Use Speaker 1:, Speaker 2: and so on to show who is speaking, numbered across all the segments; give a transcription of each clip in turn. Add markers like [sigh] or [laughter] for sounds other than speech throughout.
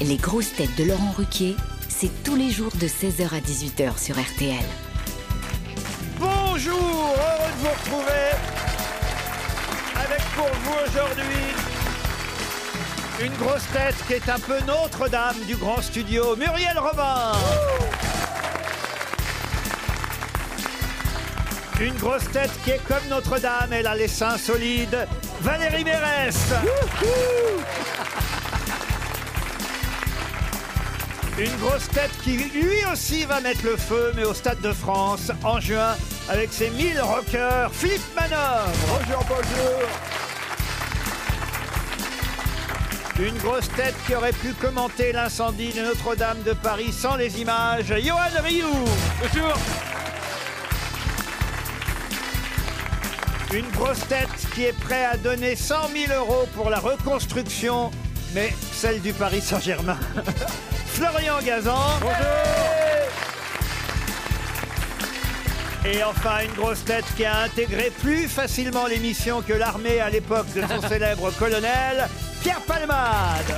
Speaker 1: Les grosses têtes de Laurent Ruquier, c'est tous les jours de 16h à 18h sur RTL.
Speaker 2: Bonjour, heureux de vous retrouver avec pour vous aujourd'hui une grosse tête qui est un peu Notre-Dame du grand studio, Muriel Robin. Une grosse tête qui est comme Notre-Dame, elle a les seins solides, Valérie Mérès. Une grosse tête qui lui aussi va mettre le feu, mais au Stade de France en juin avec ses 1000 rockers, Philippe Manœuvre. Bonjour, bonjour. Une grosse tête qui aurait pu commenter l'incendie de Notre-Dame de Paris sans les images, Johan Rioux. Bonjour. Une grosse tête qui est prête à donner 100 000 euros pour la reconstruction, mais celle du Paris Saint-Germain. [laughs] Florian Gazan. Bonjour. Et enfin, une grosse tête qui a intégré plus facilement l'émission que l'armée à l'époque de son célèbre colonel, Pierre Palmade.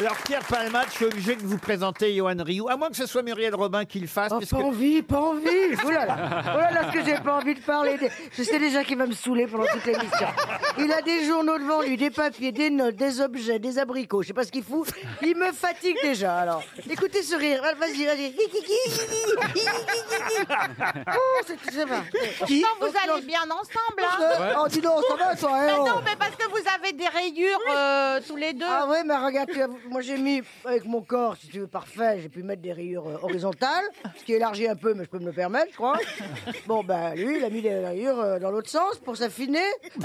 Speaker 2: Alors, Pierre Palmade, je suis obligé de vous présenter Johan Rioux, à moins que ce soit Muriel Robin qui le fasse. puisque-
Speaker 3: Oh, Pas envie, pas envie. Oh là là, oh là là, ce que j'ai pas envie de parler. des- Je sais déjà qu'il va me saouler pendant toute l'émission. Il a des journaux devant lui, des papiers, des notes, des objets, des abricots. Je sais pas ce qu'il fout. Il me fatigue déjà. Alors, écoutez ce rire. Ah, Vas-y, vas-y. Oh, c'est ça va.
Speaker 4: Pourtant, vous allez bien ensemble.
Speaker 3: Euh, Ouais. oh, dis donc, ça va, toi, hein,
Speaker 4: Mais
Speaker 3: oh.
Speaker 4: non, mais parce que vous avez des rayures euh, tous les deux.
Speaker 3: Ah ouais, mais regarde, tu as- moi j'ai mis avec mon corps, si tu veux, parfait, j'ai pu mettre des rayures euh, horizontales, ce qui élargit un peu, mais je peux me le permettre, je crois. Bon, ben lui, il a mis des rayures euh, dans l'autre sens pour s'affiner,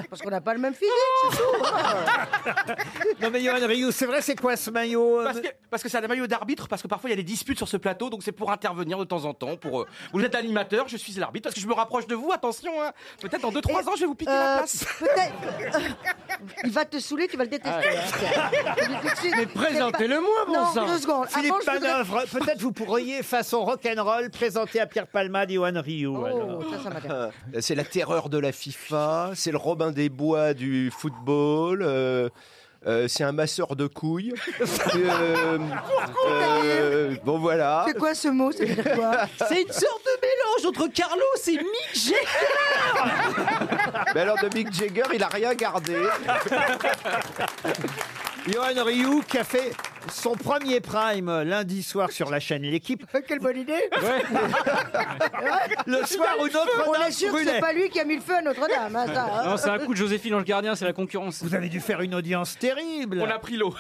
Speaker 3: parce qu'on n'a pas le même physique, c'est tout.
Speaker 2: Non mais Johan Rioux, c'est vrai, c'est quoi ce maillot euh,
Speaker 5: parce que, parce que c'est un maillot d'arbitre, parce que parfois il y a des disputes sur ce plateau, donc c'est pour intervenir de temps en temps. Pour, euh, vous êtes animateur, je suis l'arbitre, parce que je me rapproche de vous, attention, hein. peut-être en 2-3 ans je vais vous piquer la
Speaker 3: Euh,
Speaker 5: place.
Speaker 3: Peut-être. [laughs] Il va te saouler, tu vas le
Speaker 5: Ah,
Speaker 3: détester. hein. Je te le dis tout de suite. C'est pas- Non, deux secondes.
Speaker 2: Philippe
Speaker 3: Avant, je voudrais-
Speaker 2: Manœuvre, peut-être vous pourriez, façon rock'n'roll, présenter à Pierre Palmade Johan
Speaker 3: Oh,
Speaker 2: Rioux. alors.
Speaker 6: Euh, C'est la terreur de la FIFA, c'est le Robin des Bois du football, euh, euh, c'est un masseur de couilles. [laughs] Euh, euh, bon voilà.
Speaker 3: [laughs] C'est quoi ce mot C'est
Speaker 7: [laughs]
Speaker 3: quoi
Speaker 8: C'est une sorte de mélange entre Carlos et Mick Jagger.
Speaker 6: Mais alors de Mick Jagger, il a rien gardé.
Speaker 2: [laughs] Johan Rioux qui a fait son premier prime euh, lundi soir sur la chaîne L'équipe.
Speaker 3: [laughs] Quelle bonne idée [laughs]
Speaker 2: Le soir où
Speaker 3: On
Speaker 2: Notre-Dame
Speaker 3: est sûr que
Speaker 2: brûlait.
Speaker 3: c'est pas lui qui a mis le feu à Notre-Dame, hein, ça. hein.
Speaker 9: Non, c'est un coup de Joséphine Ange Gardien, c'est la concurrence.
Speaker 2: Vous avez dû faire une audience terrible.
Speaker 9: On a
Speaker 5: pris l'eau.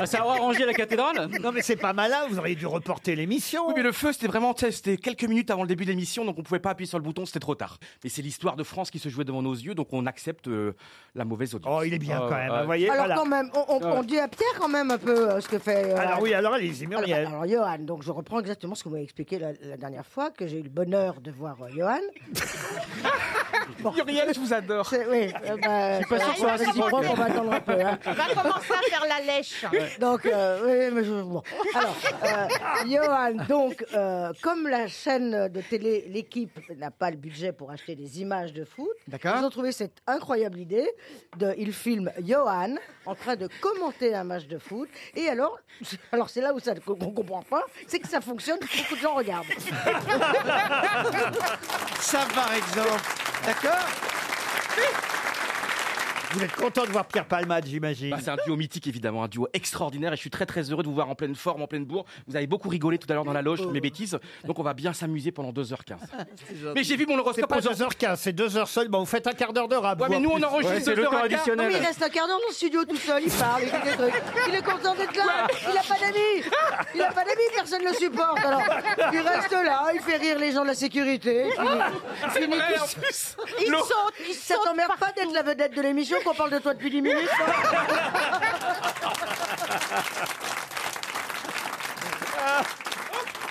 Speaker 9: Ah, ça aura arrangé la cathédrale
Speaker 2: Non mais c'est pas malin, vous auriez dû reporter l'émission.
Speaker 5: Oui, mais le feu, c'était vraiment, tu sais, c'était quelques minutes avant le début de l'émission, donc on pouvait pas appuyer sur le bouton, c'était trop tard. Mais c'est l'histoire de France qui se jouait devant nos yeux, donc on accepte euh, la mauvaise audience.
Speaker 2: Oh, il est
Speaker 9: Ah,
Speaker 2: bien, quand même, hein, voyez,
Speaker 3: Alors quand même, on, on- on dit à Pierre quand même un peu euh, ce que fait. euh,
Speaker 2: Alors oui, alors allez-y,
Speaker 3: Alors,
Speaker 2: Muriel.
Speaker 3: Alors, Johan, donc je reprends exactement ce que vous m'avez expliqué la, la dernière fois, que j'ai eu le bonheur de voir euh,
Speaker 4: [laughs]
Speaker 3: Johan.
Speaker 5: Muriel, je vous adore.
Speaker 3: Oui, euh, bah,
Speaker 4: Je suis pas
Speaker 3: ça
Speaker 4: sûr
Speaker 3: va,
Speaker 4: que ce soit
Speaker 3: c'est réciproque,
Speaker 4: réciproque. Ah
Speaker 3: on va attendre un peu. hein.
Speaker 4: On va commencer à faire la lèche.
Speaker 3: Donc, euh, oui, mais je, bon. Alors, euh, Johan, donc, euh, comme la chaîne de télé, l'équipe n'a pas le budget pour acheter des images de foot, ils ont trouvé cette incroyable idée de, ils filment Johan en train de commenter un match de foot. Et alors, [laughs] alors c'est là où ça, qu'on comprend pas, c'est que ça fonctionne, beaucoup de gens regardent.
Speaker 2: Ça, par exemple. D'accord Vous êtes content de voir Pierre Palmade, j'imagine.
Speaker 5: Bah, c'est un duo mythique, évidemment, un duo extraordinaire. Et je suis très, très heureux de vous voir en pleine forme, en pleine bourre. Vous avez beaucoup rigolé tout à l'heure dans la loge,
Speaker 2: Oh.
Speaker 5: mes bêtises. Donc, on va bien s'amuser pendant 2h15.
Speaker 3: [laughs]
Speaker 5: Mais j'ai vu mon horoscope à
Speaker 2: C'est pas 2h15, c'est 2h seulement. Vous faites un quart d'heure de rap.
Speaker 5: Ouais, mais
Speaker 2: vous, en
Speaker 5: nous, on
Speaker 2: plus.
Speaker 5: enregistre Ouais, c'est deux le heures temps à quart. additionnel.
Speaker 3: Oui, il reste un quart d'heure dans le studio tout seul, il parle, il dit des trucs. Il est content d'être là, il n'a pas d'amis. Il n'a pas d'amis, personne ne le supporte. Alors, il reste là, il fait rire les gens de la sécurité.
Speaker 7: Ah,
Speaker 4: C'est vrai, en
Speaker 3: Il
Speaker 4: Il
Speaker 3: [laughs] saute,
Speaker 4: saute,
Speaker 3: il saute. Ça t'emmerde pas d'être la vedette de l'émission qu'on parle de toi depuis 10 minutes
Speaker 2: Bah,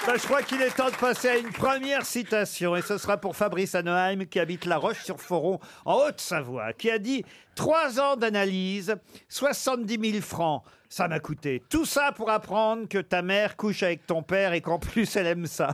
Speaker 2: Ah je crois qu'il est temps de passer à une première citation, et ce sera pour Fabrice Hanoheim, qui habite La Roche-sur-Foron, en Haute-Savoie, qui a dit « Trois ans d'analyse, 70 000 francs, ça m'a coûté. Tout ça pour apprendre que ta mère couche avec ton père et qu'en plus elle aime
Speaker 9: [laughs]
Speaker 2: ça. »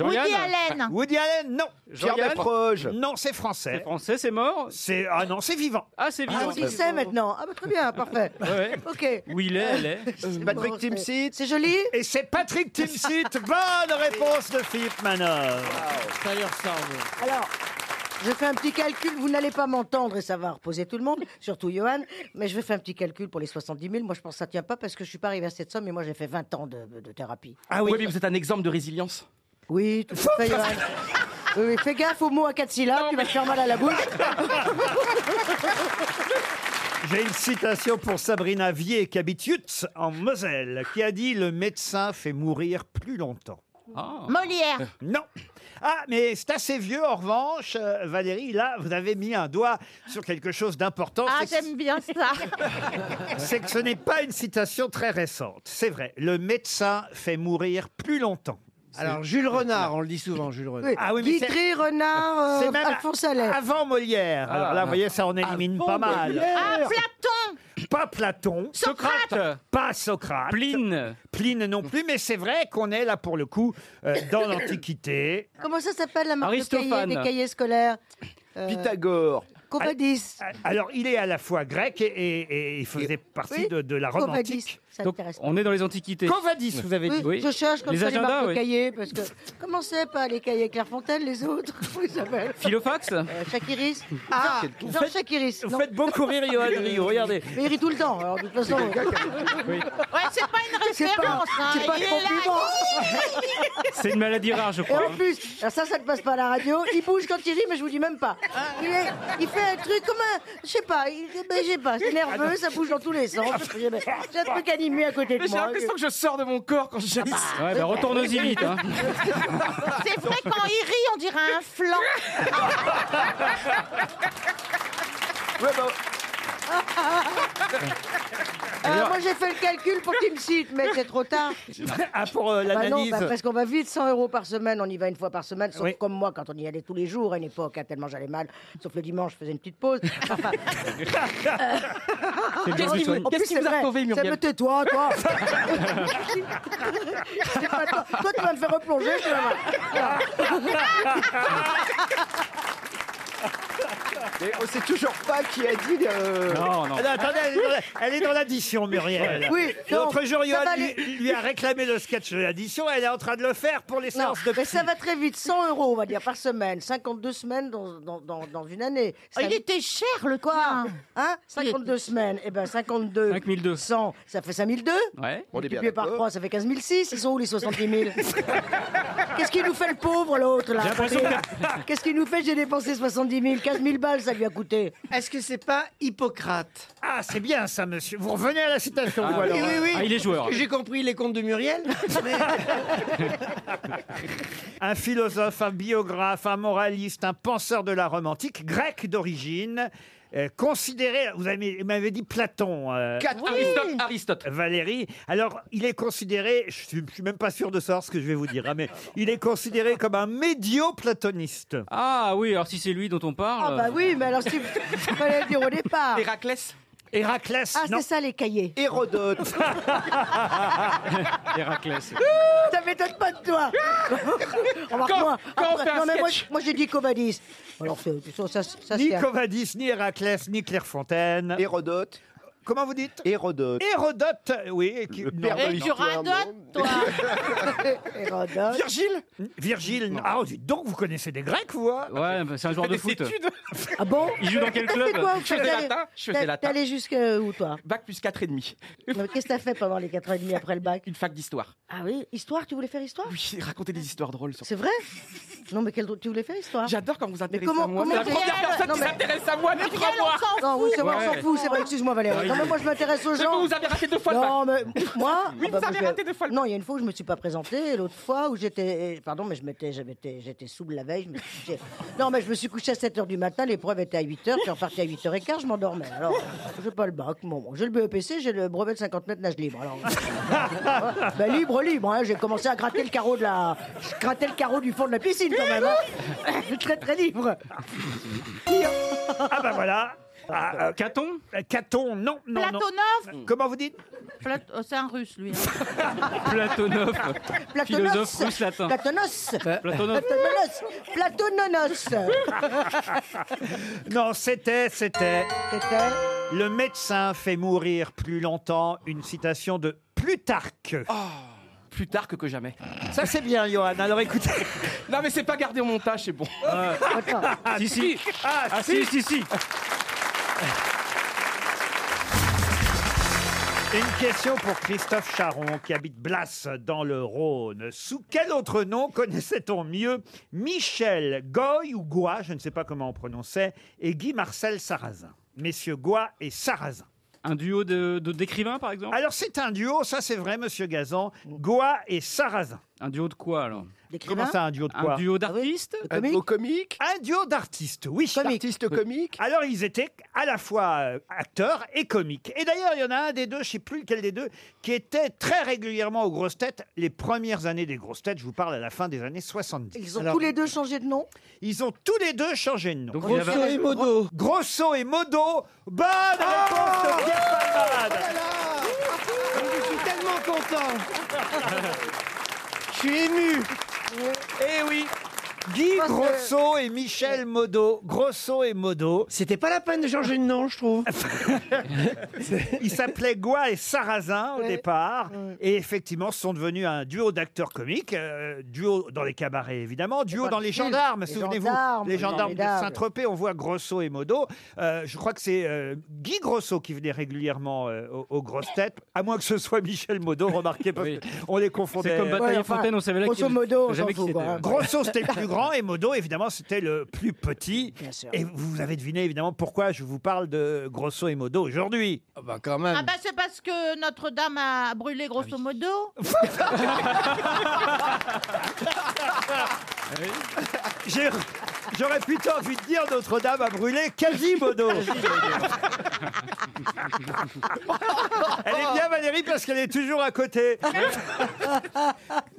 Speaker 4: Woody Allen.
Speaker 2: Woody Allen, non.
Speaker 9: Pierre Jean-Yann Desproges.
Speaker 2: Non, c'est français.
Speaker 9: C'est français, c'est mort
Speaker 2: C'est Ah non, c'est vivant.
Speaker 9: Ah, c'est
Speaker 3: Ah,
Speaker 9: vivant.
Speaker 3: il sait maintenant. Ah, bah, très bien, parfait.
Speaker 9: Ouais.
Speaker 3: Ok.
Speaker 9: Oui, il est, elle
Speaker 3: [laughs]
Speaker 9: est.
Speaker 2: Patrick Timsit. C'est joli. Et c'est
Speaker 8: [laughs]
Speaker 2: Patrick Timsit. Bonne réponse de Philippe Manor.
Speaker 8: Ça lui ressemble.
Speaker 3: Alors, je fais un petit calcul. Vous n'allez pas m'entendre et ça va reposer tout le monde, [laughs] surtout Johan. Mais je vais faire un petit calcul pour les 70 000. Moi, je pense que ça tient pas parce que je suis pas arrivé à cette somme. Et moi, j'ai fait 20 ans de, de thérapie.
Speaker 5: Ah oui. mais vous êtes un exemple de résilience.
Speaker 3: Oui, tout à
Speaker 5: [laughs]
Speaker 3: fait, Johan. Oui, oui, fais gaffe aux mots à quatre syllabes, tu vas te faire mal à
Speaker 2: [laughs]
Speaker 3: la bouche.
Speaker 2: J'ai une citation pour Sabrina Vier, qui habite Yutz, en Moselle, qui a dit Le médecin fait mourir plus longtemps.
Speaker 4: Molière.
Speaker 2: Non. Ah, mais c'est assez vieux, en revanche, euh, Valérie. Là, vous avez mis un doigt sur quelque chose d'important.
Speaker 4: Ah,
Speaker 2: c'est que-
Speaker 4: j'aime bien ça.
Speaker 2: c'est que ce n'est pas une citation très récente. C'est vrai. Le médecin fait mourir plus longtemps.
Speaker 8: Alors, Jules Renard, on le dit souvent, Jules Renard.
Speaker 3: Oui.
Speaker 2: Ah oui, mais
Speaker 3: Guitry, Renard, euh,
Speaker 2: c'est même
Speaker 3: Alphonse Allais.
Speaker 2: Avant Molière. Alors
Speaker 3: Ah.
Speaker 2: là, vous voyez, ça en élimine pas mal.
Speaker 4: Ah, Platon.
Speaker 2: Pas Platon.
Speaker 9: Socrate
Speaker 2: Pas Socrate.
Speaker 9: Pline
Speaker 2: Pline non plus, mais c'est vrai qu'on est là pour le coup euh, dans l'Antiquité.
Speaker 3: Comment ça s'appelle la marque de cahiers,
Speaker 9: Aristophane.
Speaker 3: des cahiers scolaires Euh,
Speaker 6: Pythagore.
Speaker 3: Covadis.
Speaker 2: Euh, Alors il est à la fois grec et, et- et il faisait partie
Speaker 3: Oui.
Speaker 2: de, de la Rome
Speaker 3: Covadis,
Speaker 2: antique.
Speaker 3: ça
Speaker 9: Donc,
Speaker 3: m'intéresse.
Speaker 9: on est dans les antiquités.
Speaker 2: Covadis, vous avez
Speaker 3: Oui,
Speaker 2: dit.
Speaker 9: Oui.
Speaker 3: Je cherche comme
Speaker 9: Les
Speaker 3: ça les
Speaker 9: agendas,
Speaker 3: marques de
Speaker 9: oui.
Speaker 3: cahiers, parce que [laughs] comment c'est pas les cahiers Clairefontaine, les autres [laughs] Comment ils s'appellent
Speaker 9: Philofax
Speaker 3: Euh, Chakiris Ah, Jean Chakiris. non.
Speaker 9: beaucoup rire, Johan Rio, regardez.
Speaker 3: Mais il rit tout le temps, alors de toute [laughs] façon.
Speaker 4: Ouais, c'est pas une
Speaker 3: C'est pas-
Speaker 4: référence. hein.
Speaker 3: c'est pas
Speaker 4: Il est
Speaker 3: un
Speaker 4: là,
Speaker 3: compliment.
Speaker 9: C'est une maladie rare, je
Speaker 3: Et
Speaker 9: crois. hein.
Speaker 3: en plus, alors ça, ça ne passe pas à la radio. Il bouge quand il rit, mais je vous dis même pas. Il, est- il fait un truc comme un. Je sais pas, il, ben, je sais pas, c'est
Speaker 9: Ah
Speaker 3: nerveux, ça bouge dans tous les sens. J'ai j'ai un truc animé à côté de
Speaker 5: Mais j'ai
Speaker 3: moi.
Speaker 5: l'impression que je sors de mon corps quand
Speaker 3: Ah
Speaker 5: j'ai
Speaker 9: Ouais, bah retourne-y vite.
Speaker 3: [laughs]
Speaker 9: hein.
Speaker 4: C'est vrai, quand il rit, on dirait un flanc.
Speaker 3: bah, Ah, moi, j'ai fait le calcul pour qu'il me cite, mais c'est
Speaker 5: [laughs]
Speaker 3: trop tard.
Speaker 2: [laughs] Ah, pour euh,
Speaker 3: Bah non,
Speaker 2: l'analyse.
Speaker 3: bah parce qu'on va vite 100 euros par semaine, on y va une fois par semaine, sauf
Speaker 2: Oui.
Speaker 3: comme moi quand on y allait tous les jours à une époque, hein, tellement j'allais mal, sauf le dimanche, je faisais une petite
Speaker 5: [laughs]
Speaker 3: pause. Ah, Enfin,
Speaker 7: Euh.
Speaker 5: C'est bien
Speaker 3: en
Speaker 5: du soin.
Speaker 3: plus,
Speaker 5: Qu'est-ce qui
Speaker 3: c'est
Speaker 5: vous a
Speaker 3: vrai,
Speaker 5: sauvé,
Speaker 3: Ça me
Speaker 5: Muriel [laughs]
Speaker 3: tais-toi, toi.
Speaker 7: [laughs]
Speaker 3: J'ai pas le temps. Toi, tu vas me faire replonger, tu vas voir.
Speaker 5: Ah.
Speaker 6: Mais on sait toujours pas qui a dit. euh,
Speaker 9: Non, non.
Speaker 2: Ah non, attendez, elle est dans la- elle est dans l'addition, Muriel.
Speaker 3: Oui,
Speaker 2: L'autre
Speaker 3: donc,
Speaker 2: jour,
Speaker 3: ça
Speaker 2: Johan
Speaker 3: va
Speaker 2: lui,
Speaker 3: aller.
Speaker 2: lui a réclamé le sketch de l'addition. Elle est en train de le faire pour les
Speaker 3: Non,
Speaker 2: séances de
Speaker 3: mais
Speaker 2: psy.
Speaker 3: ça va très vite, 100 euros, on va dire, par semaine, 52 semaines dans, dans, dans, dans une année. Ça-
Speaker 4: Oh, Il était cher, le
Speaker 3: Quoi
Speaker 4: quoi
Speaker 3: Hein 52 semaines, et ben 52
Speaker 9: 5200.
Speaker 3: 100, ça fait 5002
Speaker 9: Ouais.
Speaker 6: On est bien
Speaker 3: Multiplié par
Speaker 6: d'accord.
Speaker 3: 3, ça fait 15 006. Ils sont où les
Speaker 6: [laughs]
Speaker 3: 70 000 Qu'est-ce qu'il nous fait le pauvre, l'autre, là Qu'est-ce qu'il nous fait J'ai dépensé 70 000. 15 000 balles, ça lui a coûté.
Speaker 8: Est-ce que c'est pas Hippocrate
Speaker 2: Ah, c'est bien ça, monsieur. Vous revenez à la citation. vous, alors.
Speaker 8: Oui, oui, oui.
Speaker 9: Ah, il est joueur.
Speaker 8: Parce que J'ai compris les contes de Muriel. mais-
Speaker 2: Un philosophe, un biographe, un moraliste, un penseur de la Rome antique, grec d'origine, euh, considéré, vous avez- vous m'avez dit Platon, euh,
Speaker 5: Aristote, Aristote.
Speaker 2: Valérie. Alors, il est considéré, je suis, je suis même pas sûr de savoir ce que je vais vous dire, hein, mais il est considéré comme un médio-platoniste.
Speaker 9: Ah oui, alors si c'est lui dont on
Speaker 3: Ah,
Speaker 9: parle.
Speaker 2: Euh.
Speaker 3: bah oui, mais alors, si vous fallait le dire au départ.
Speaker 5: Héraclès.
Speaker 2: Héraclès,
Speaker 3: Ah,
Speaker 2: non.
Speaker 3: c'est ça, les cahiers. [laughs]
Speaker 6: Hérodote.
Speaker 10: [laughs]
Speaker 9: Héraclès.
Speaker 3: Ça m'étonne pas de toi. Remarque-moi.
Speaker 5: Quand- quand on
Speaker 3: après-
Speaker 5: fait un
Speaker 3: non, mais moi,
Speaker 5: sketch.
Speaker 3: moi, j'ai dit Covadis. Alors, c'est- ça, ça, ça,
Speaker 2: Ni
Speaker 3: c'est un-
Speaker 2: Covadis, ni Héraclès, ni Clairefontaine.
Speaker 6: Hérodote.
Speaker 2: Comment vous dites
Speaker 6: Hérodote.
Speaker 2: Hérodote, oui. et Qui...
Speaker 6: père de Et l'histoire tu radotes,
Speaker 2: toi
Speaker 3: [laughs] Euh,
Speaker 2: Virgile Virgile, non. Ah, dites donc, vous connaissez des Grecs, vous hein
Speaker 9: Ouais, bah, c'est un joueur de foot.
Speaker 3: Ah bon
Speaker 9: Il joue dans
Speaker 3: [laughs]
Speaker 9: quel
Speaker 3: T'as
Speaker 9: club
Speaker 3: fait quoi au
Speaker 9: Je faisais
Speaker 3: fait
Speaker 9: latin, je faisais
Speaker 3: T'as-
Speaker 9: latin.
Speaker 3: T'es allé jusqu'à où, toi
Speaker 5: Bac plus 4,5.
Speaker 3: Mais Qu'est-ce que t'as fait pendant les 4 ans et demi après le bac
Speaker 5: Une fac d'histoire.
Speaker 3: Ah oui Histoire, tu voulais faire histoire
Speaker 5: Oui, raconter des histoires drôles.
Speaker 3: C'est vrai Non, mais quel... tu voulais faire histoire
Speaker 5: J'adore quand vous
Speaker 3: intéressez
Speaker 5: à moi. C'est la première personne qui s'intéresse à moi, mais crois-moi.
Speaker 3: Non, oui, c'est vrai, on
Speaker 5: Ouais.
Speaker 3: s'en fout, c'est vrai, excuse-moi Valérie. Non, mais moi je m'intéresse aux
Speaker 5: Mais
Speaker 3: gens.
Speaker 5: vous, vous avez raté deux fois le
Speaker 3: Non, mais
Speaker 5: bac. [laughs]
Speaker 3: moi.
Speaker 5: Oui,
Speaker 3: ah bah,
Speaker 5: vous avez
Speaker 3: parce que-
Speaker 5: raté deux fois le
Speaker 3: Non, il y a une fois où je me suis pas présentée, et l'autre fois où j'étais. eh, Pardon, mais je m'étais, je m'étais- j'étais sous la veille, je me suis couché. Non, mais je me suis couché à 7 h du matin, l'épreuve était à 8 h, puis reparti à 8 h 15, je m'endormais. Alors, j'ai pas le bac, bon, bon, j'ai le BEPC, j'ai le brevet de 50 mètres nage libre.
Speaker 5: [laughs]
Speaker 3: Alors, ben, libre, libre, hein, j'ai commencé à gratter le carreau de la. Je grattais le carreau du fond de la piscine quand même.
Speaker 5: [laughs]
Speaker 3: hein. très, très libre.
Speaker 2: Ah
Speaker 5: ben
Speaker 2: bah voilà. Ah, euh, Caton Euh, Caton, non, non, non.
Speaker 4: Platonov
Speaker 2: Comment vous dites
Speaker 4: Plat- oh, C'est un russe, lui. hein.
Speaker 9: Platonov,
Speaker 4: Ah.
Speaker 9: philosophe russe latin.
Speaker 3: Platonos.
Speaker 9: Platonov.
Speaker 3: Platonos. Platononos.
Speaker 2: Non, c'était, c'était. Le médecin fait mourir plus longtemps. Une citation de Plutarque.
Speaker 5: Plus tard que jamais.
Speaker 2: Ça c'est bien, Johan. Alors écoutez.
Speaker 5: [laughs] Non, mais c'est pas gardé au montage, c'est bon.
Speaker 2: Ah,
Speaker 9: si, si.
Speaker 2: Ah,
Speaker 9: Ah,
Speaker 2: si.
Speaker 9: si, si, si.
Speaker 2: Une question pour Christophe Charon qui habite Blas dans le Rhône. Sous quel autre nom connaissait-on mieux Michel Goy ou Goy, je ne sais pas comment on prononçait, et Guy Marcel Sarrazin Messieurs Goy et Sarrazin.
Speaker 9: Un duo de de- d'écrivains, par exemple
Speaker 2: Alors c'est un duo, ça c'est vrai, monsieur Gazan, Goy et Sarrazin.
Speaker 9: Un duo de quoi, alors
Speaker 2: Comment ça, un duo de quoi
Speaker 9: Un duo d'artistes
Speaker 2: Un duo Ah comique Un duo d'artistes, oui. D'artistes comiques Alors, ils étaient à la fois euh, acteurs et comiques. Et d'ailleurs, il y en a un des deux, je ne sais plus lequel des deux, qui était très régulièrement aux grosses têtes les premières années des grosses têtes. Je vous parle à la fin des années 70.
Speaker 3: Ils ont tous les deux changé de nom
Speaker 2: Ils ont tous les deux changé de nom.
Speaker 9: il y avait- Grosso et
Speaker 2: modo. Grosso et modo. Bonne réponse de Pierre Palmade.
Speaker 8: Je suis tellement content.
Speaker 2: Je suis ému. Eh oui. Guy
Speaker 8: Parce que-
Speaker 2: Grosso et Michel Modo. Grosso et Modo. C'était pas la peine de changer de nom, je trouve. [laughs] Ils s'appelaient Goua et Sarrazin au départ. Et effectivement, ce sont devenus un duo d'acteurs comiques. euh, duo dans les cabarets, évidemment. Duo
Speaker 3: dans
Speaker 2: dans
Speaker 3: les
Speaker 2: les
Speaker 3: films.
Speaker 2: gendarmes,
Speaker 3: Les
Speaker 2: souvenez-vous.
Speaker 3: gendarmes,
Speaker 2: Les gendarmes de
Speaker 3: formidable.
Speaker 2: Saint-Tropez, on voit Grosso et Modo. Euh, je crois que c'est euh, Guy Grosso qui venait régulièrement euh, aux, aux grosses têtes. À moins que ce soit Michel Modo, remarquez, parce qu'on les confondait.
Speaker 9: C'est comme Bataille
Speaker 2: Ouais,
Speaker 9: et Fontaine, on savait là
Speaker 3: grosso
Speaker 9: qui-
Speaker 3: modo, on
Speaker 9: jamais
Speaker 3: s'en fout,
Speaker 9: qui
Speaker 3: quoi, hein.
Speaker 9: c'était.
Speaker 2: Grosso, c'était le plus grand, et Modo, évidemment, c'était le plus petit. Et vous avez deviné, évidemment, pourquoi je vous parle de Grosso et Modo aujourd'hui. bah, quand même.
Speaker 4: Ah bah c'est parce que Notre-Dame a brûlé
Speaker 9: Ah
Speaker 4: grosso
Speaker 9: [laughs]
Speaker 4: modo.
Speaker 2: J'aurais plutôt envie de dire Notre-Dame a brûlé
Speaker 3: [laughs]
Speaker 2: Quasimodo. Elle est bien Valérie parce qu'elle est toujours à côté.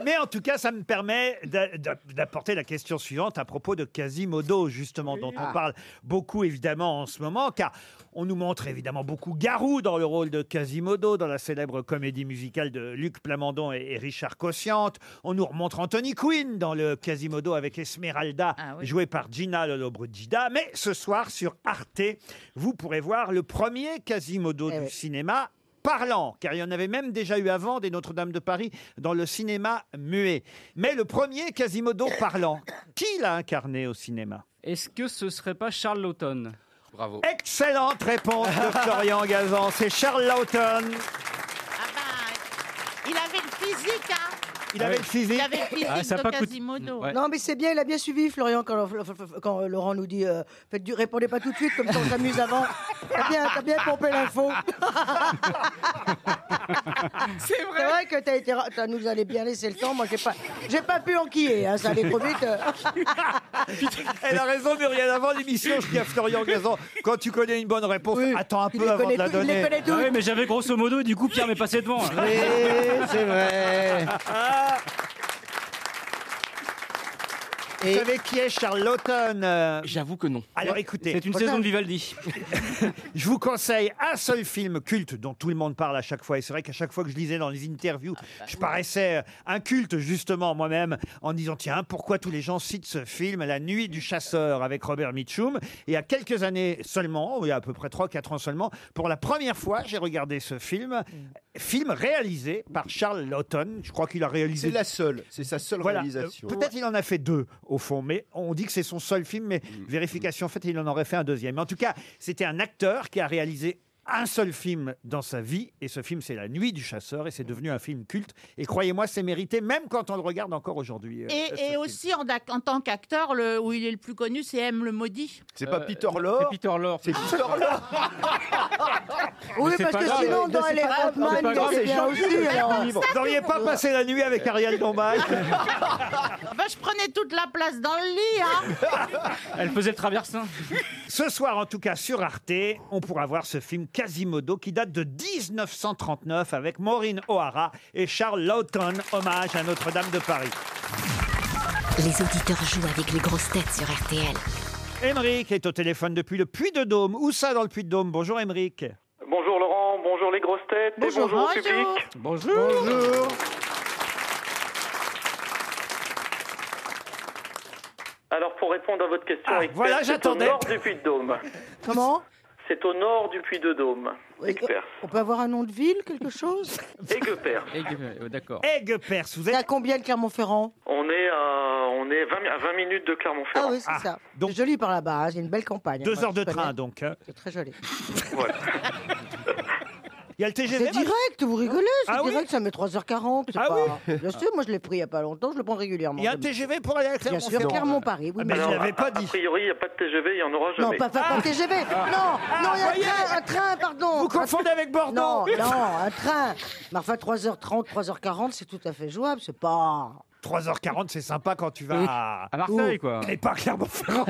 Speaker 2: Mais en tout cas, ça me permet d'a- d'a- d'apporter la question suivante à propos de Quasimodo, justement, dont
Speaker 3: Ah.
Speaker 2: on parle beaucoup évidemment en ce moment, car on nous montre évidemment beaucoup Garou dans le rôle de Quasimodo dans la célèbre comédie musicale de Luc Plamondon et et Richard Cossiante. On nous remontre Anthony Quinn dans le Quasimodo avec Esmeralda, joué par Gina Lollobrigida. Mais ce soir, sur Arte, vous pourrez voir le premier Quasimodo du cinéma parlant, car il y en avait même déjà eu avant des Notre-Dame de Paris dans le cinéma muet. Mais le premier Quasimodo parlant, qui l'a incarné au cinéma
Speaker 9: Est-ce que ce serait pas Charles Laughton Bravo.
Speaker 2: Excellente réponse de Florian Gazan, c'est Charles Laughton.
Speaker 4: Il avait le physique, hein.
Speaker 2: Il avait le physique.
Speaker 4: Il avait le physique
Speaker 9: Ah,
Speaker 4: de Quasimodo.
Speaker 3: Non, mais c'est bien, il a bien suivi, Florian, quand, quand Laurent nous dit euh, faites du, répondez pas tout de suite, comme ça on s'amuse avant. T'as bien, t'as bien pompé [laughs] l'info.
Speaker 5: c'est
Speaker 3: vrai. que t'as été, ra- t'as nous allez bien laisser le temps. Moi, j'ai pas, j'ai pas pu enquiller, hein, ça allait trop vite.
Speaker 2: Elle a raison, Muriel. Avant l'émission, je dis à Florian Gazan, quand tu connais une bonne réponse, attends un peu avant de la donner.
Speaker 9: Ah ouais, mais j'avais grosso modo, et du coup, Pierre m'est
Speaker 10: [laughs]
Speaker 9: passé devant.
Speaker 8: Oui, c'est vrai.
Speaker 2: Vous savez qui est Charles Laughton J'avoue que non. Alors écoutez.
Speaker 9: C'est une saison de Vivaldi.
Speaker 2: [laughs] je vous conseille un seul film culte dont tout le monde parle à chaque fois. Et c'est vrai qu'à chaque fois que je lisais dans les interviews, je paraissais euh, un culte justement moi-même en disant tiens, pourquoi tous les gens citent ce film La nuit du chasseur avec Robert Mitchum Et il y a quelques années seulement, il y a à peu près 3-4 ans seulement, pour la première fois, j'ai regardé ce film. Film réalisé par Charles Laughton. Je crois qu'il a réalisé.
Speaker 6: C'est la seule, c'est sa seule
Speaker 2: Voilà.
Speaker 6: réalisation.
Speaker 2: Euh, Peut-être il en a fait deux au fond, mais on dit que c'est son seul film, mais
Speaker 6: Mm.
Speaker 2: vérification faite, il en aurait fait un deuxième. Mais en tout cas, c'était un acteur qui a réalisé un seul film dans sa vie, et ce film, c'est La Nuit du Chasseur, et c'est devenu un film culte. Et croyez-moi, c'est mérité, même quand on le regarde encore aujourd'hui. euh, ce
Speaker 4: Et, et
Speaker 2: film.
Speaker 4: aussi, en, ac- en tant qu'acteur, le- où il est le plus connu, c'est M le maudit.
Speaker 6: C'est
Speaker 10: Euh,
Speaker 6: pas Peter Lorre C'est
Speaker 9: Peter Lorre.
Speaker 6: C'est Peter Lorre.
Speaker 3: Oui,
Speaker 6: Mais c'est
Speaker 3: parce
Speaker 6: pas
Speaker 3: que
Speaker 6: grave,
Speaker 3: sinon,
Speaker 6: mais
Speaker 3: dans
Speaker 6: c'est
Speaker 3: les
Speaker 6: pas grave, c'est pas
Speaker 3: Rodman,
Speaker 6: grave,
Speaker 3: c'est
Speaker 6: c'est
Speaker 3: bien
Speaker 6: Jean-Luc
Speaker 3: aussi. alors.
Speaker 6: Libre.
Speaker 2: hein. Vous n'auriez pas passé la nuit avec Ariel Dombal
Speaker 4: Enfin, je prenais toute la place dans le lit, hein
Speaker 9: Elle faisait le traversin.
Speaker 2: Ce soir, en tout cas, sur Arte, on pourra voir ce film Quasimodo qui date de 1939 avec Maureen O'Hara et Charles Lawton, hommage à Notre-Dame de Paris.
Speaker 1: Les auditeurs jouent avec les grosses têtes sur RTL.
Speaker 2: Émeric est au téléphone depuis le Puy-de-Dôme. Où ça dans le Puy-de-Dôme Bonjour Émeric.
Speaker 11: Bonjour Laurent, bonjour les grosses têtes, et bonjour, au public.
Speaker 9: Bonjour.
Speaker 11: Alors pour répondre à votre question,
Speaker 3: Ah,
Speaker 11: expert,
Speaker 2: voilà,
Speaker 11: c'est au
Speaker 2: j'attendais.
Speaker 11: nord du Puy-de-Dôme.
Speaker 3: Comment
Speaker 11: C'est au nord du Puy-de-Dôme, Aiguepers.
Speaker 3: On peut avoir un nom de ville, quelque chose
Speaker 11: Aiguepers.
Speaker 9: D'accord.
Speaker 2: Aiguepers, vous
Speaker 3: êtes. à combien de Clermont-Ferrand
Speaker 11: On est à, on est 20, à 20 minutes de Clermont-Ferrand.
Speaker 3: Ah oui, c'est ça. C'est joli par là-bas, hein, c'est une belle campagne.
Speaker 11: Deux heures de train,
Speaker 2: donc. hein.
Speaker 3: C'est très joli.
Speaker 11: Voilà.
Speaker 2: [laughs] Il y a le TGV.
Speaker 3: C'est direct, vous rigolez C'est
Speaker 2: Ah oui
Speaker 3: direct, ça met 3h40. c'est
Speaker 2: Ah
Speaker 3: pas-
Speaker 2: oui
Speaker 3: Bien sûr, moi je l'ai pris il n'y a pas longtemps, je le prends régulièrement.
Speaker 2: Il y a un TGV pour aller à
Speaker 3: Bien
Speaker 2: Clermont-Ferrand Ah,
Speaker 3: sûr, Ah, ben, Clermont-Paris. Oui,
Speaker 11: Alors,
Speaker 3: mais-
Speaker 11: a- A priori, il n'y a pas de TGV, il n'y en aura
Speaker 3: Non,
Speaker 11: jamais.
Speaker 3: pas, pas, pas TGV.
Speaker 8: Ah,
Speaker 3: non, non, il y a
Speaker 8: voyez.
Speaker 3: un train, un train, pardon.
Speaker 8: Vous confondez
Speaker 2: avec Bordeaux.
Speaker 3: Non, non, un train. Mais enfin, 3h30, 3h40, c'est tout à fait jouable. C'est pas.
Speaker 2: 3h40, c'est sympa quand tu vas
Speaker 3: Oui.
Speaker 2: à...
Speaker 3: À Marseille, quoi.
Speaker 2: Et pas à Clermont-Ferrand.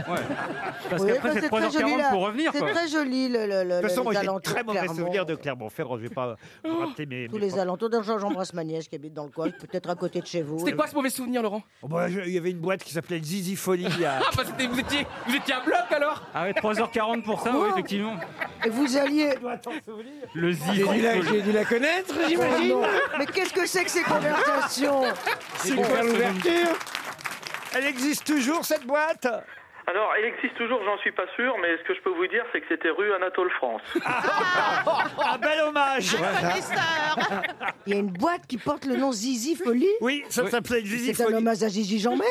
Speaker 9: Parce
Speaker 3: Oui,
Speaker 9: qu'après,
Speaker 3: bah,
Speaker 9: c'est
Speaker 3: très joli,
Speaker 9: 3h40
Speaker 3: là.
Speaker 9: pour revenir.
Speaker 3: C'est
Speaker 9: quoi.
Speaker 3: très joli le. le, le
Speaker 2: De toute façon,
Speaker 3: les
Speaker 2: moi, j'ai de
Speaker 3: alentours
Speaker 2: très mauvais
Speaker 3: Clermont.
Speaker 2: souvenirs de Clermont-Ferrand. Je vais pas
Speaker 9: Oh.
Speaker 2: vous rappeler mes...
Speaker 3: Oh, Tous
Speaker 2: mes-
Speaker 3: les alentours. D'ailleurs, j'embrasse ma nièce qui habite dans le coin, peut-être à côté de chez vous.
Speaker 5: C'était quoi ce mauvais souvenir, Laurent
Speaker 2: Oh, bah, je- Il y avait une boîte qui s'appelait Zizi Folie.
Speaker 3: [laughs]
Speaker 5: Ah, bah c'était- vous étiez, vous étiez à bloc alors
Speaker 9: Ah ouais, 3h40 pour ça, oui, effectivement.
Speaker 3: Et vous alliez.
Speaker 9: Le zizi.
Speaker 3: J'ai dû la- j'ai dû la
Speaker 9: connaître,
Speaker 3: Oh non. Mais qu'est-ce que c'est que ces conversations
Speaker 2: [laughs] C'est quoi l'ouverture Elle existe toujours, cette boîte
Speaker 11: Alors, elle existe toujours, j'en suis pas sûr, mais ce que je peux vous dire, c'est que c'était rue Anatole France.
Speaker 2: Ah, Un bel hommage
Speaker 3: Il y a une boîte qui porte le nom Zizi Folie
Speaker 2: Oui, ça Oui. s'appelait Zizi
Speaker 3: C'est un hommage à Zizi Jambert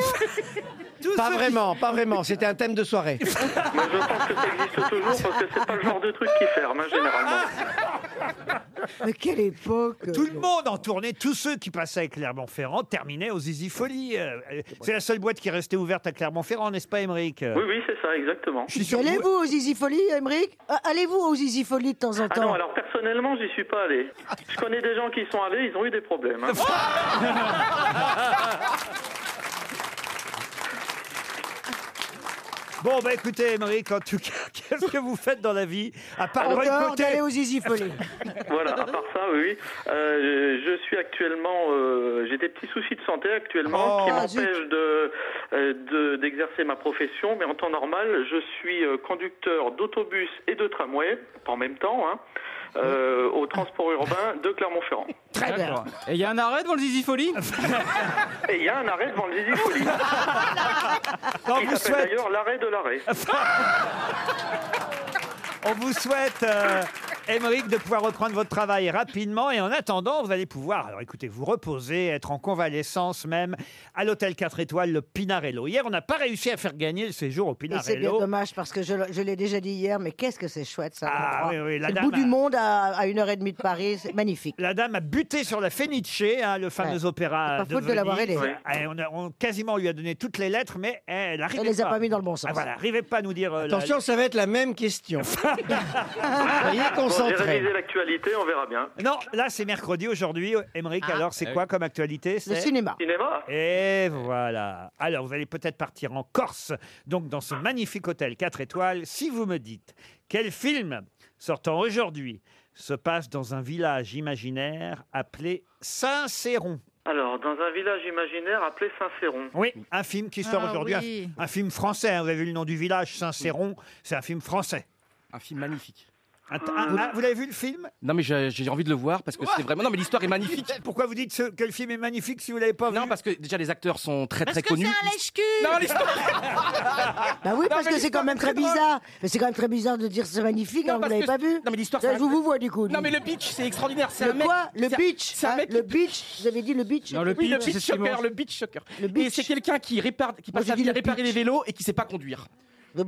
Speaker 8: Pas vraiment, pas vraiment. C'était un thème de
Speaker 2: [laughs]
Speaker 8: soirée.
Speaker 11: mais je pense que ça existe toujours
Speaker 7: [laughs]
Speaker 11: parce que c'est pas le genre de truc qui ferme, hein, généralement.
Speaker 3: Mais quelle époque
Speaker 2: Tout le monde en tournait, tous ceux qui passaient à Clermont-Ferrand terminaient aux Zizi Folie. Euh, euh, C'est la seule boîte qui est restée ouverte à Clermont-Ferrand, n'est-ce pas, Émeric
Speaker 11: Oui, oui, c'est ça, exactement.
Speaker 3: Allez-vous aux Zizi Folie, Émeric Ah, Allez-vous aux Zizi Folie de temps en
Speaker 11: Ah
Speaker 3: temps
Speaker 11: non, alors personnellement, j'y suis pas allé. Je connais des gens qui y sont allés, ils ont eu des problèmes. hein.
Speaker 2: [laughs] Bon, bah écoutez, Émeric, en tout cas, [laughs] qu'est-ce que vous faites dans la vie À part
Speaker 3: En dehors
Speaker 2: boycotter
Speaker 3: d'aller aux Zizi Folie.
Speaker 2: [laughs]
Speaker 11: voilà, à part ça, oui. Euh, je suis actuellement. euh, J'ai des petits soucis de santé actuellement
Speaker 8: Oh,
Speaker 11: qui
Speaker 8: ah,
Speaker 11: m'empêchent de euh, de- d'exercer ma profession, mais en temps normal, je suis euh, conducteur d'autobus et de tramway, en même temps, hein, euh, au transport urbain de Clermont-Ferrand.
Speaker 9: Très bien. Et il y a un arrêt devant le
Speaker 5: [laughs]
Speaker 9: zizi folie
Speaker 11: Et il y a un arrêt devant le Zizi Folie. qui s'appelle
Speaker 2: vous souhaite-
Speaker 11: d'ailleurs l'arrêt de l'arrêt.
Speaker 2: On vous souhaite, euh, Émeric, de pouvoir reprendre votre travail rapidement. Et en attendant, vous allez pouvoir, alors écoutez, vous reposer, être en convalescence même à l'hôtel 4 étoiles, le Pinarello. Hier, on n'a pas réussi à faire gagner le séjour au
Speaker 3: Et c'est bien
Speaker 2: Pinarello.
Speaker 3: dommage parce que je, je l'ai déjà dit hier, mais qu'est-ce que c'est chouette ça.
Speaker 2: Ah,
Speaker 3: l'endroit.
Speaker 2: oui, oui, la
Speaker 3: C'est le
Speaker 2: dame
Speaker 3: bout du
Speaker 2: a-
Speaker 3: monde à, à une heure et demie de Paris,
Speaker 2: [laughs]
Speaker 3: c'est magnifique.
Speaker 2: La dame a buté sur la Fenice, hein, le fameux
Speaker 3: Ouais.
Speaker 2: opéra.
Speaker 3: C'est pas faute de l'avoir
Speaker 2: Venise.
Speaker 3: aidée. Ouais.
Speaker 2: Eh, on, a, on quasiment lui a donné toutes les lettres, mais elle n'arrivait pas.
Speaker 3: Elle les a pas mis dans le bon sens.
Speaker 2: Ah, voilà, n'arrivait pas à nous dire. euh, la- [laughs]
Speaker 8: Attention, ça va être la même question. Soyez
Speaker 11: Bon, J'ai
Speaker 8: concentrés.
Speaker 11: révisé l'actualité, on verra bien.
Speaker 2: Non, là c'est mercredi aujourd'hui. Émeric, alors c'est
Speaker 11: Ah
Speaker 2: quoi
Speaker 11: oui.
Speaker 2: comme actualité C'est
Speaker 3: cinéma.
Speaker 11: Cinéma
Speaker 2: Et voilà. Alors vous allez peut-être partir en Corse, donc dans ce magnifique hôtel 4 étoiles. Si vous me dites quel film sortant aujourd'hui se passe dans un village imaginaire appelé Saint-Céron.
Speaker 11: Alors, dans un village imaginaire appelé Saint-Céron.
Speaker 2: Oui, un film qui sort
Speaker 11: Ah
Speaker 2: aujourd'hui, un-
Speaker 11: oui.
Speaker 2: un, film français. hein. Vous avez vu le nom du village, Saint-Céron, c'est un film français.
Speaker 5: Un film magnifique.
Speaker 2: vous l'avez vu le film
Speaker 5: Non mais j'ai j'ai envie de le voir parce que c'est vraiment. Non mais l'histoire est magnifique.
Speaker 2: [laughs] Pourquoi vous dites ce- que le film est magnifique si vous l'avez pas
Speaker 5: vu Non parce que déjà les acteurs sont très
Speaker 4: Parce
Speaker 5: très
Speaker 4: que c'est
Speaker 5: connus.
Speaker 4: un lèche-cul
Speaker 5: Non, l'histoire- [laughs]
Speaker 3: Bah oui, parce
Speaker 5: mais
Speaker 3: que c'est quand même très bizarre. Mais c'est quand même très bizarre de dire c'est magnifique alors que vous l'avez pas vu. Non,
Speaker 5: mais l'histoire.
Speaker 3: Je vous vois du coup.
Speaker 5: Non mais le pitch c'est extraordinaire. C'est
Speaker 3: Le
Speaker 5: un mec-
Speaker 3: quoi Le
Speaker 5: c'est un-
Speaker 3: beach
Speaker 5: C'est un
Speaker 3: hein,
Speaker 5: mec.
Speaker 3: Le beach Vous avez dit le beach
Speaker 5: oui, le beach shocker, le beach shocker. Et c'est quelqu'un qui répare, qui passe sa vie à réparer les vélos et qui sait pas conduire.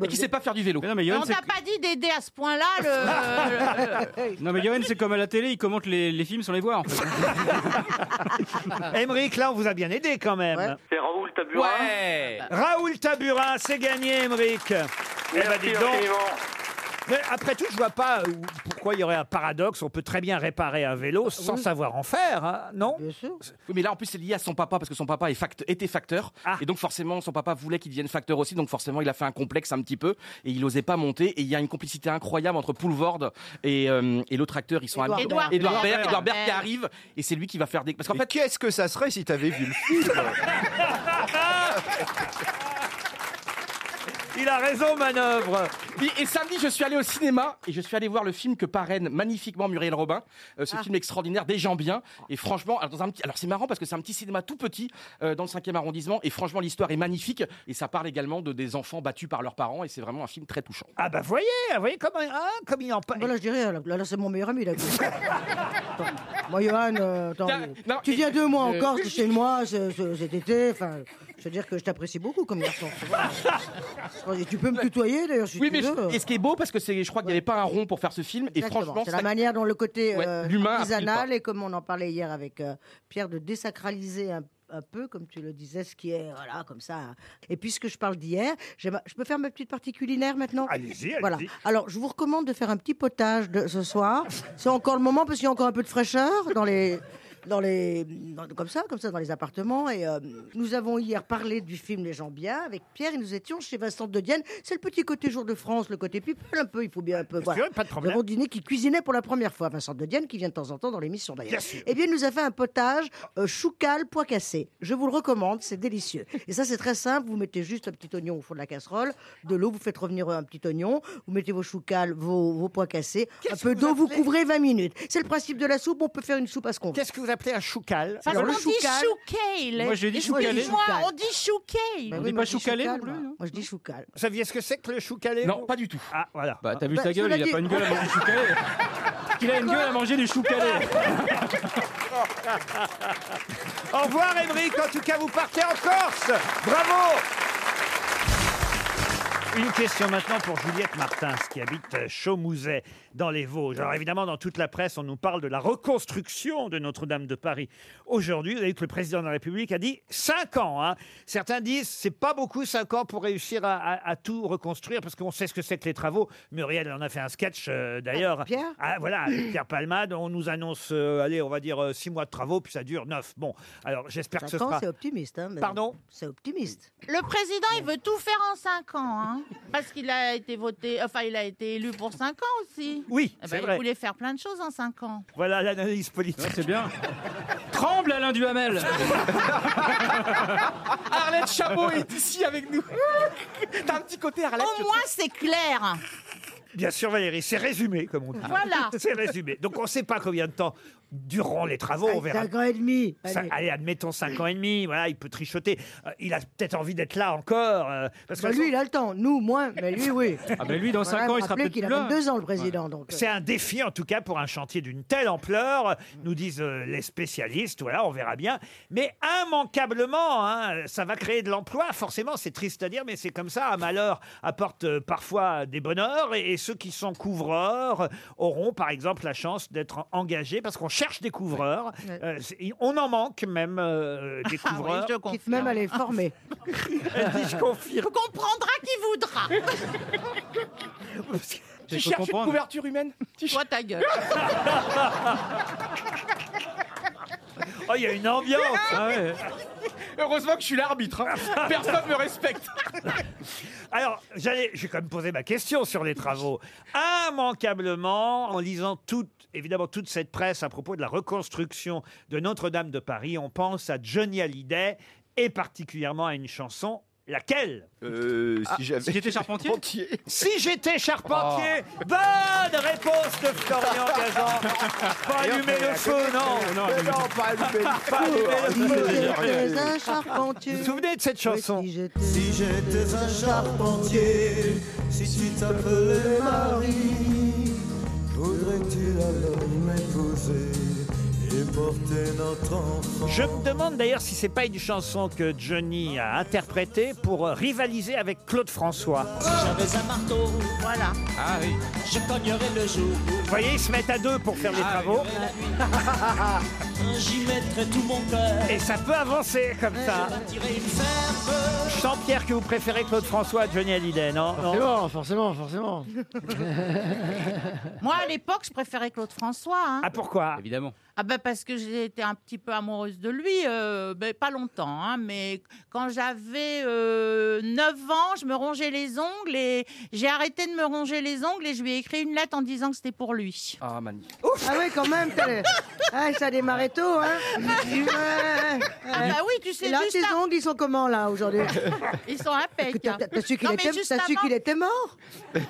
Speaker 5: Et qui sait pas faire du vélo.
Speaker 9: mais Johan,
Speaker 4: On
Speaker 9: c'est-
Speaker 4: t'a pas dit d'aider à ce point-là le. le-
Speaker 9: Non mais Yoann, c'est comme à la télé, ils commentent les, les films sans les voir en fait.
Speaker 5: [laughs]
Speaker 2: Émeric, là, on vous a bien aidé quand même.
Speaker 11: C'est Raoul Taburin.
Speaker 5: Ouais.
Speaker 2: Euh, Raoul Taburin, c'est gagné, Émeric. Eh ben,
Speaker 11: Merci
Speaker 2: dis donc.
Speaker 11: infiniment.
Speaker 2: Mais après tout, je vois pas où- pourquoi il y aurait un paradoxe. On peut très bien réparer un
Speaker 4: Ah,
Speaker 2: vélo sans savoir en faire, hein, non
Speaker 5: Oui, mais là, en plus, c'est lié à son papa, parce que son papa est fact- était facteur.
Speaker 2: Ah.
Speaker 5: Et donc, forcément, son papa voulait qu'il devienne facteur aussi. Donc, forcément, il a fait un complexe un petit peu. Et il osait pas monter. Et il y a une complicité incroyable entre Poulvord et, euh, et l'autre acteur. Ils sont
Speaker 6: Édouard
Speaker 5: amis.
Speaker 6: Baird.
Speaker 5: Édouard Baird.
Speaker 6: Édouard
Speaker 5: Édouard Baird qui
Speaker 6: Baird.
Speaker 5: arrive. Et c'est lui qui va faire des. Parce qu'en
Speaker 6: Mais
Speaker 5: fait.
Speaker 6: qu'est-ce que ça serait si t'avais vu le film
Speaker 2: Il a raison, manœuvre.
Speaker 5: Et, et samedi, je suis allé au cinéma et je suis allé voir le film que parraine magnifiquement Muriel Robin. Euh,
Speaker 3: Ah.
Speaker 5: ce film extraordinaire, des gens bien. Et franchement, alors, dans un petit, alors c'est marrant parce que c'est un petit cinéma tout petit euh, dans le 5e arrondissement. Et franchement, l'histoire est magnifique. Et ça parle également de des enfants battus par leurs parents. Et c'est vraiment un film très touchant.
Speaker 2: Ah bah voyez, voyez comment, hein, comme il en parle.
Speaker 3: Voilà, je dirais, là, là, c'est mon meilleur ami. Là.
Speaker 2: [laughs]
Speaker 3: Attends, moi, Johan, euh, attends, tu viens deux mois
Speaker 2: euh,
Speaker 3: encore chez moi ce- ce- cet été. Enfin, je veux dire que je t'apprécie beaucoup comme garçon. Ah, Et tu peux me tutoyer d'ailleurs si
Speaker 5: Oui,
Speaker 3: tu
Speaker 5: mais
Speaker 3: veux.
Speaker 5: je- et ce qui est beau, parce que c'est, je crois qu'il n'y avait pas un rond pour faire ce film. Et
Speaker 3: Exactement.
Speaker 5: franchement,
Speaker 3: c'est la
Speaker 5: ça-
Speaker 3: manière dont le côté
Speaker 5: Ouais,
Speaker 3: euh,
Speaker 5: l'humain
Speaker 3: artisanal
Speaker 5: appuie
Speaker 3: et comme on en parlait hier avec euh, Pierre de désacraliser un, un peu comme tu le disais ce qui est voilà comme ça. Et puisque je parle d'hier, j'aime- je peux faire ma petite partie culinaire maintenant.
Speaker 2: Allez-y, allez-y.
Speaker 3: Voilà. Alors je vous recommande de faire un petit potage de ce soir. C'est encore le moment parce qu'il y a encore un peu de fraîcheur dans les dans les dans- comme ça comme ça dans les appartements et euh, nous avons hier parlé du film Les gens bien avec Pierre et nous étions chez Vincent de Dienne c'est le petit côté jour de France le côté people un peu il faut bien un peu voilà.
Speaker 2: sûr, pas de problème.
Speaker 3: Nous avons dîné qui cuisinait pour la première fois Vincent de Dienne qui vient de temps en temps dans l'émission d'ailleurs
Speaker 2: Bien sûr.
Speaker 3: eh bien il nous a fait un potage euh, choucal pois cassé je vous le recommande c'est délicieux et ça c'est très simple vous mettez juste un petit oignon au fond de la casserole de l'eau vous faites revenir un petit oignon vous mettez vos choucals vos, vos pois cassés un peu d'eau vous couvrez 20 minutes c'est le principe de la soupe on peut faire une soupe à ce qu'on veut
Speaker 2: qu'est-ce que vous appelez un choucal
Speaker 4: Parce qu'on
Speaker 3: le
Speaker 4: dit
Speaker 3: choucal-
Speaker 4: choucale.
Speaker 3: Moi, je dis
Speaker 4: Excuse-moi,
Speaker 3: choucale.
Speaker 4: on dit choucale.
Speaker 3: Bah oui, moi, je dis choucal, moi.
Speaker 4: hein.
Speaker 3: Moi, je dis choucal.
Speaker 2: Vous saviez ce que c'est que le choucalé
Speaker 5: Non, pas du tout.
Speaker 2: Ah, voilà.
Speaker 9: Bah t'as vu
Speaker 3: Bah,
Speaker 9: sa gueule,
Speaker 3: cela
Speaker 9: il a
Speaker 3: dit-
Speaker 9: pas une gueule à manger du chou
Speaker 3: [laughs]
Speaker 9: calé. Qu'il a une gueule à manger du chou calé.
Speaker 2: Au revoir, Émeric. En tout cas, vous partez en Corse. Bravo. Une question maintenant pour Juliette Martins, qui habite Chaumouzet, dans les Vosges. Alors évidemment, dans toute la presse, on nous parle de la reconstruction de Notre-Dame de Paris. Aujourd'hui, vous avez vu que le président de la République a dit 5 ans. hein. Certains disent c'est pas beaucoup 5 ans pour réussir à, à- à tout reconstruire, parce qu'on sait ce que c'est que les travaux. Muriel en a fait un sketch euh, d'ailleurs.
Speaker 3: Pierre
Speaker 2: Ah, voilà, avec Pierre Palmade, on nous annonce, euh, allez, on va dire 6 mois de travaux, puis ça dure 9. Bon, alors j'espère que ce
Speaker 3: Cinq ans,
Speaker 2: sera...
Speaker 3: c'est optimiste. hein, mais-
Speaker 2: Pardon
Speaker 3: C'est optimiste.
Speaker 4: Le président, il veut tout faire en 5 ans, hein. parce qu'il a été voté, enfin, il a été élu pour 5 ans aussi.
Speaker 2: Oui,
Speaker 4: Eh
Speaker 2: c'est
Speaker 4: ben,
Speaker 2: vrai.
Speaker 4: Il voulait faire plein de choses en 5 ans.
Speaker 2: Voilà l'analyse politique.
Speaker 9: c'est bien. Tremble Alain Duhamel
Speaker 5: Arlette Chabot est ici avec nous. T'as un petit côté Arlette.
Speaker 4: Au moins, c'est clair.
Speaker 2: [laughs] Bien sûr, Valérie, c'est résumé, comme on dit.
Speaker 4: Voilà.
Speaker 2: [laughs] C'est résumé. Donc, on ne sait pas combien de temps dureront les travaux. On verra.
Speaker 3: Cinq ans et demi.
Speaker 2: Ça-
Speaker 3: Allez.
Speaker 2: allez, admettons 5 ans et demi. Voilà, il peut trichoter. Euh, il a peut-être envie d'être là encore. euh, parce que
Speaker 3: Bah, lui, il a le temps. Nous, moins. Mais lui, oui.
Speaker 2: Ah, mais lui, dans
Speaker 3: Voilà,
Speaker 2: cinq ans, il sera
Speaker 3: rappelez
Speaker 2: peut-être
Speaker 3: qu'il a
Speaker 2: plus là.
Speaker 3: 22 ans, le président. Donc, euh,
Speaker 2: C'est un défi, en tout cas, pour un chantier d'une telle ampleur, nous disent euh, les spécialistes. Voilà, on verra bien. Mais immanquablement, hein, ça va créer de l'emploi. Forcément, c'est triste à dire, mais c'est comme ça. Un malheur apporte euh, parfois des bonheurs. Et, et ceux qui sont couvreurs auront, par exemple, la chance d'être engagés parce qu'on cherche des couvreurs.
Speaker 3: Ouais.
Speaker 2: Euh, c'est- on en manque même euh, des
Speaker 4: Ah oui,
Speaker 2: couvreurs.
Speaker 4: je
Speaker 3: quitte même à
Speaker 2: [laughs]
Speaker 3: les former.
Speaker 2: Elle dit, je confirme.
Speaker 4: On prendra qui voudra.
Speaker 5: Tu cherches une couverture humaine
Speaker 4: Toi, ta gueule.
Speaker 2: Oh, il y a une ambiance.
Speaker 5: Heureusement que je suis l'arbitre. hein. Personne me respecte.
Speaker 2: [laughs] Alors, j'allais, j'ai quand même posé ma question sur les travaux. Immanquablement, en lisant toute, évidemment toute cette presse à propos de la reconstruction de Notre-Dame de Paris, on pense à Johnny Hallyday et particulièrement à une chanson. [laughs] Laquelle
Speaker 6: si Ah, j'avais- si j'étais charpentier
Speaker 2: Si j'étais charpentier Bonne réponse de Florian Gazan Pas
Speaker 6: Et on
Speaker 2: allumer
Speaker 6: peut
Speaker 2: le
Speaker 6: la
Speaker 2: feu,
Speaker 6: connaître.
Speaker 2: non
Speaker 6: Mais non, pas allumer le
Speaker 2: Pas
Speaker 6: feu.
Speaker 2: allumer le
Speaker 6: Ah,
Speaker 2: feu.
Speaker 6: c'est génial.
Speaker 3: un charpentier.
Speaker 2: Vous vous souvenez de cette chanson
Speaker 12: Si j'étais un charpentier, si tu t'appelais Marie, voudrais-tu alors m'épouser et porter notre enfant
Speaker 2: Je me demande d'ailleurs si c'est pas une chanson que Johnny a interprétée pour rivaliser avec Claude François.
Speaker 12: J'avais un marteau, voilà.
Speaker 2: Ah oui.
Speaker 12: Je cognerais le jour.
Speaker 2: Vous voyez, ils se mettent à deux pour faire les travaux.
Speaker 12: Ah J'y mettrais tout mon cœur.
Speaker 2: Et ça peut avancer comme ça. Je sens, Pierre, que vous préférez Claude François à Johnny Hallyday, non
Speaker 10: Forcément, forcément, forcément.
Speaker 4: Moi, à l'époque, je préférais Claude François. hein.
Speaker 2: Ah pourquoi Évidemment.
Speaker 4: Ah ben parce que j'étais un petit peu amoureuse de lui, euh, ben pas longtemps, hein, mais quand j'avais euh, 9 ans, je me rongeais les ongles et j'ai arrêté de me ronger les ongles et je lui ai écrit une lettre en disant que c'était pour lui.
Speaker 5: Ah, magnifique.
Speaker 3: Ah oui, quand même, t'as les- ah, ça a démarré tôt, hein Ouais, ouais, ouais.
Speaker 4: Bah oui, tu sais,
Speaker 3: Et là,
Speaker 4: juste
Speaker 3: tes
Speaker 4: à-
Speaker 3: ongles, ils sont comment,
Speaker 4: [laughs]
Speaker 3: là, aujourd'hui
Speaker 4: Ils sont impeccables.
Speaker 3: T'as t'as- t'as su qu'il
Speaker 4: Non, mais
Speaker 3: était,
Speaker 4: juste
Speaker 3: t'as su
Speaker 4: avant-
Speaker 3: qu'il était mort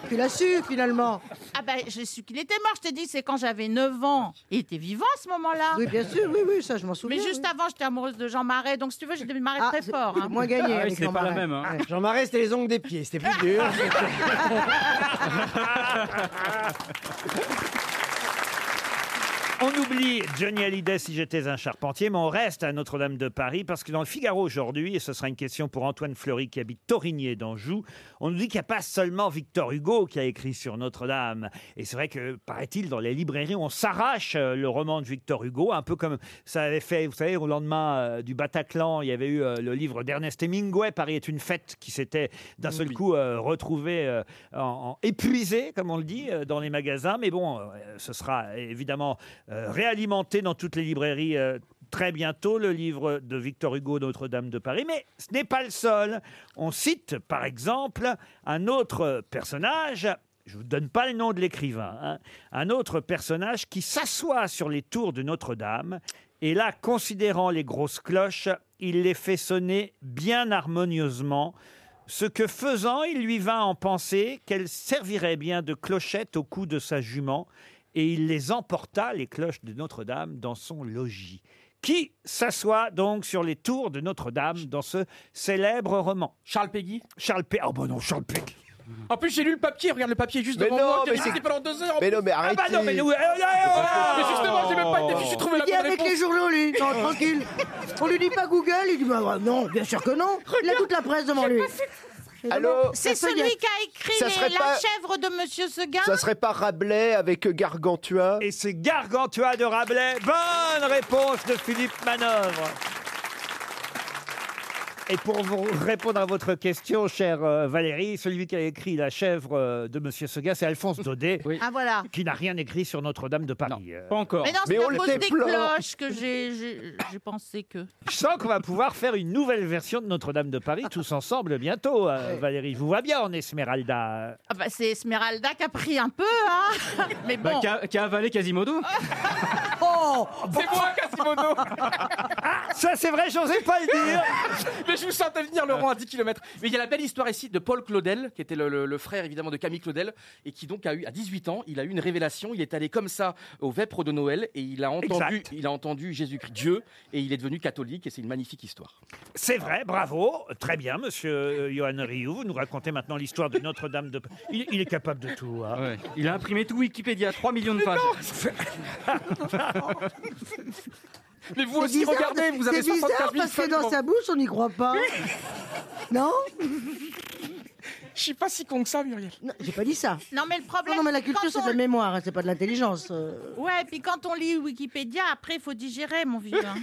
Speaker 3: Tu l'as su, finalement
Speaker 4: Ah ben je su qu'il était mort, je t'ai dit, c'est quand j'avais 9 ans. Il était vivant à ce moment-là.
Speaker 3: Oui, bien sûr, oui, oui, ça, je m'en souviens.
Speaker 4: Ah. Mais juste avant, j'étais amoureuse de Jean Marais, donc si tu veux, j'ai démarré
Speaker 3: Ah,
Speaker 4: très
Speaker 3: c'est-
Speaker 4: fort. hein.
Speaker 3: moins gagné Ah oui, avec c'était Jean pas la Marais. même, hein.
Speaker 10: Jean Marais, c'était les ongles des pieds, c'était plus dur.
Speaker 2: On oublie Johnny Hallyday si j'étais un charpentier, mais on reste à Notre-Dame de Paris parce que dans le Figaro aujourd'hui, et ce sera une question pour Antoine Fleury qui habite Torigné d'Anjou, on nous dit qu'il n'y a pas seulement Victor Hugo qui a écrit sur Notre-Dame. Et c'est vrai que, paraît-il, dans les librairies, on s'arrache euh, le roman de Victor Hugo, un peu comme ça avait fait, vous savez, au lendemain euh, du Bataclan, il y avait eu euh, le livre d'Ernest Hemingway, Paris est une fête, qui s'était d'un seul coup euh, retrouvé euh, en, en- épuisé, comme on le dit, euh, dans les magasins. Mais bon, euh, ce sera évidemment euh, réalimenté dans toutes les librairies euh, très bientôt, le livre de Victor Hugo, Notre-Dame de Paris. Mais ce n'est pas le seul. On cite, par exemple, un autre personnage. Je ne vous donne pas le nom de l'écrivain. hein. Un autre personnage qui s'assoit sur les tours de Notre-Dame et là, considérant les grosses cloches, il les fait sonner bien harmonieusement. Ce que faisant, il lui vint en penser qu'elles serviraient bien de clochettes au cou de sa jument, et il les emporta, les cloches de Notre-Dame, dans son logis. Qui s'assoit donc sur les tours de Notre-Dame dans ce célèbre roman Charles Péguy Charles Péguy. Oh, bah non, Charles Péguy.
Speaker 5: En plus, j'ai lu le papier, regarde le papier est juste
Speaker 2: Mais
Speaker 5: devant
Speaker 2: non,
Speaker 5: moi.
Speaker 2: mais
Speaker 5: Mais
Speaker 2: c'est-
Speaker 5: c'est pendant deux heures. en
Speaker 2: Mais
Speaker 5: plus.
Speaker 2: non, mais
Speaker 5: Ah bah non, mais,
Speaker 2: arrêtez.
Speaker 5: nous- eh, eh, eh, voilà.
Speaker 2: Mais
Speaker 5: justement, j'ai même pas été fichu de trouver la
Speaker 3: Il est
Speaker 5: bonne
Speaker 3: avec
Speaker 5: réponse.
Speaker 3: les journaux, lui. Non, tranquille. On lui dit pas Google, il dit bah, bah, non, bien sûr que non. Il a toute la presse devant lui.
Speaker 6: Allô
Speaker 4: C'est
Speaker 6: Ça
Speaker 4: celui
Speaker 6: y est.
Speaker 4: qui a écrit
Speaker 6: Ça
Speaker 4: les-
Speaker 6: serait
Speaker 4: la
Speaker 6: pas-
Speaker 4: chèvre de Monsieur Seguin
Speaker 6: Ça serait pas Rabelais avec Gargantua
Speaker 2: Et c'est Gargantua de Rabelais. Bonne réponse de Philippe Manœuvre. Et pour vous répondre à votre question, chère euh, Valérie, celui qui a écrit La chèvre euh, de Monsieur Seguin, c'est Alphonse Daudet,
Speaker 4: Ah voilà.
Speaker 2: qui n'a rien écrit sur Notre-Dame de Paris. Euh,
Speaker 9: Pas encore.
Speaker 4: Mais non, c'est à cause des cloches que j'ai- j'ai j'ai pensé que...
Speaker 2: Je sens qu'on va pouvoir faire une nouvelle version de Notre-Dame de Paris tous ensemble bientôt, euh, Valérie. Je vous vois bien en Esmeralda.
Speaker 4: Ah bah, c'est Esmeralda qui a pris un peu, hein [laughs] Mais
Speaker 9: Bah,
Speaker 4: bon...
Speaker 9: qui, a, qui a avalé Quasimodo
Speaker 4: Oh
Speaker 9: C'est moi, Quasimodo
Speaker 2: [laughs] Ça, c'est vrai, j'osais pas le dire
Speaker 5: [laughs] Mais je vous sentais venir, Laurent, à 10 km. Mais il y a la belle histoire ici de Paul Claudel, qui était le, le- le frère évidemment de Camille Claudel, et qui donc a eu, à 18 ans, il a eu une révélation. Il est allé comme ça au Vêpres de Noël, et il a entendu, il a entendu Jésus-Christ, Dieu, et il est devenu catholique, et c'est une magnifique histoire.
Speaker 2: C'est vrai, bravo. Très bien, monsieur euh, Johan Rioux. Vous nous racontez maintenant l'histoire de Notre-Dame de Paris. Il, il est capable de tout. hein.
Speaker 9: Il a imprimé tout Wikipédia, 3 millions
Speaker 2: [laughs]
Speaker 9: de pages.
Speaker 7: [laughs]
Speaker 2: Ah,
Speaker 5: Mais vous
Speaker 3: C'est
Speaker 5: aussi,
Speaker 3: bizarre,
Speaker 5: regardez, vous avez
Speaker 3: C'est bizarre
Speaker 5: 75 000
Speaker 3: parce que
Speaker 5: fans
Speaker 3: dans
Speaker 5: devant-
Speaker 3: sa bouche, on n'y croit pas. non
Speaker 5: Je suis pas si con que ça, Muriel.
Speaker 3: Non, j'ai pas dit ça.
Speaker 4: Non, mais le
Speaker 3: Non,
Speaker 4: problème,
Speaker 3: non, mais la
Speaker 4: c'est que
Speaker 3: culture, c'est
Speaker 4: quand
Speaker 3: de
Speaker 4: on...
Speaker 3: la mémoire, hein, c'est pas de l'intelligence. euh.
Speaker 4: Ouais, et puis quand on lit Wikipédia, après, il faut digérer, mon vieux.
Speaker 3: [laughs]
Speaker 4: hein.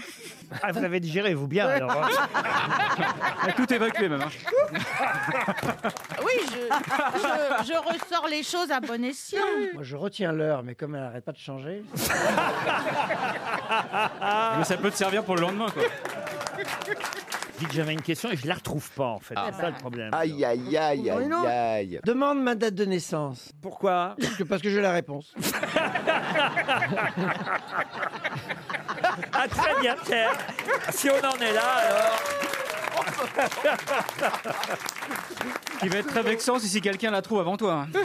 Speaker 2: Ah, vous avez digéré, vous bien alors. hein.
Speaker 9: [laughs]
Speaker 2: tout évacué
Speaker 9: hein.
Speaker 2: même.
Speaker 4: Oui, je, je, je ressors les choses à bon escient.
Speaker 10: Moi, je retiens l'heure, mais comme elle n'arrête pas de changer.
Speaker 9: Mais ça peut te servir pour le lendemain, quoi.
Speaker 2: dit que j'avais une question et je la retrouve pas en
Speaker 10: Ah.
Speaker 2: fait. C'est ça le problème.
Speaker 6: Ah. Aïe, aïe, aïe,
Speaker 10: Oh, Mais non.
Speaker 6: aïe, aïe.
Speaker 10: Demande ma date de naissance.
Speaker 2: Pourquoi
Speaker 10: parce que, parce que j'ai la réponse.
Speaker 2: Ah, très bien, Pierre. Si on en est là, alors.
Speaker 9: Il va être très vexant si, si quelqu'un la trouve avant toi. hein.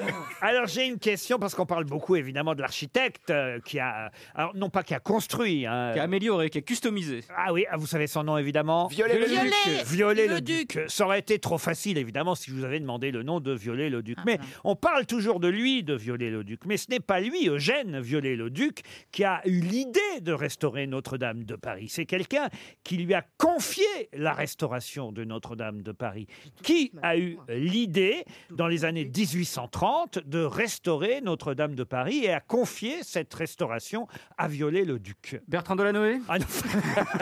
Speaker 2: [laughs] Alors j'ai une question parce qu'on parle beaucoup évidemment de l'architecte euh, qui a, alors non pas qui a construit, qui a amélioré, qui a customisé. Ah oui, ah, vous savez son nom évidemment.
Speaker 4: Viollet-le-Duc. Viollet-
Speaker 2: le duc. Ça aurait été trop facile évidemment si je vous avais demandé le nom de Violet le duc. Mais
Speaker 4: ah.
Speaker 2: on parle toujours de lui, de Violet le duc. Mais ce n'est pas lui, Eugène Violet le duc, qui a eu l'idée de restaurer Notre-Dame de Paris. C'est quelqu'un qui lui a confié la restauration de Notre-Dame de Paris. Qui a eu l'idée, dans les années 1830, de restaurer Notre-Dame de Paris et a confié cette restauration à Violet le duc Bertrand Delanoë ah, Non,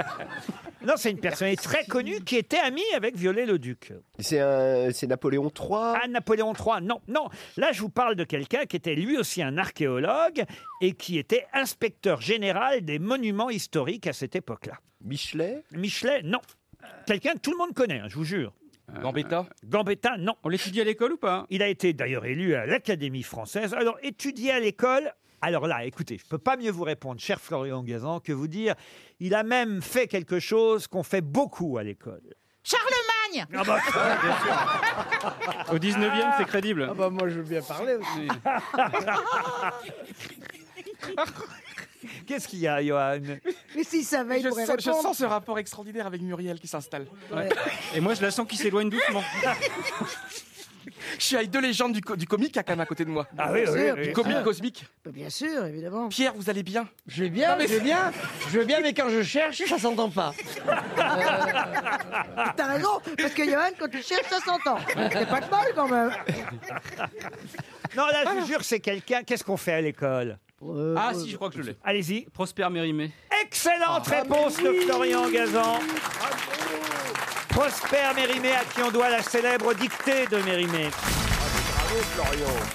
Speaker 2: [laughs] Non, c'est une personne très connue qui était amie avec Violet le duc
Speaker 6: C'est un- c'est Napoléon III.
Speaker 2: Ah, Napoléon III, non, non. Là, je vous parle de quelqu'un qui était lui aussi un archéologue et qui était inspecteur général des monuments historiques à cette époque-là.
Speaker 6: Michelet
Speaker 2: Michelet, non. Quelqu'un que tout le monde connaît, hein, je vous jure. Gambetta euh, Gambetta, non. On l'étudie à l'école ou pas hein Il a été d'ailleurs élu à l'Académie française. Alors, étudier à l'école, alors là, écoutez, je ne peux pas mieux vous répondre, cher Florian Gazan, que vous dire. Il a même fait quelque chose qu'on fait beaucoup à l'école.
Speaker 4: Charlemagne
Speaker 2: Ah, bah, Au 19e, c'est crédible.
Speaker 10: Ah bah moi je veux bien parler aussi.
Speaker 2: Qu'est-ce qu'il y a, Johan
Speaker 3: Mais si ça va, il
Speaker 5: je,
Speaker 3: pourrait
Speaker 5: sens, je
Speaker 3: répondre.
Speaker 5: sens ce rapport extraordinaire avec Muriel qui s'installe.
Speaker 3: Ouais.
Speaker 9: Et moi, je la sens qui s'éloigne doucement.
Speaker 5: Je suis avec deux légendes du, co- du comique qui a quand même à côté de moi.
Speaker 2: Ah oui, oui, oui.
Speaker 5: Du comique
Speaker 10: Ah.
Speaker 5: cosmique.
Speaker 3: Bah, Bien sûr, évidemment.
Speaker 5: Pierre, vous allez bien
Speaker 10: Je vais bien,
Speaker 5: Non, mais-
Speaker 10: je vais bien, je vais bien, mais quand je cherche, ça s'entend pas.
Speaker 3: [laughs] T'as raison, parce que Johan, quand tu cherches, ça s'entend. C'est pas de mal quand même.
Speaker 2: [laughs] Non, là, je vous jure, c'est quelqu'un. Qu'est-ce qu'on fait à l'école
Speaker 10: Euh,
Speaker 9: Ah si, je crois que je l'ai.
Speaker 2: Euh, Allez-y.
Speaker 9: Prosper Mérimée.
Speaker 2: Excellente
Speaker 9: Ah.
Speaker 2: réponse
Speaker 9: Ah, mais oui.
Speaker 2: de Florian Gazan. Prosper Mérimée, à qui on doit la célèbre dictée de Mérimée.
Speaker 6: Bravo, Florian.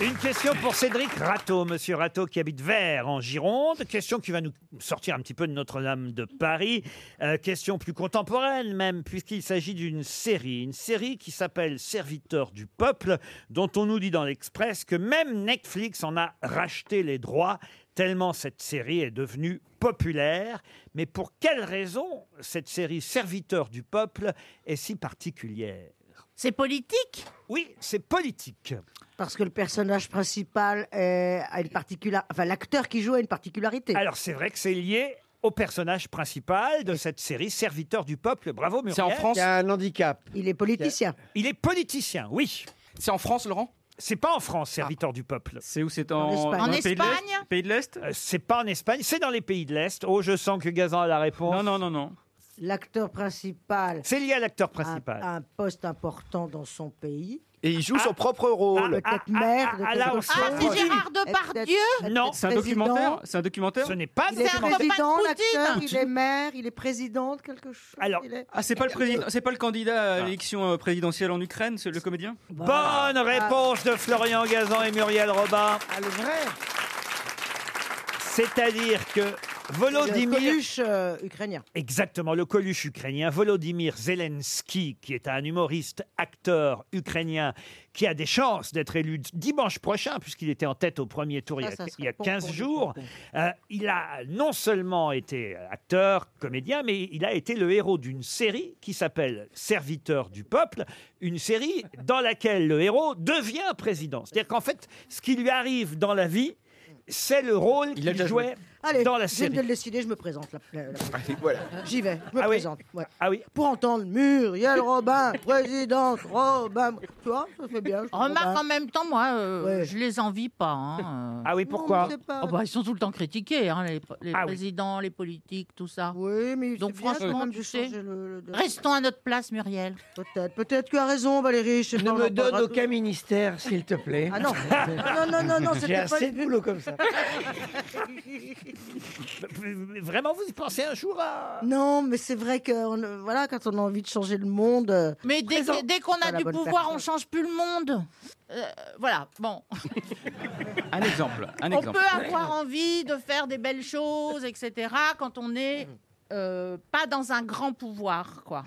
Speaker 2: Une question pour Cédric Rateau, monsieur Rateau qui habite Vert en Gironde. Question qui va nous sortir un petit peu de Notre-Dame de Paris. Euh, question plus contemporaine même, puisqu'il s'agit d'une série. Une série qui s'appelle Serviteur du peuple, dont on nous dit dans l'Express que même Netflix en a racheté les droits, tellement cette série est devenue populaire. Mais pour quelle raison cette série Serviteur du peuple est si particulière
Speaker 4: C'est politique
Speaker 2: Oui, c'est politique.
Speaker 3: Parce que le personnage principal est- a une particularité. Enfin, l'acteur qui joue a une particularité.
Speaker 2: Alors c'est vrai que c'est lié au personnage principal de cette série, Serviteur du peuple. Bravo Muriel.
Speaker 5: C'est en France Il y a
Speaker 2: un handicap.
Speaker 3: Il est politicien.
Speaker 2: Il est politicien, oui.
Speaker 5: C'est en France, Laurent
Speaker 2: C'est pas en France, Serviteur du peuple. C'est où C'est
Speaker 9: En Espagne. dans le pays de l'Est
Speaker 2: Pays de l'Est C'est pas en Espagne, c'est dans les pays de l'Est. Oh, je sens que Gazan a la réponse. Non, non, non, non.
Speaker 3: L'acteur principal.
Speaker 2: C'est lié à l'acteur
Speaker 3: principal. A, a un poste important dans son pays.
Speaker 6: Et il joue son propre rôle.
Speaker 3: Peut-être maire de
Speaker 2: ah, là,
Speaker 3: quelque
Speaker 2: on
Speaker 3: chose.
Speaker 2: sort. Ah, c'est
Speaker 4: Gérard Depardieu
Speaker 2: Non,
Speaker 9: C'est un documentaire C'est un documentaire
Speaker 2: Ce n'est pas
Speaker 3: Il
Speaker 2: un
Speaker 3: est président,
Speaker 4: copain de Poutine.
Speaker 3: l'acteur, il
Speaker 9: Poutine.
Speaker 3: est maire, il est président de quelque chose. Alors,
Speaker 9: Ah, c'est pas le président, c'est pas le candidat à l'élection euh, présidentielle en Ukraine, c'est le comédien
Speaker 2: Bah,
Speaker 3: Bah,
Speaker 2: Bonne
Speaker 9: Ah.
Speaker 2: réponse de Florian Gazan et Muriel Robin.
Speaker 3: Ah, le vrai
Speaker 2: C'est-à-dire que Volodymyr...
Speaker 3: Le Coluche euh, ukrainien.
Speaker 2: Exactement, le coluche ukrainien Volodymyr Zelensky, qui est un humoriste, acteur ukrainien, qui a des chances d'être élu dimanche prochain, puisqu'il était en tête au premier tour il y a,
Speaker 3: Ah, ça serait
Speaker 2: il y a
Speaker 3: pour-
Speaker 2: 15
Speaker 3: pour-
Speaker 2: jours. Euh, il a non seulement été acteur, comédien, mais il a été le héros d'une série qui s'appelle Serviteur du peuple, une série dans laquelle le héros devient président. C'est-à-dire qu'en fait, ce qui lui arrive dans la vie, c'est le rôle qu'il jouait
Speaker 3: Allez,
Speaker 2: dans la
Speaker 3: je viens
Speaker 2: série.
Speaker 3: de le décider, je me présente. là. Là, là.
Speaker 6: voilà.
Speaker 3: J'y vais, je me
Speaker 2: Ah oui.
Speaker 3: présente. ouais.
Speaker 2: Ah oui
Speaker 3: Pour entendre Muriel Robin, [laughs] présidente Robin. Tu vois, ça fait bien. je
Speaker 4: Remarque
Speaker 3: Robin.
Speaker 4: en même temps, moi, euh, je les envie pas.
Speaker 2: Ah oui, pourquoi
Speaker 3: mais c'est pas-
Speaker 4: Oh bah, Ils sont tout le temps critiqués, hein, les, les
Speaker 3: Ah oui.
Speaker 4: présidents, les politiques, tout ça.
Speaker 3: Oui, mais
Speaker 4: Donc
Speaker 3: bien quand
Speaker 4: franchement,
Speaker 3: même
Speaker 4: tu
Speaker 3: de
Speaker 4: sais,
Speaker 3: changer le- le- de-
Speaker 4: restons à notre place, Muriel.
Speaker 3: Peut-être, peut-être tu as raison, Valérie.
Speaker 10: Ne me donne aucun ministère, s'il te plaît.
Speaker 3: Ah non. Non, non, non, non,
Speaker 10: [laughs] J'ai
Speaker 3: c'était pas-
Speaker 10: assez de boulot comme ça.
Speaker 2: Vraiment, vous y pensez un jour à...
Speaker 3: Non, mais c'est vrai que on, euh, voilà, quand on a envie de changer le monde. euh,
Speaker 4: Mais dès,
Speaker 3: présent-
Speaker 4: que- dès qu'on
Speaker 3: pas
Speaker 4: a
Speaker 3: la
Speaker 4: du
Speaker 3: bonne
Speaker 4: pouvoir, on
Speaker 3: personne.
Speaker 4: change plus le monde. Euh, voilà, bon.
Speaker 9: Un exemple, un
Speaker 4: on
Speaker 9: exemple.
Speaker 4: peut avoir envie de faire des belles choses, etc., quand on est euh, pas dans un grand pouvoir, quoi.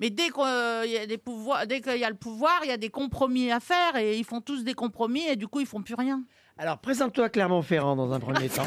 Speaker 4: Mais dès qu'il y a des pouvoirs, dès qu'il y a le pouvoir, il y a des compromis à faire et ils font tous des compromis et du coup ils font plus rien.
Speaker 10: Alors, présente-toi Clermont-Ferrand dans un premier temps,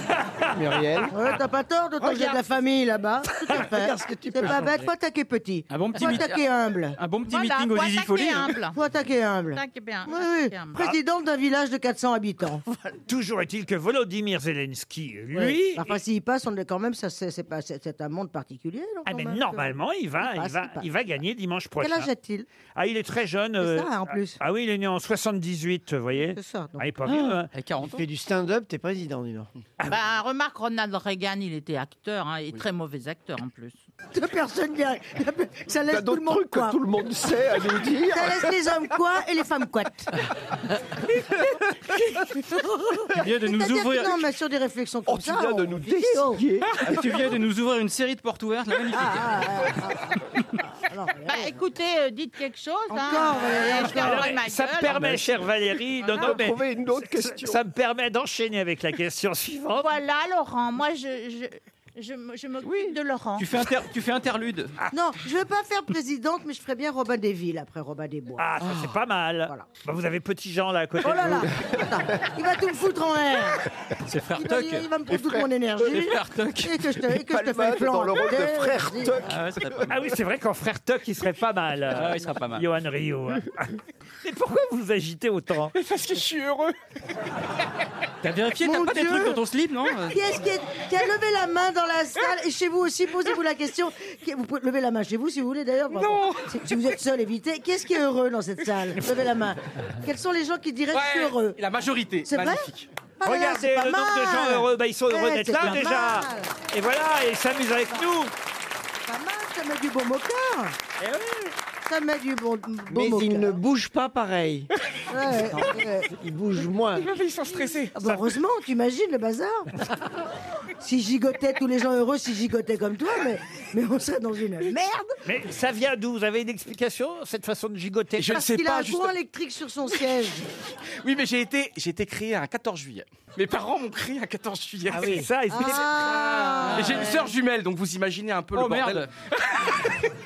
Speaker 10: Muriel.
Speaker 3: Ouais, t'as pas tort, d'autant que j'ai de la famille là-bas. Tout à fait.
Speaker 10: Regarde ce que tu
Speaker 3: C'est
Speaker 10: peux
Speaker 3: pas
Speaker 10: changer.
Speaker 3: bête, faut attaquer petit.
Speaker 9: Un bon petit
Speaker 3: faut
Speaker 9: meet-
Speaker 3: attaquer humble.
Speaker 9: Un bon petit
Speaker 3: Voilà,
Speaker 9: meeting au
Speaker 3: faut
Speaker 9: Zizi
Speaker 3: attaquer
Speaker 9: Folie. hein.
Speaker 3: humble. Faut attaquer humble.
Speaker 4: Attaquer bien,
Speaker 3: Oui,
Speaker 4: attaquer
Speaker 3: oui.
Speaker 4: humble.
Speaker 3: Présidente d'un village de 400 habitants.
Speaker 2: Toujours est-il que Volodymyr Zelensky, lui,
Speaker 3: Ouais. Enfin, s'il passe, on est quand même, ça, c'est, c'est pas, c'est, c'est un monde particulier. non,
Speaker 2: Ah
Speaker 3: quand
Speaker 2: mais
Speaker 3: même.
Speaker 2: normalement, il va,
Speaker 3: Il
Speaker 2: il,
Speaker 3: passe,
Speaker 2: va,
Speaker 3: il passe.
Speaker 2: il va gagner dimanche prochain.
Speaker 3: Quel âge a-t-il [laughs]
Speaker 2: Ah, il est très jeune.
Speaker 3: ça, hein, en plus.
Speaker 2: Ah oui, il est né en 78, vous voyez.
Speaker 3: C'est ça, donc.
Speaker 2: Ah, il est pas vieux. hein.
Speaker 10: Il fait du stand-up, t'es président, dis donc.
Speaker 9: Ah,
Speaker 4: Bah, remarque, Ronald Reagan, il était acteur hein, et très mauvais acteur en plus.
Speaker 3: Deux personnes, bien- ça laisse tout le monde
Speaker 6: que
Speaker 3: quoi.
Speaker 6: tout le monde sait à nous dire.
Speaker 3: Ça laisse les hommes quoi et les femmes couettes.
Speaker 9: Tu viens de nous
Speaker 3: C'est-à-dire que
Speaker 9: ouvrir-
Speaker 3: Non, mais sur des réflexions comme
Speaker 9: tu
Speaker 3: ça.
Speaker 9: viens de
Speaker 3: on-
Speaker 9: nous
Speaker 3: Dis, oh.
Speaker 9: Et Ah, tu viens de nous ouvrir une série de portes ouvertes, là,
Speaker 3: Ah,
Speaker 9: magnifique.
Speaker 4: Bah, écoutez, euh, dites quelque chose. hein.
Speaker 2: Ah,
Speaker 3: Encore, euh, Valérie,
Speaker 4: Je vais
Speaker 2: Alors,
Speaker 4: ouvrir ma
Speaker 2: ça me
Speaker 4: gueule.
Speaker 2: permet, chère Valérie, de
Speaker 4: Voilà.
Speaker 2: Ah, non, mais ça- Ça me permet d'enchaîner avec la question suivante.
Speaker 4: Voilà, Laurent, moi, je, je, je, me- je m'occupe de Laurent.
Speaker 9: Tu fais, inter- tu fais interlude.
Speaker 2: Ah,
Speaker 3: Non, je veux pas faire présidente, mais je ferais bien Robin des Villes après Robin des Bois.
Speaker 2: Ah, ça c'est pas mal. Bah, vous avez petit Jean là à côté.
Speaker 3: Oh là
Speaker 2: de
Speaker 3: là,
Speaker 2: vous.
Speaker 3: attends, il va tout me foutre en l'air.
Speaker 2: C'est frère
Speaker 3: Il va, il va me prendre toute mon énergie.
Speaker 2: Et frère
Speaker 3: Et que je te, et que je te fais
Speaker 6: dans le rôle de
Speaker 3: flanquer.
Speaker 6: frère Tuck.
Speaker 2: Ah, oui, c'est vrai qu'en frère Tuck, il serait pas mal.
Speaker 9: Ah, il sera pas mal.
Speaker 2: Johan Rio. hein. Mais pourquoi vous vous agitez autant
Speaker 9: Parce que je suis heureux. T'as vérifié,
Speaker 3: Mon
Speaker 9: t'as pas des
Speaker 3: Dieu.
Speaker 9: trucs dans ton slip,
Speaker 3: [laughs]
Speaker 9: non euh
Speaker 3: Qui est-ce qui, est- qui a levé la main dans la salle Et chez vous aussi, posez-vous la question. Qui- Vous pouvez lever la main chez vous si vous voulez d'ailleurs. Bah, bon, Si, si vous êtes seul, évitez. Qui est-ce qui est heureux dans cette salle Levez la main. Quels sont les gens qui diraient que je suis heureux
Speaker 5: La majorité.
Speaker 3: C'est vrai
Speaker 5: Magnifique.
Speaker 3: Ah là là,
Speaker 2: Regardez
Speaker 3: c'est pas
Speaker 2: le nombre de
Speaker 3: mal.
Speaker 2: gens heureux. Bah, ils sont heureux
Speaker 3: Eh,
Speaker 2: d'être
Speaker 3: c'est
Speaker 2: là
Speaker 3: pas
Speaker 2: déjà.
Speaker 3: mal.
Speaker 2: Et voilà, et ils s'amusent avec nous.
Speaker 3: Pas mal, Ah ça met du bon au cœur.
Speaker 9: Eh
Speaker 3: Ça met du bon, bon
Speaker 10: Mais
Speaker 3: au
Speaker 10: il
Speaker 3: cœur.
Speaker 10: ne bouge pas pareil.
Speaker 3: Ouais, ouais.
Speaker 10: Il bouge moins. [laughs]
Speaker 9: Ils sont stressés.
Speaker 3: Ah bah, heureusement, tu imagines
Speaker 9: [laughs]
Speaker 3: le bazar Si gigotait tous les gens heureux, si gigotaient comme toi, mais, mais on serait dans une merde
Speaker 2: Mais ça vient d'où Vous avez une explication cette façon de gigoter
Speaker 5: Je ne
Speaker 3: Parce
Speaker 5: sais
Speaker 3: qu'il a
Speaker 5: pas.
Speaker 3: un
Speaker 5: juste-
Speaker 3: courant électrique sur son siège.
Speaker 5: Oui, mais j'ai été, j'ai été créé un 14 juillet. Mes parents m'ont créé un 14 juillet.
Speaker 2: Ah oui, c'est ça, ils-
Speaker 3: Ah,
Speaker 5: Et J'ai une sœur jumelle, donc vous imaginez un peu
Speaker 9: Oh,
Speaker 5: le bordel.
Speaker 9: merde.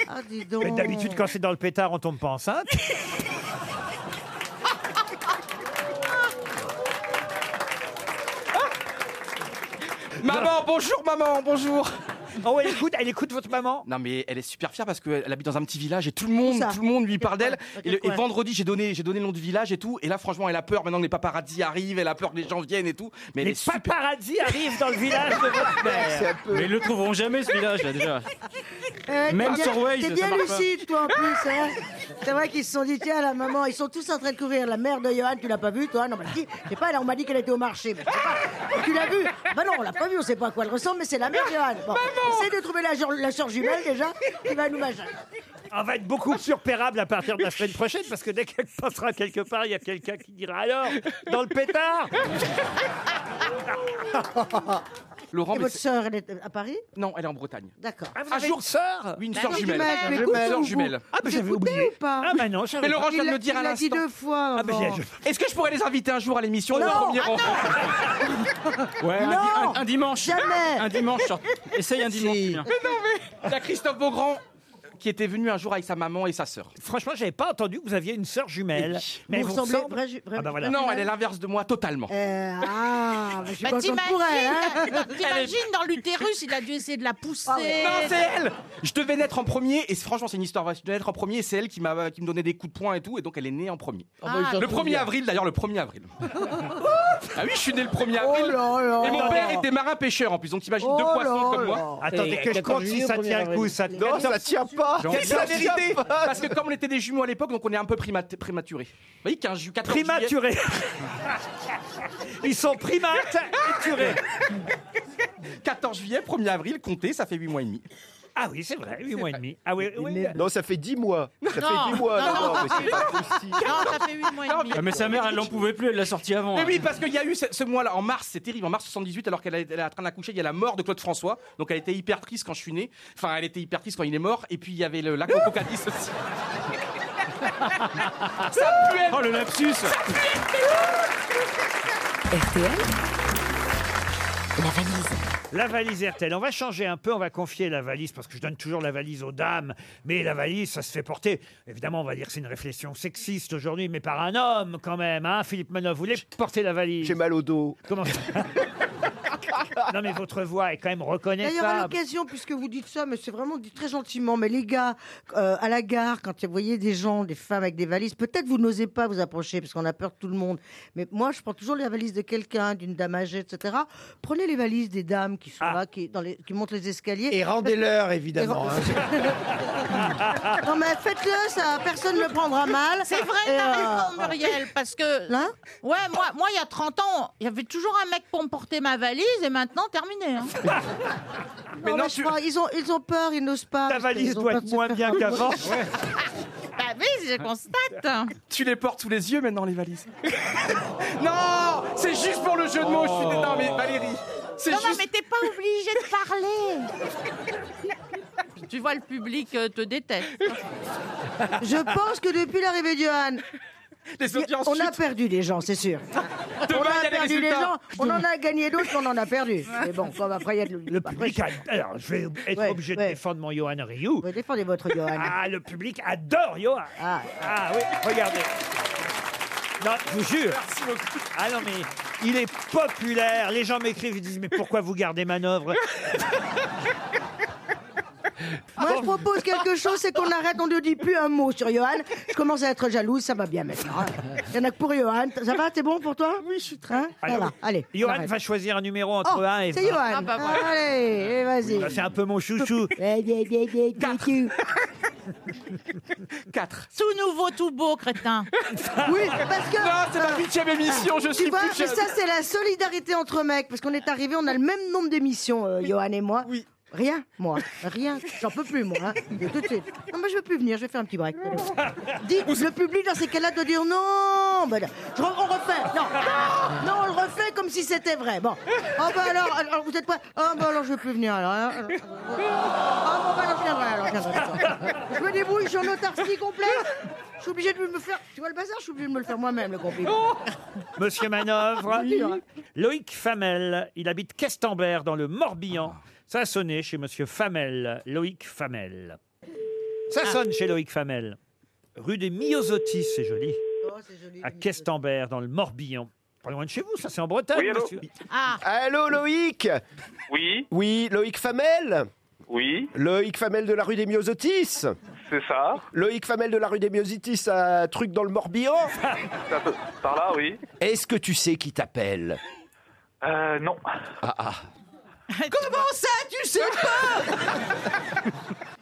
Speaker 3: ah, dis donc.
Speaker 2: Mais d'habitude, quand c'est dans le pétard, on tombe pas enceinte.
Speaker 5: Maman, bonjour, maman, bonjour.
Speaker 2: Oh, elle écoute, elle écoute votre maman.
Speaker 5: Non mais elle est super fière parce qu'elle habite dans un petit village et tout le monde,
Speaker 3: ça
Speaker 5: tout le monde lui parle d'elle.
Speaker 3: coin Dans
Speaker 5: Et,
Speaker 3: quel
Speaker 5: le- et
Speaker 3: coin
Speaker 5: vendredi j'ai donné, j'ai donné le nom du village et tout. Et là franchement elle a peur. Maintenant que les paparazzis arrivent, elle a peur que les gens viennent et tout. Mais elle
Speaker 2: Les
Speaker 5: est super.
Speaker 2: paparazzis arrivent dans le village de votre
Speaker 5: [laughs]
Speaker 6: C'est
Speaker 2: mère.
Speaker 6: un peu.
Speaker 9: Mais ils le trouveront jamais, ce village, là, [laughs] déjà.
Speaker 3: Eh,
Speaker 9: Même
Speaker 3: t'es bien-
Speaker 9: sur Waze,
Speaker 3: T'es
Speaker 9: ça
Speaker 3: bien
Speaker 9: marche pas.
Speaker 3: lucide, toi, en plus. hein. C'est vrai qu'ils se sont dit, tiens, la maman, ils sont tous en train de courir. La mère de Johan, tu l'as pas vue, toi Non, mais qui Je sais pas, là, on m'a dit qu'elle était au marché. Mais je sais pas. Tu l'as vue Bah non, on l'a pas vue, on sait pas à quoi elle ressemble, mais c'est la mère de Johan. Bon, essaye de trouver la, sœur- la soeur jumelle, déjà, qui va nous machin.
Speaker 2: On va être beaucoup plus repérable à partir de la semaine prochaine parce que dès qu'elle passera quelque part, il y a quelqu'un qui dira alors dans le pétard.
Speaker 5: Laurent,
Speaker 3: Et
Speaker 5: mais
Speaker 3: votre
Speaker 5: c'est-
Speaker 3: sœur, elle est euh, à Paris
Speaker 5: non, elle est en Bretagne.
Speaker 3: D'accord.
Speaker 2: Ah, vous
Speaker 5: Un
Speaker 2: avez
Speaker 5: jour-
Speaker 2: une sœur
Speaker 5: Oui, une
Speaker 4: Bah
Speaker 5: sœur
Speaker 4: non,
Speaker 5: jumelle.
Speaker 3: jumelle, mais
Speaker 5: Une
Speaker 3: écoute,
Speaker 5: sœur
Speaker 3: vous-
Speaker 5: jumelle.
Speaker 2: Ah, bah, j'avais
Speaker 3: Écoutez
Speaker 2: oublié.
Speaker 3: ou pas
Speaker 2: Ah, bah non, j'avais
Speaker 5: Mais Laurent
Speaker 3: Il
Speaker 5: vient de
Speaker 3: l'a-
Speaker 5: me dire
Speaker 3: il
Speaker 5: à
Speaker 3: l'a dit
Speaker 5: l'instant.
Speaker 3: deux fois.
Speaker 2: Ah, bah,
Speaker 3: avant.
Speaker 2: j'ai-
Speaker 5: Est-ce que je pourrais les inviter un jour à l'émission de
Speaker 3: Non.
Speaker 5: premier rang
Speaker 9: Ouais, un,
Speaker 3: Non.
Speaker 9: di- un- un dimanche.
Speaker 3: Jamais.
Speaker 9: Un dimanche, sur- essaye
Speaker 3: [laughs]
Speaker 9: un dimanche.
Speaker 10: Si.
Speaker 9: Julien.
Speaker 5: Il y a Christophe Beaugrand euh, qui était venu un jour avec sa maman et sa sœur.
Speaker 2: Franchement, j'avais pas entendu que vous aviez une sœur jumelle. Mais
Speaker 3: vous
Speaker 2: elle vous
Speaker 3: ressemblez
Speaker 2: ressemble.
Speaker 3: vrai- vrai-
Speaker 2: Ah bah voilà.
Speaker 5: Non, elle est l'inverse de moi totalement.
Speaker 3: Euh, ah, mais je suis
Speaker 4: Bah,
Speaker 3: contente
Speaker 4: t'imagines, bah,
Speaker 3: pour elle. hein. Ah,
Speaker 4: t'imagines dans l'utérus, il a dû essayer de la pousser.
Speaker 5: Non, c'est elle Je devais naître en premier, et franchement, c'est une histoire vraie. Je devais naître en premier, et c'est elle qui, m'a, euh, qui me donnait des coups de poing et tout, et donc elle est née en premier.
Speaker 10: Ah bah, ils
Speaker 4: Ah,
Speaker 10: s'en
Speaker 5: Le
Speaker 10: trouvent
Speaker 5: 1er
Speaker 10: bien.
Speaker 5: avril, d'ailleurs, le 1er avril. ah oui, je suis né le 1er
Speaker 3: Oh
Speaker 5: avril.
Speaker 3: là là.
Speaker 5: et mon père était marin-pêcheur en plus, donc imagine
Speaker 3: Oh
Speaker 5: deux
Speaker 3: là
Speaker 5: poissons comme
Speaker 3: là.
Speaker 5: moi.
Speaker 2: Attendez
Speaker 10: Et
Speaker 2: que je
Speaker 10: 14
Speaker 2: compte si
Speaker 10: juillet,
Speaker 2: ça tient
Speaker 10: premier
Speaker 2: le coup. Ça...
Speaker 6: Non, ça tient pas.
Speaker 5: C'est la
Speaker 6: Ça tient
Speaker 5: vérité
Speaker 6: pas.
Speaker 5: Parce que comme on était des jumeaux à l'époque, donc on est un peu primat- prématurés. Vous voyez, 15 ju- 14
Speaker 9: Ah
Speaker 5: juillet-
Speaker 2: Primaturés. Ils sont primates et turés.
Speaker 5: 14 juillet, 1er avril, comptez, ça fait 8 mois et demi.
Speaker 2: Ah oui, c'est vrai, 8 mois et demi. Ah oui, oui.
Speaker 6: Non, ça fait 10 mois. Ça fait 10 mois.
Speaker 5: Oh,
Speaker 4: Non, non,
Speaker 6: mais c'est pas possible.
Speaker 4: Non, ça fait 8 mois et demi.
Speaker 9: Ah, mais sa mère, elle l'en pouvait plus, elle l'a sorti avant.
Speaker 5: Mais
Speaker 9: hein.
Speaker 5: oui, parce qu'il y a eu ce, ce mois-là, en mars, c'est terrible, en mars 78, alors qu'elle est elle est en train d'accoucher, il y a la mort de Claude François. Donc elle était hyper triste quand je suis né. Enfin, elle était hyper triste quand il est mort. Et puis il y avait
Speaker 9: [laughs]
Speaker 5: le, la cococadis aussi. Ça puait
Speaker 9: Oh, le lapsus
Speaker 1: RTL,
Speaker 2: La valise. La valise RTL. On va changer un peu, on va confier la valise parce que je donne toujours la valise aux dames. Mais la valise, ça se fait porter. Évidemment, on va dire que c'est une réflexion sexiste aujourd'hui, mais par un homme quand même. Hein, Philippe Manon, vous voulez porter la valise J'ai
Speaker 10: mal au dos.
Speaker 2: Comment
Speaker 10: [laughs]
Speaker 2: Non, mais votre voix est quand même
Speaker 3: D'ailleurs, à
Speaker 2: reconnaissable.
Speaker 3: l'occasion, puisque vous dites ça, mais c'est vraiment dit très gentiment, mais les gars, euh, à la gare, quand vous voyez des gens, des femmes avec des valises, peut-être vous n'osez pas vous approcher, parce qu'on a peur de tout le monde. Mais moi, je prends toujours les valises de quelqu'un, d'une dame âgée, etc. Prenez les valises des dames qui sont
Speaker 5: Ah.
Speaker 3: là, qui, dans les- qui montent les escaliers.
Speaker 13: Et rendez-leur, évidemment.
Speaker 3: Et
Speaker 13: hein.
Speaker 3: [laughs] non, mais faites-le, ça, personne ne le prendra mal.
Speaker 4: C'est vrai,
Speaker 3: Et,
Speaker 4: t'as
Speaker 3: euh, Hein
Speaker 4: raison, Muriel, parce que.
Speaker 3: Là
Speaker 4: Ouais, moi, moi, il y a 30 ans, il y avait toujours un mec pour me porter ma valise et maintenant, terminé. hein.
Speaker 3: [laughs] Non, mais je crois, ils, ont, ils ont peur, ils n'osent pas.
Speaker 2: Ta
Speaker 3: parce qu'ils
Speaker 2: valise
Speaker 3: ont
Speaker 2: doit
Speaker 3: peur
Speaker 2: être
Speaker 3: de se
Speaker 2: moins
Speaker 3: faire
Speaker 2: bien qu'avant.
Speaker 3: avoir.
Speaker 4: Bah oui, je constate.
Speaker 5: Tu les portes sous les yeux maintenant, les valises. non, c'est juste pour le jeu de mots. Je
Speaker 9: Oh.
Speaker 3: Oh.
Speaker 5: suis non, mais Valérie. C'est
Speaker 4: Non, non,
Speaker 5: juste.
Speaker 4: mais t'es pas obligé de parler. tu vois, le public euh, te déteste.
Speaker 3: Je pense que depuis l'arrivée de Johan, on a perdu des gens, c'est sûr. on
Speaker 2: il y a
Speaker 3: a
Speaker 2: les
Speaker 3: perdu des
Speaker 2: résultats.
Speaker 3: gens, on en a gagné d'autres, mais on en a perdu. Mais bon, comme après, il y a de-
Speaker 2: Le public a- Alors, je vais être obligé de défendre mon Johan Rioux.
Speaker 3: Vous défendez votre Johan.
Speaker 2: Ah, le public adore Johan. Ah, oui, regardez. Non, je vous jure. Ah non, mais il est populaire. Les gens m'écrivent, ils disent Mais pourquoi vous gardez manœuvre
Speaker 3: Moi, je propose quelque chose, c'est qu'on arrête, on ne dit plus un mot sur Johan. Je commence à être jalouse, ça va bien maintenant. hein. Il y en a que pour Johan. Ça va, t'es bon pour toi Oui, je suis très
Speaker 2: Alors,
Speaker 3: allez. on
Speaker 2: Johan
Speaker 3: arrête.
Speaker 2: va choisir un numéro entre
Speaker 3: Oh,
Speaker 2: 1 et 20.
Speaker 3: C'est Johan. allez, vas-y.
Speaker 2: Bah, C'est un peu mon chouchou.
Speaker 3: Eh, bien, bien, bien, bien, bien.
Speaker 4: 4. Tout nouveau, tout beau, crétin.
Speaker 3: Oui, parce que. euh,
Speaker 4: Non, c'est ma huitième émission, je
Speaker 3: tu
Speaker 4: suis
Speaker 3: vois,
Speaker 4: plus
Speaker 3: mais
Speaker 4: jeune.
Speaker 3: ça, c'est la solidarité entre mecs, parce qu'on est arrivé, on a le même nombre d'émissions, euh, Johan et moi. Oui. Rien, moi, rien. J'en peux plus, moi. hein. De Tout de suite. Non, mais je veux plus venir, je vais faire un petit break. Dites, le public, dans ces cas-là, doit dire non. Ben, je re- on refait. Non, non, on le refait comme si c'était vrai. Bon. Oh, bah alors, alors, vous êtes pas. Oh, bah alors, je veux plus venir, alors. hein. Oh, bah alors, je viendrai, alors, je viendrai.
Speaker 2: [laughs]
Speaker 3: Je me débrouille, je suis en autarcie complète. Je suis obligé de me le faire. Tu vois le bazar, je suis obligé de me le faire moi-même, le compliment.
Speaker 2: Monsieur Manœuvre.
Speaker 3: Oui.
Speaker 2: Loïc Famel, il habite Questembert dans le Morbihan.
Speaker 10: Ah.
Speaker 2: Ça a sonné chez Monsieur Famel, Loïc Famel. Ça sonne chez Loïc Famel. Rue des Miosotis, Oh, c'est joli.
Speaker 7: Oh,
Speaker 2: À Questembert dans le Morbihan. Pas loin de chez vous, ça c'est en Bretagne.
Speaker 10: Oui, allô
Speaker 2: monsieur. [laughs]
Speaker 10: Allô Loïc
Speaker 9: Oui
Speaker 10: Oui, Loïc Famel
Speaker 9: Oui
Speaker 10: Loïc Famel de la rue des Myosotis
Speaker 9: C'est ça
Speaker 10: Loïc Famel de la rue des Myosotis à Truc dans le
Speaker 9: [laughs]
Speaker 10: Morbihan
Speaker 9: Par là, oui
Speaker 10: Est-ce que tu sais qui t'appelle
Speaker 9: Euh, non.
Speaker 10: Ah ah.
Speaker 7: Comment ça, tu sais pas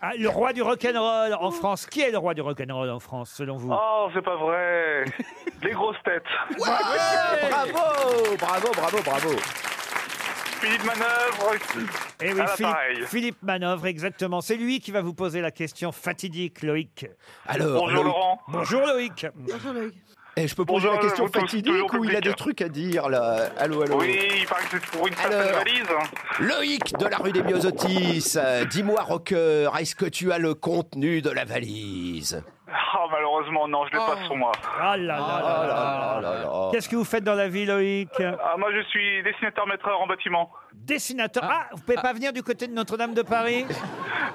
Speaker 2: Ah, le roi du rock'n'roll en France. Qui est le roi du rock'n'roll en France selon vous
Speaker 9: Oh, c'est pas vrai Les grosses têtes
Speaker 2: Ah,
Speaker 10: Ouais, bravo, bravo, bravo, bravo.
Speaker 9: Philippe Manœuvre
Speaker 2: Eh oui,
Speaker 9: À l'appareil.
Speaker 2: Philippe, Philippe Manœuvre, exactement. C'est lui qui va vous poser la question fatidique, Loïc.
Speaker 10: Alors, Bonjour, Loïc. Laurent.
Speaker 2: Bonjour Loïc.
Speaker 10: Et Eh, je peux poser
Speaker 2: Bonjour,
Speaker 10: la question
Speaker 2: vous tous,
Speaker 10: fatidique
Speaker 2: toujours
Speaker 10: où il a
Speaker 2: public.
Speaker 10: des trucs à dire là Allô, allô
Speaker 9: Oui, il paraît que c'est pour une certaine
Speaker 10: Alors,
Speaker 9: valise.
Speaker 10: Loïc de la rue des Myosotis, euh, dis-moi rocker, est-ce que tu as le contenu de la valise
Speaker 9: Ah, malheureusement, non, je l'ai pas sur moi.
Speaker 2: Ah là là
Speaker 10: là là là là.
Speaker 2: Qu'est-ce que vous faites dans la vie, Loïc
Speaker 9: Ah, moi, je suis dessinateur-maîtreur en bâtiment.
Speaker 2: Dessinateur. Ah, vous pouvez pas venir du côté de Notre-Dame
Speaker 10: [laughs]
Speaker 2: de Paris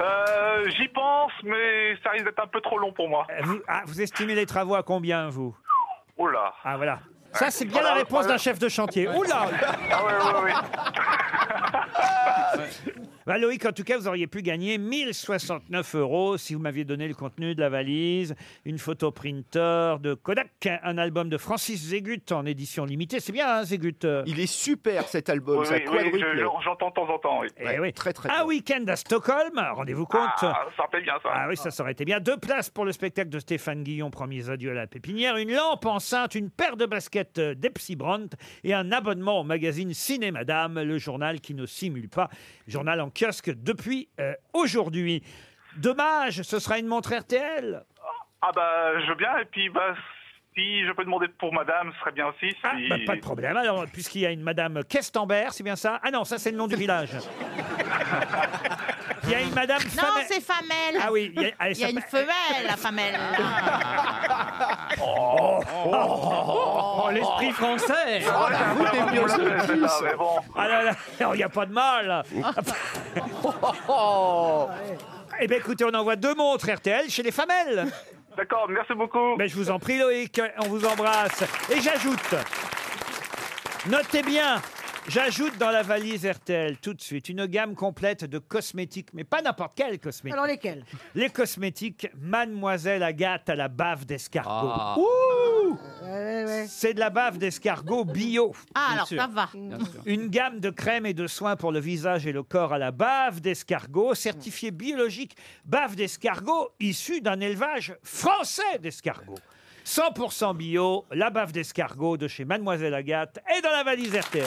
Speaker 9: Euh, J'y pense, mais ça risque d'être un peu trop long pour moi.
Speaker 2: vous, ah, vous estimez les travaux à combien, vous
Speaker 9: Oh là
Speaker 2: Ah, voilà. Ça, c'est bien
Speaker 9: Euh, Voilà,
Speaker 2: la réponse
Speaker 9: voilà.
Speaker 2: d'un chef de chantier. Oula
Speaker 9: Ah ouais, ouais, ouais.
Speaker 2: Bah, Loïc, en tout cas, vous auriez pu gagner 1069 euros si vous m'aviez donné le contenu de la valise, une photo printer de Kodak, un album de Francis Zégut en édition limitée. C'est bien, hein, Zégut euh
Speaker 10: Il est super cet album,
Speaker 9: Oui,
Speaker 10: ça
Speaker 9: oui, oui,
Speaker 10: quadruple.
Speaker 9: je- je- j'entends de temps en temps, oui.
Speaker 2: Eh oui. Un week-end à Stockholm, rendez-vous compte.
Speaker 9: Ah, ça rappelle bien, ça.
Speaker 2: Ah oui, ça, ça aurait été bien. Deux places pour le spectacle de Stéphane Guillon, Premiers adieux à la pépinière, une lampe enceinte, une paire de baskets euh, d'Epsy Brandt et un abonnement au magazine Ciné Madame, le journal qui ne simule pas. Journal en kiosque depuis euh, aujourd'hui. Dommage, ce sera une montre RTL.
Speaker 9: Ah bah, je veux bien, et puis bah, si je peux demander pour madame, ce serait bien aussi. Si...
Speaker 2: Bah, pas de problème. Alors, puisqu'il y a une Madame Questembert, c'est bien ça Ah non, ça c'est le nom du village. [laughs] Il y a une madame
Speaker 4: Non, c'est Famel.
Speaker 2: Ah oui, il y a- elle
Speaker 4: il y a une
Speaker 2: s'appelle-
Speaker 4: femelle, la Famel.
Speaker 2: [laughs] Oh, oh, oh, oh, l'esprit français
Speaker 9: Ah,
Speaker 12: Oh, la voûte est bien sortie, ça.
Speaker 2: Ah là là, [laughs] il n'y a pas de mal Eh bien écoutez, on envoie deux montres RTL chez les Famelles D'accord, merci beaucoup Mais je vous en prie Loïc, on vous embrasse. Et j'ajoute, notez bien J'ajoute dans la valise RTL tout de suite une gamme complète de cosmétiques, mais pas n'importe quelle cosmétique.
Speaker 3: Alors lesquels
Speaker 2: Les cosmétiques Mademoiselle Agathe à la bave d'escargot.
Speaker 3: Ah.
Speaker 2: Ouh C'est de la bave d'escargot bio.
Speaker 4: Ah, alors ça va.
Speaker 2: Une gamme de crèmes et de soins pour le visage et le corps à la bave d'escargot, certifiée biologique bave d'escargot, issue d'un élevage français d'escargot. 100% bio, la bave d'escargot de chez Mademoiselle Agathe est dans la valise RTL.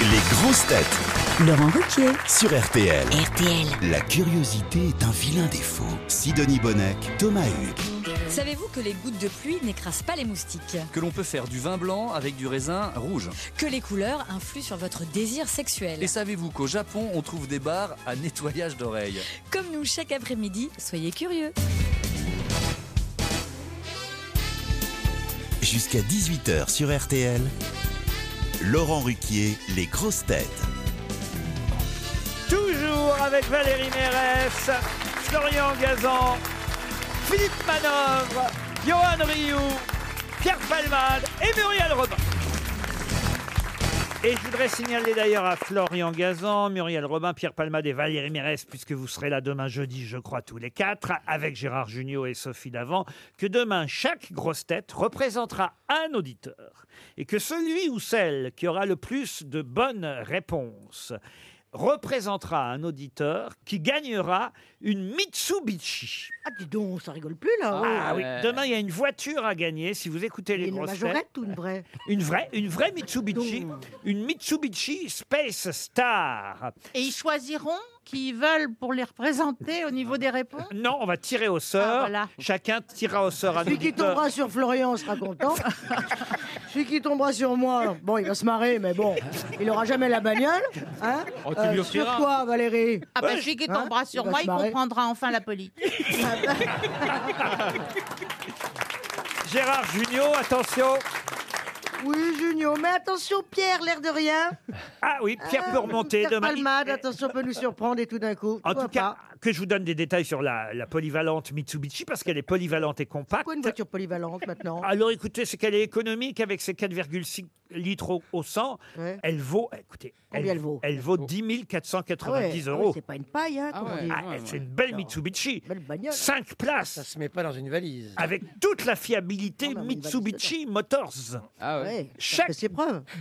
Speaker 14: Les grosses têtes. Laurent Ruquier. Sur RTL.
Speaker 1: RTL.
Speaker 14: La curiosité est un vilain défaut. Sidonie Bonnec, Thomas Hugues.
Speaker 1: Savez-vous que les gouttes de pluie n'écrasent pas les moustiques
Speaker 15: Que l'on peut faire du vin blanc avec du raisin rouge.
Speaker 1: Que les couleurs influent sur votre désir sexuel
Speaker 15: Et savez-vous qu'au Japon, on trouve des bars à nettoyage d'oreilles
Speaker 1: Comme nous chaque après-midi, soyez curieux
Speaker 14: Jusqu'à 18h sur RTL. Laurent Ruquier, les grosses têtes.
Speaker 2: Toujours avec Valérie Mérès, Florian Gazan, Philippe Manœuvre, Johan Rioux, Pierre Palmade et Muriel Robin. Et je voudrais signaler d'ailleurs à Florian Gazan, Muriel Robin, Pierre Palmade et Valérie Mérès, puisque vous serez là demain jeudi, je crois, tous les quatre, avec Gérard Junior et Sophie Davant, que demain, chaque grosse tête représentera un auditeur. Et que celui ou celle qui aura le plus de bonnes réponses représentera un auditeur qui gagnera une Mitsubishi.
Speaker 3: Ah, dis donc, ça rigole plus là.
Speaker 2: Ah
Speaker 3: Oh.
Speaker 2: oui, demain, il y a une voiture à gagner si vous écoutez les
Speaker 3: Une
Speaker 2: grosses têtes.
Speaker 3: majorette ou une vraie
Speaker 2: Une vraie, une vraie Mitsubishi. Une Mitsubishi Space Star.
Speaker 4: Et ils choisiront qui ils veulent pour les représenter au niveau des réponses.
Speaker 2: Non, on va tirer au sort.
Speaker 4: Ah, voilà.
Speaker 2: Chacun tirera au sort un
Speaker 3: Celui qui
Speaker 2: auditeur.
Speaker 3: tombera sur Florian sera
Speaker 4: [laughs]
Speaker 3: content. Celui qui tombera sur moi, bon, il va se marrer, mais bon, il aura jamais la bagnole. Hein
Speaker 4: Oh, tu lui
Speaker 3: sur
Speaker 4: offriras.
Speaker 3: toi, Valérie
Speaker 4: Ah ben, celui qui tombera
Speaker 3: Hein
Speaker 4: sur
Speaker 3: va
Speaker 4: moi,
Speaker 3: se
Speaker 4: il
Speaker 3: marrer.
Speaker 4: comprendra enfin la politique.
Speaker 2: [laughs] Gérard Junior, attention.
Speaker 3: Oui, Junio, mais attention, Pierre, l'air de rien. Euh,
Speaker 2: Ah oui, Pierre peut remonter
Speaker 3: Pierre
Speaker 2: demain.
Speaker 3: Palmade, attention, peut nous surprendre et tout d'un coup.
Speaker 2: En
Speaker 3: toi
Speaker 2: tout cas, que je vous donne des détails sur la, la polyvalente Mitsubishi parce qu'elle est polyvalente et compacte.
Speaker 3: Pourquoi une voiture polyvalente maintenant
Speaker 2: Alors écoutez, c'est qu'elle est économique avec ses 4,6 litres au, au 100.
Speaker 3: Ouais.
Speaker 2: Elle vaut, écoutez,
Speaker 3: Combien elle vaut
Speaker 2: Elle vaut 10 490
Speaker 3: Ah ouais,
Speaker 2: euros.
Speaker 3: ah ouais, c'est pas une paille, hein, comme on dit.
Speaker 2: Ah, c'est une belle Mitsubishi.
Speaker 3: Belle bagnole.
Speaker 2: 5 places. Ça
Speaker 10: se met pas dans une valise.
Speaker 2: Avec toute la fiabilité
Speaker 3: met une valise
Speaker 2: Mitsubishi Motors.
Speaker 3: ouais. Ouais, ça
Speaker 2: Chaque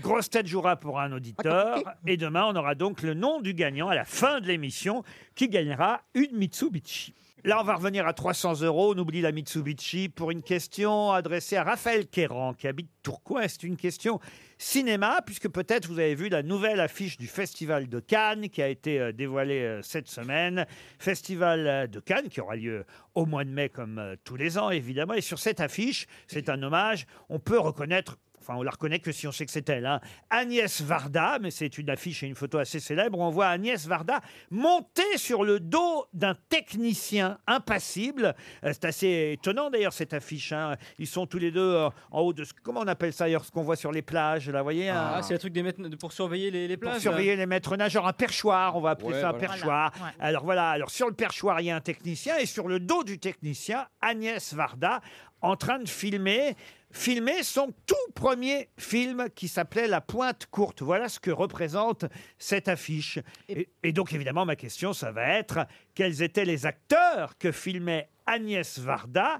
Speaker 2: grosse tête jouera pour un auditeur.
Speaker 3: Attends,
Speaker 2: et demain, on aura donc le nom du gagnant à la fin de l'émission qui gagnera une Mitsubishi. Là, on va revenir à 300 euros. On oublie la Mitsubishi pour une question adressée à Raphaël Kéran, qui habite Tourcoing. C'est une question cinéma, puisque peut-être vous avez vu la nouvelle affiche du Festival de Cannes qui a été euh, dévoilée euh, cette semaine. Festival euh, de Cannes qui aura lieu au mois de mai, comme euh, tous les ans, évidemment. Et sur cette affiche, c'est un hommage. On peut reconnaître Enfin, on la reconnaît que si on sait que c'est elle. hein. Agnès Varda, mais c'est une affiche et une photo assez célèbre. On voit Agnès Varda monter sur le dos d'un technicien impassible. Euh, c'est assez étonnant d'ailleurs cette affiche. hein. Ils sont tous les deux euh, en haut de ce, comment on appelle ça d'ailleurs, ce qu'on voit sur les plages. Là, vous voyez. hein.
Speaker 9: Ah,
Speaker 2: un-
Speaker 9: c'est le truc des maîtres- de- pour surveiller les, les
Speaker 2: euh,
Speaker 9: plages.
Speaker 2: pour surveiller les maîtres nageurs, un perchoir, on va appeler
Speaker 9: Ouais,
Speaker 2: ça un
Speaker 9: voilà.
Speaker 2: perchoir.
Speaker 9: Voilà, ouais.
Speaker 2: Alors voilà, alors sur le perchoir, il y a un technicien et sur le dos du technicien, Agnès Varda en train de filmer filmer son tout premier film qui s'appelait La Pointe Courte. Voilà ce que représente cette affiche. Et, et donc évidemment, ma question, ça va être quels étaient les acteurs que filmait Agnès Varda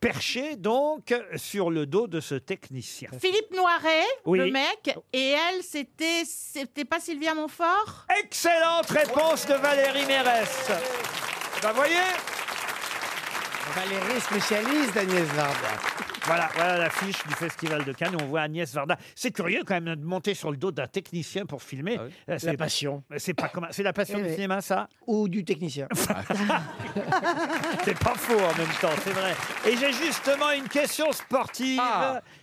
Speaker 2: perchée donc sur le dos de ce technicien.
Speaker 4: Philippe Noiret,
Speaker 2: Oui.
Speaker 4: le mec, et elle, c'était, c'était pas Sylvia Montfort
Speaker 2: Excellente réponse de Valérie Mérès. Bah voyez
Speaker 10: Valérie spécialiste d'Agnès Varda.
Speaker 2: Voilà, voilà l'affiche du Festival de Cannes. On voit Agnès Varda. C'est curieux quand même de monter sur le dos d'un technicien pour filmer. Euh, c'est-
Speaker 10: La passion.
Speaker 2: C'est pas comme- C'est la passion
Speaker 10: Eh
Speaker 2: du
Speaker 10: oui. Ah.
Speaker 2: cinéma, ça
Speaker 10: Ou
Speaker 15: [laughs]
Speaker 10: du technicien.
Speaker 2: [laughs] C'est pas faux en même temps, c'est vrai. Et j'ai justement une question sportive.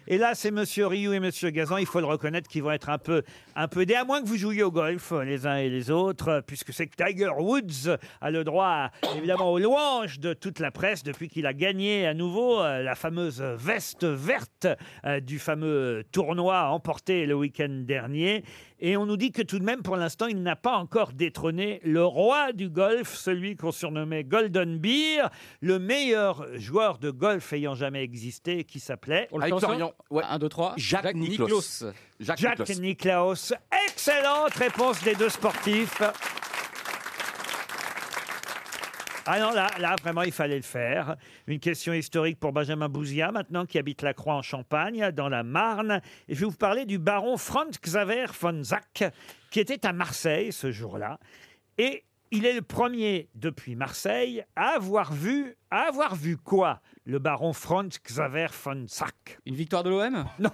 Speaker 2: Et là, c'est Monsieur Rioux et Monsieur Gazan. Il faut le reconnaître qu'ils vont être un peu, un peu aidés, à moins que vous jouiez au golf euh, les uns et les autres, euh, puisque c'est que Tiger Woods a le droit, à, évidemment, aux louanges de toute la presse depuis qu'il a gagné à nouveau euh, la fameuse veste verte euh, du fameux tournoi emporté le week-end dernier. Et on nous dit que tout de même, pour l'instant, il n'a pas encore détrôné le roi du golf, celui qu'on surnommait Golden Beer, le meilleur joueur de golf ayant jamais existé, qui s'appelait...
Speaker 9: le Avec pense, Florian,
Speaker 2: 1, 2, 3.
Speaker 9: Jacques Jacques Nicklaus. Nicklaus.
Speaker 2: Jacques,
Speaker 9: Jacques
Speaker 2: Nicklaus.
Speaker 9: Nicklaus.
Speaker 2: Excellente réponse des deux sportifs. Ah non, là, là, vraiment, il fallait le faire. Une question historique pour Benjamin Bouzia, maintenant, qui habite la Croix en Champagne, dans la Marne. Et je vais vous parler du baron Franz Xaver von Zach, qui était à Marseille ce jour-là. Et il est le premier, depuis Marseille, à avoir vu... À avoir vu quoi, le baron Franz Xaver von Zach Une victoire de l'OM Non.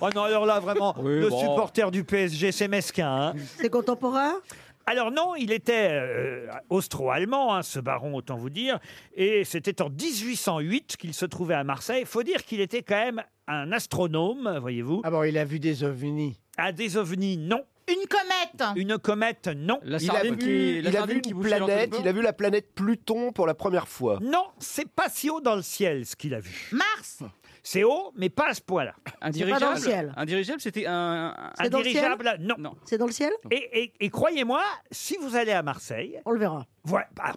Speaker 2: oh non, alors là, vraiment, le
Speaker 9: bon.
Speaker 2: supporter du PSG, c'est mesquin. hein.
Speaker 3: C'est contemporain
Speaker 2: Alors non, il était euh, austro-allemand, hein, ce baron, autant vous dire. Et c'était en 1808 qu'il se trouvait à Marseille. faut dire qu'il était quand même un astronome, voyez-vous. Ah bon, il a vu des ovnis. Ah, des ovnis, non. Une comète Une comète, non.
Speaker 6: il a vu, il a vu une planète, il a vu la planète Pluton pour la première fois.
Speaker 2: Non, c'est pas si haut dans le ciel ce qu'il a vu. Mars C'est haut, mais pas à ce point-là.
Speaker 9: Un dirigeable, un dirigeable, c'était un, un-
Speaker 2: Un dirigeable, non.
Speaker 3: C'est dans le ciel
Speaker 2: Et, et- et croyez-moi, si vous allez à Marseille. bah,
Speaker 3: On le verra.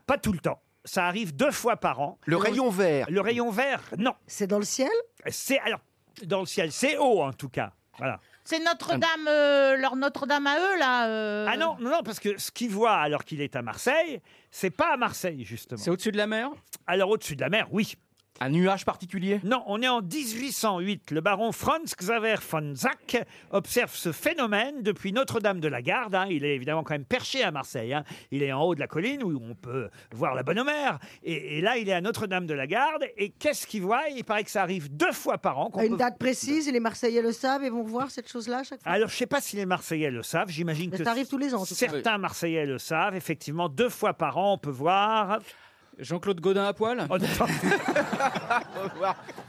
Speaker 2: pas tout le temps. Ça arrive deux fois par an.
Speaker 6: Le rayon vert.
Speaker 2: Le rayon vert, non.
Speaker 3: C'est dans le ciel
Speaker 2: C'est. Alors, dans le ciel, c'est haut en tout cas. Voilà.
Speaker 4: C'est Notre-Dame, euh, leur Notre-Dame à eux, là. euh.
Speaker 2: Ah non, non, non, parce que ce qu'il voit alors qu'il est à Marseille, c'est pas à Marseille, justement. C'est au-dessus de la mer Alors, au-dessus de la mer, oui. Un nuage particulier Non, on est en 1808. Le baron Franz Xaver von Zach observe ce phénomène depuis Notre-Dame de la Garde. hein. Il est évidemment quand même perché à Marseille. hein. Il est en haut de la colline où on peut voir la bonne mer. Et, et là, il est à Notre-Dame de la Garde. Et qu'est-ce qu'il voit Il paraît que ça arrive deux fois par an. qu'on
Speaker 3: À une
Speaker 2: peut-
Speaker 3: date précise, et les Marseillais le savent et vont voir cette chose-là à chaque fois.
Speaker 2: alors, je ne sais pas si les Marseillais le savent. J'imagine
Speaker 3: Mais
Speaker 2: que
Speaker 3: ça arrive tous les ans, en tout cas.
Speaker 2: certains Marseillais le savent. Effectivement, deux fois par an, on peut voir. Oh, Jean-Claude Godin à poil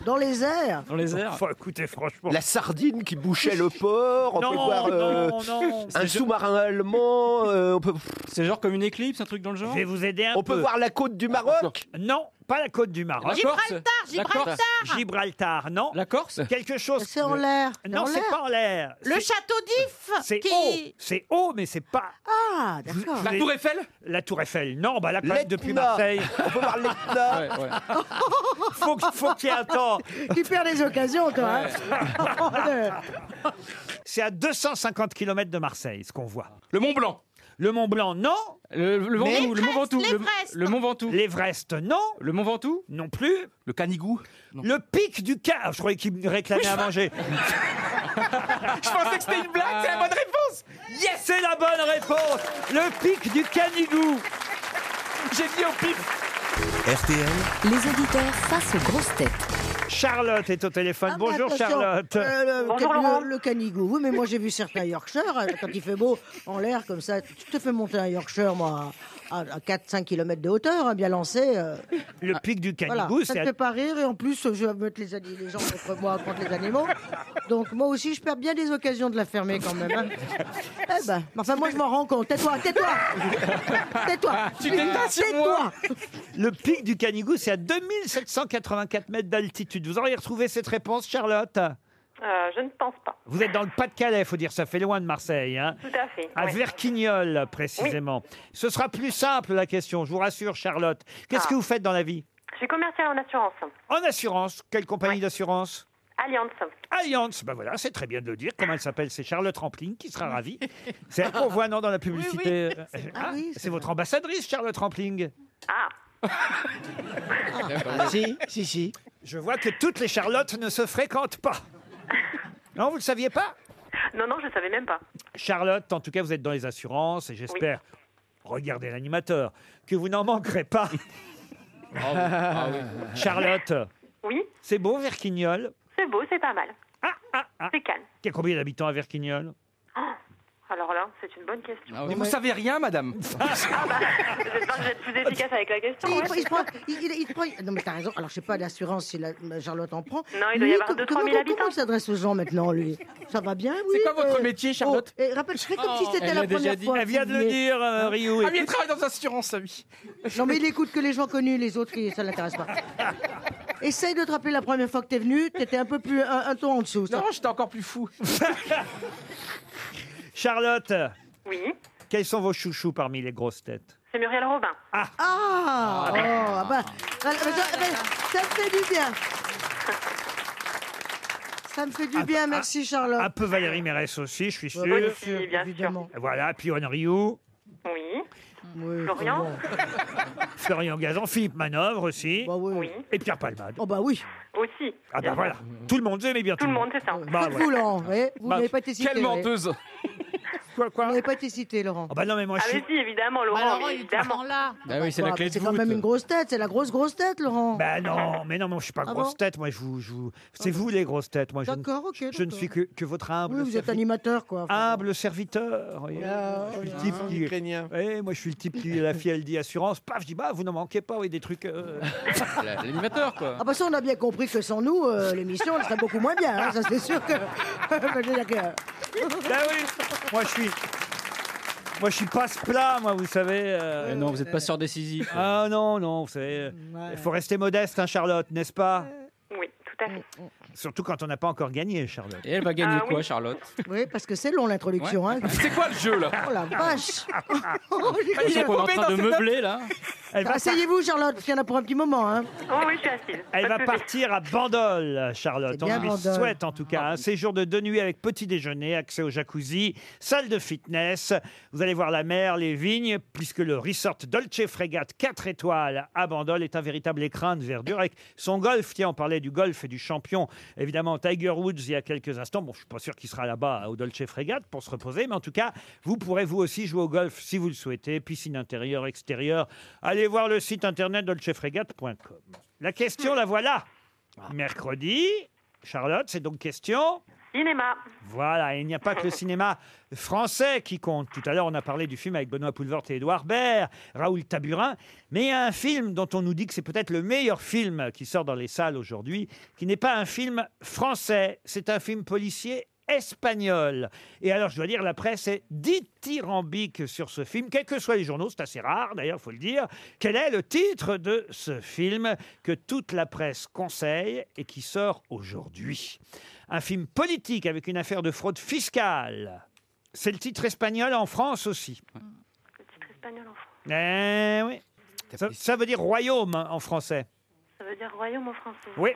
Speaker 3: Dans les airs
Speaker 2: Dans les airs. écoutez, franchement.
Speaker 6: La sardine qui bouchait le port, on
Speaker 2: Non,
Speaker 6: peut voir
Speaker 2: non,
Speaker 6: euh,
Speaker 2: non.
Speaker 6: un
Speaker 2: C'est je-
Speaker 6: sous-marin allemand, euh, on peut...
Speaker 9: C'est genre comme une éclipse, un truc dans le genre
Speaker 2: Je vais vous aider un
Speaker 6: On
Speaker 2: peu.
Speaker 6: peut voir la côte du Maroc
Speaker 2: Non, pas Ah, la côte du Maroc.
Speaker 6: La Corse Gibraltar,
Speaker 4: La Corse Gibraltar.
Speaker 2: Gibraltar, non. La Corse Quelque chose.
Speaker 3: C'est en l'air. C'est en
Speaker 2: Non, c'est
Speaker 3: l'air.
Speaker 2: pas en l'air.
Speaker 4: Le
Speaker 2: C'est-
Speaker 4: château d'If
Speaker 2: C'est
Speaker 4: qui-
Speaker 2: haut. C'est haut, mais c'est pas.
Speaker 3: Ah, d'accord.
Speaker 2: Eiffel La Tour Eiffel, non, bah la place
Speaker 3: L'Etna.
Speaker 2: depuis Marseille.
Speaker 6: On peut voir l'Etna.
Speaker 2: Faut, que- faut qu'il y ait un temps.
Speaker 3: [laughs] Tu perds des occasions, toi. hein.
Speaker 2: C'est à 250 km de Marseille, ce qu'on voit. Le Mont Blanc. Le Mont Blanc, non. Le,
Speaker 9: Ventoux, le Mont Ventoux, le-
Speaker 2: Le Mont Ventoux. L'Everest, non. Le Mont Ventoux Non plus. Le Canigou Le pic du Ca... Ah, Je croyais qu'il me réclamait à manger.
Speaker 8: Je pensais que c'était une blague, c'est la bonne réponse
Speaker 2: Yes C'est la bonne réponse Le pic du Canigou J'ai dit au pic
Speaker 14: RTL,
Speaker 1: Les auditeurs face aux grosses têtes.
Speaker 2: Charlotte est au téléphone. Bonjour
Speaker 3: Ah, Attention,
Speaker 2: Charlotte.
Speaker 3: euh, le, le- le canigou. Oui, mais moi j'ai vu certains Yorkshire, euh, quand il fait beau, en l'air comme ça. Tu te fais monter un Yorkshire, moi, à, à 4-5 km de hauteur, hein, bien lancé. euh,
Speaker 2: Le pic du
Speaker 3: voilà.
Speaker 2: Canigou,
Speaker 3: ça
Speaker 2: c'est
Speaker 3: ne
Speaker 2: à-
Speaker 3: fait pas rire. Et en plus, je vais mettre les, ani- les gens contre moi, contre les animaux. Donc moi aussi, je perds bien des occasions de la fermer quand même.
Speaker 2: [laughs]
Speaker 3: hein. eh ben, enfin, moi je m'en rends compte. Tais-toi, tais-toi Tais-toi
Speaker 2: Ah, Tu t'étonnes sur moi Le pic du Canigou, c'est à 2784 mètres d'altitude. Vous auriez retrouvé cette réponse, Charlotte
Speaker 7: Euh, je ne pense pas,
Speaker 2: Vous êtes dans le Pas-de-Calais, faut dire, ça fait loin de Marseille. hein.
Speaker 7: tout à fait.
Speaker 2: À
Speaker 7: oui.
Speaker 2: Verquignol, précisément. Ce sera plus simple, la question, je vous rassure, Charlotte. Qu'est-ce que vous faites dans la vie
Speaker 7: Ah. Je suis commerciale en assurance.
Speaker 2: En assurance, quelle compagnie d'assurance
Speaker 7: Alliance.
Speaker 2: Alliance, ben voilà, c'est très bien de le dire. Comment elle s'appelle C'est Charlotte Rampling qui sera ravie.
Speaker 7: [laughs]
Speaker 2: C'est elle qu'on voit, non, dans la publicité.
Speaker 7: oui, c'est vrai.
Speaker 2: Ah,
Speaker 7: Ah oui, c'est
Speaker 2: c'est votre ambassadrice, Charlotte Rampling.
Speaker 7: Ah,
Speaker 2: si, si, si. Je vois que toutes les Charlottes ne se fréquentent pas. Non, vous ne le saviez pas
Speaker 7: non, non, je ne savais même pas.
Speaker 2: Charlotte, en tout cas, vous êtes dans les assurances et j'espère, regardez
Speaker 7: [laughs]
Speaker 2: l'animateur, que vous n'en manquerez pas.
Speaker 7: Ah oui, ah oui.
Speaker 2: Charlotte,
Speaker 7: Oui,
Speaker 2: C'est beau, Verquignol Ah.
Speaker 7: c'est beau, c'est pas mal. C'est calme.
Speaker 2: Il y a combien d'habitants à Verquignol
Speaker 7: Ah, alors là, c'est une bonne question.
Speaker 9: Ah
Speaker 11: Ah
Speaker 5: Mais vous savez rien, Hein,
Speaker 9: [laughs]
Speaker 5: madame
Speaker 7: [laughs] J'espère que vous êtes plus efficace avec la question.
Speaker 3: Il,
Speaker 7: ouais.
Speaker 3: prend- il prend- il- il- il prend- Non, mais t'as raison. Alors, je sais pas l'assurance si la, Charlotte en prend.
Speaker 7: Non, il doit y
Speaker 3: Lui,
Speaker 7: avoir
Speaker 3: co-
Speaker 7: deux,
Speaker 3: comment-
Speaker 7: trois mille
Speaker 3: comment
Speaker 7: habitants.
Speaker 3: il s'adresse aux gens maintenant, lui Ça va bien, oui
Speaker 5: quoi votre
Speaker 3: euh,
Speaker 5: métier, Charlotte
Speaker 3: oh, et rappelle, je fais comme si c'était
Speaker 5: Elle
Speaker 3: la
Speaker 5: l'a déjà
Speaker 3: première
Speaker 5: dit.
Speaker 3: fois.
Speaker 5: Elle vient de
Speaker 3: qu'il
Speaker 5: le
Speaker 3: y est. Hein
Speaker 5: dire, euh, Rio, Ah, mais il écoute. travaille dans
Speaker 8: l'assurance, lui.
Speaker 3: Non, mais il écoute que les gens connus, les autres, il- ça
Speaker 5: [laughs]
Speaker 3: l'intéresse pas. Essaye de te rappeler la première fois que t'es venu, t'étais un peu plus un, un ton en dessous. Non,
Speaker 8: j'étais encore plus fou.
Speaker 2: Charlotte
Speaker 7: Oui,
Speaker 2: Quels sont vos chouchous parmi les grosses têtes
Speaker 7: c'est Muriel Robin.
Speaker 2: Ah
Speaker 3: Ah,
Speaker 2: Ah, ben.
Speaker 3: oh, ah bah, voilà, mais ça, mais ça me fait du bien. Ça me fait du bien, merci Charlotte.
Speaker 2: Un peu Valérie Mérès aussi, je suis sûr.
Speaker 3: Ouais, bien sûr, bien évidemment.
Speaker 2: Voilà, puis One Ryu,
Speaker 7: Oui.
Speaker 3: Florian [laughs]
Speaker 2: Florian Gazan, Philippe Manœuvre aussi.
Speaker 3: oui.
Speaker 2: Et Pierre Palmade.
Speaker 3: Oh bah oui.
Speaker 7: Aussi.
Speaker 2: Ah bah voilà, tout le monde, vous aimez bien tout,
Speaker 7: Tout le monde, c'est ça.
Speaker 2: Bah,
Speaker 3: Faites-vous,
Speaker 2: voilà.
Speaker 3: Laurent, vous voyez, vous
Speaker 2: Bah,
Speaker 3: n'avez pas été cité. Ah
Speaker 2: quelle
Speaker 3: vous voyez.
Speaker 2: menteuse.
Speaker 3: Vous n'avez pas été cité, Laurent.
Speaker 2: Ah bah non, mais moi
Speaker 7: Ah,
Speaker 2: je
Speaker 7: mais
Speaker 2: suis...
Speaker 7: si, évidemment, Laurent, mais évidemment.
Speaker 4: là.
Speaker 2: Bah oui,
Speaker 3: Bah, c'est quand même une grosse tête, c'est la grosse grosse tête, Laurent.
Speaker 2: Bah non, mais non, moi je suis pas
Speaker 3: Ah
Speaker 2: grosse
Speaker 3: bon Ah
Speaker 2: tête, moi je vous... je vous- C'est vous les grosses têtes, moi je, ne-
Speaker 3: D'accord, ok,
Speaker 2: je ne
Speaker 3: d'accord.
Speaker 2: suis que, que votre humble
Speaker 3: Oui, vous êtes
Speaker 2: servi-
Speaker 3: animateur, quoi.
Speaker 2: humble serviteur. voyez.
Speaker 3: Ah,
Speaker 2: Ah, je suis le type qui... Ouais, moi je suis le type qui, la fille elle dit assurance, paf, je dis bah vous n'en manquez pas, oui, des trucs... euh.
Speaker 5: L'animateur, quoi.
Speaker 3: Ah bah ça, on a bien compris que sans nous, euh, l'émission, elle serait beaucoup moins bien. hein, ça, c'est sûr que... [laughs] Je veux dire que-
Speaker 2: Ben oui, moi je suis. Moi je suis pas ce plat, moi vous savez. euh.
Speaker 9: Mais Eh non, vous êtes pas sœur décisif.
Speaker 2: Ah non, non, vous savez. Il faut rester modeste, hein, Charlotte, n'est-ce pas
Speaker 7: Oui, tout à fait.
Speaker 2: Surtout quand on n'a pas encore gagné, Charlotte.
Speaker 9: Et elle va gagner quoi, Charlotte
Speaker 3: Oui, parce que c'est long, l'introduction. hein.
Speaker 9: Ah C'est quoi le jeu, là
Speaker 3: Oh la
Speaker 2: [laughs]
Speaker 3: vache Oh,
Speaker 9: Il est en train de meubler, là.
Speaker 2: Elle va,
Speaker 3: Asseyez-vous, Charlotte, parce qu'il y en a pour un petit moment. Hein.
Speaker 7: Oh oui, je suis assise.
Speaker 2: elle
Speaker 7: Pas
Speaker 2: va
Speaker 7: de souci.
Speaker 2: partir à Bandol, Charlotte.
Speaker 3: C'est bien Ah.
Speaker 2: on lui
Speaker 3: Bandol.
Speaker 2: souhaite en tout cas un séjour de deux nuits avec petit déjeuner, accès au jacuzzi, salle de fitness. Vous allez voir la mer, les vignes, puisque le resort Dolce Frégate 4 étoiles à Bandol est un véritable écrin de verdure avec son golf. Tiens, on parlait du golf et du champion, évidemment, Tiger Woods il y a quelques instants. Bon, je suis pas sûr qu'il sera là-bas hein, au Dolce Frégate pour se reposer, mais en tout cas, vous pourrez vous aussi jouer au golf si vous le souhaitez, piscine intérieure, extérieure. Allez voir le site internet dolcefrégate.com. La question, la voilà. Mercredi, Charlotte, c'est donc question.
Speaker 7: Cinéma.
Speaker 2: Voilà, et il n'y a pas que le cinéma français qui compte. Tout à l'heure, on a parlé du film avec Benoît Poulvort et Édouard Baird, Raoul Taburin. Mais il y a un film dont on nous dit que c'est peut-être le meilleur film qui sort dans les salles aujourd'hui, qui n'est pas un film français, c'est un film policier espagnol. Et alors, je dois dire, la presse est dithyrambique sur ce film, quels que soient les journaux, c'est assez rare d'ailleurs, il faut le dire. Quel est le titre de ce film que toute la presse conseille et qui sort aujourd'hui Un film politique avec une affaire de fraude fiscale. C'est le titre espagnol en France aussi.
Speaker 7: Espagnol en France.
Speaker 2: Eh oui. Ça, ça veut dire royaume hein, en français.
Speaker 7: Ça veut dire royaume en français.
Speaker 2: Oui.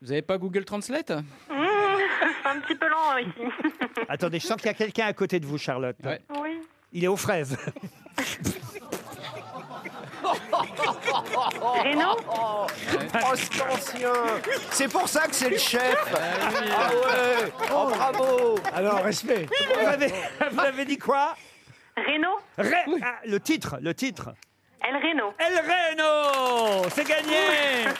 Speaker 9: Vous avez pas Google Translate
Speaker 7: Mmh, [laughs] c'est un petit peu lent hein, ici.
Speaker 2: Attendez, je sens qu'il y a quelqu'un à côté de vous, Charlotte.
Speaker 7: Oui.
Speaker 2: Il est aux fraises.
Speaker 7: Renault
Speaker 6: Oh, c'est ancien C'est pour ça que c'est le chef Ah ouais Oh, bravo
Speaker 10: Alors, respect.
Speaker 2: Vous avez, vous avez dit quoi
Speaker 7: Renault
Speaker 2: Ré- ah, Le titre, le titre.
Speaker 7: El Reno.
Speaker 2: El Reno C'est
Speaker 7: [laughs]
Speaker 2: gagné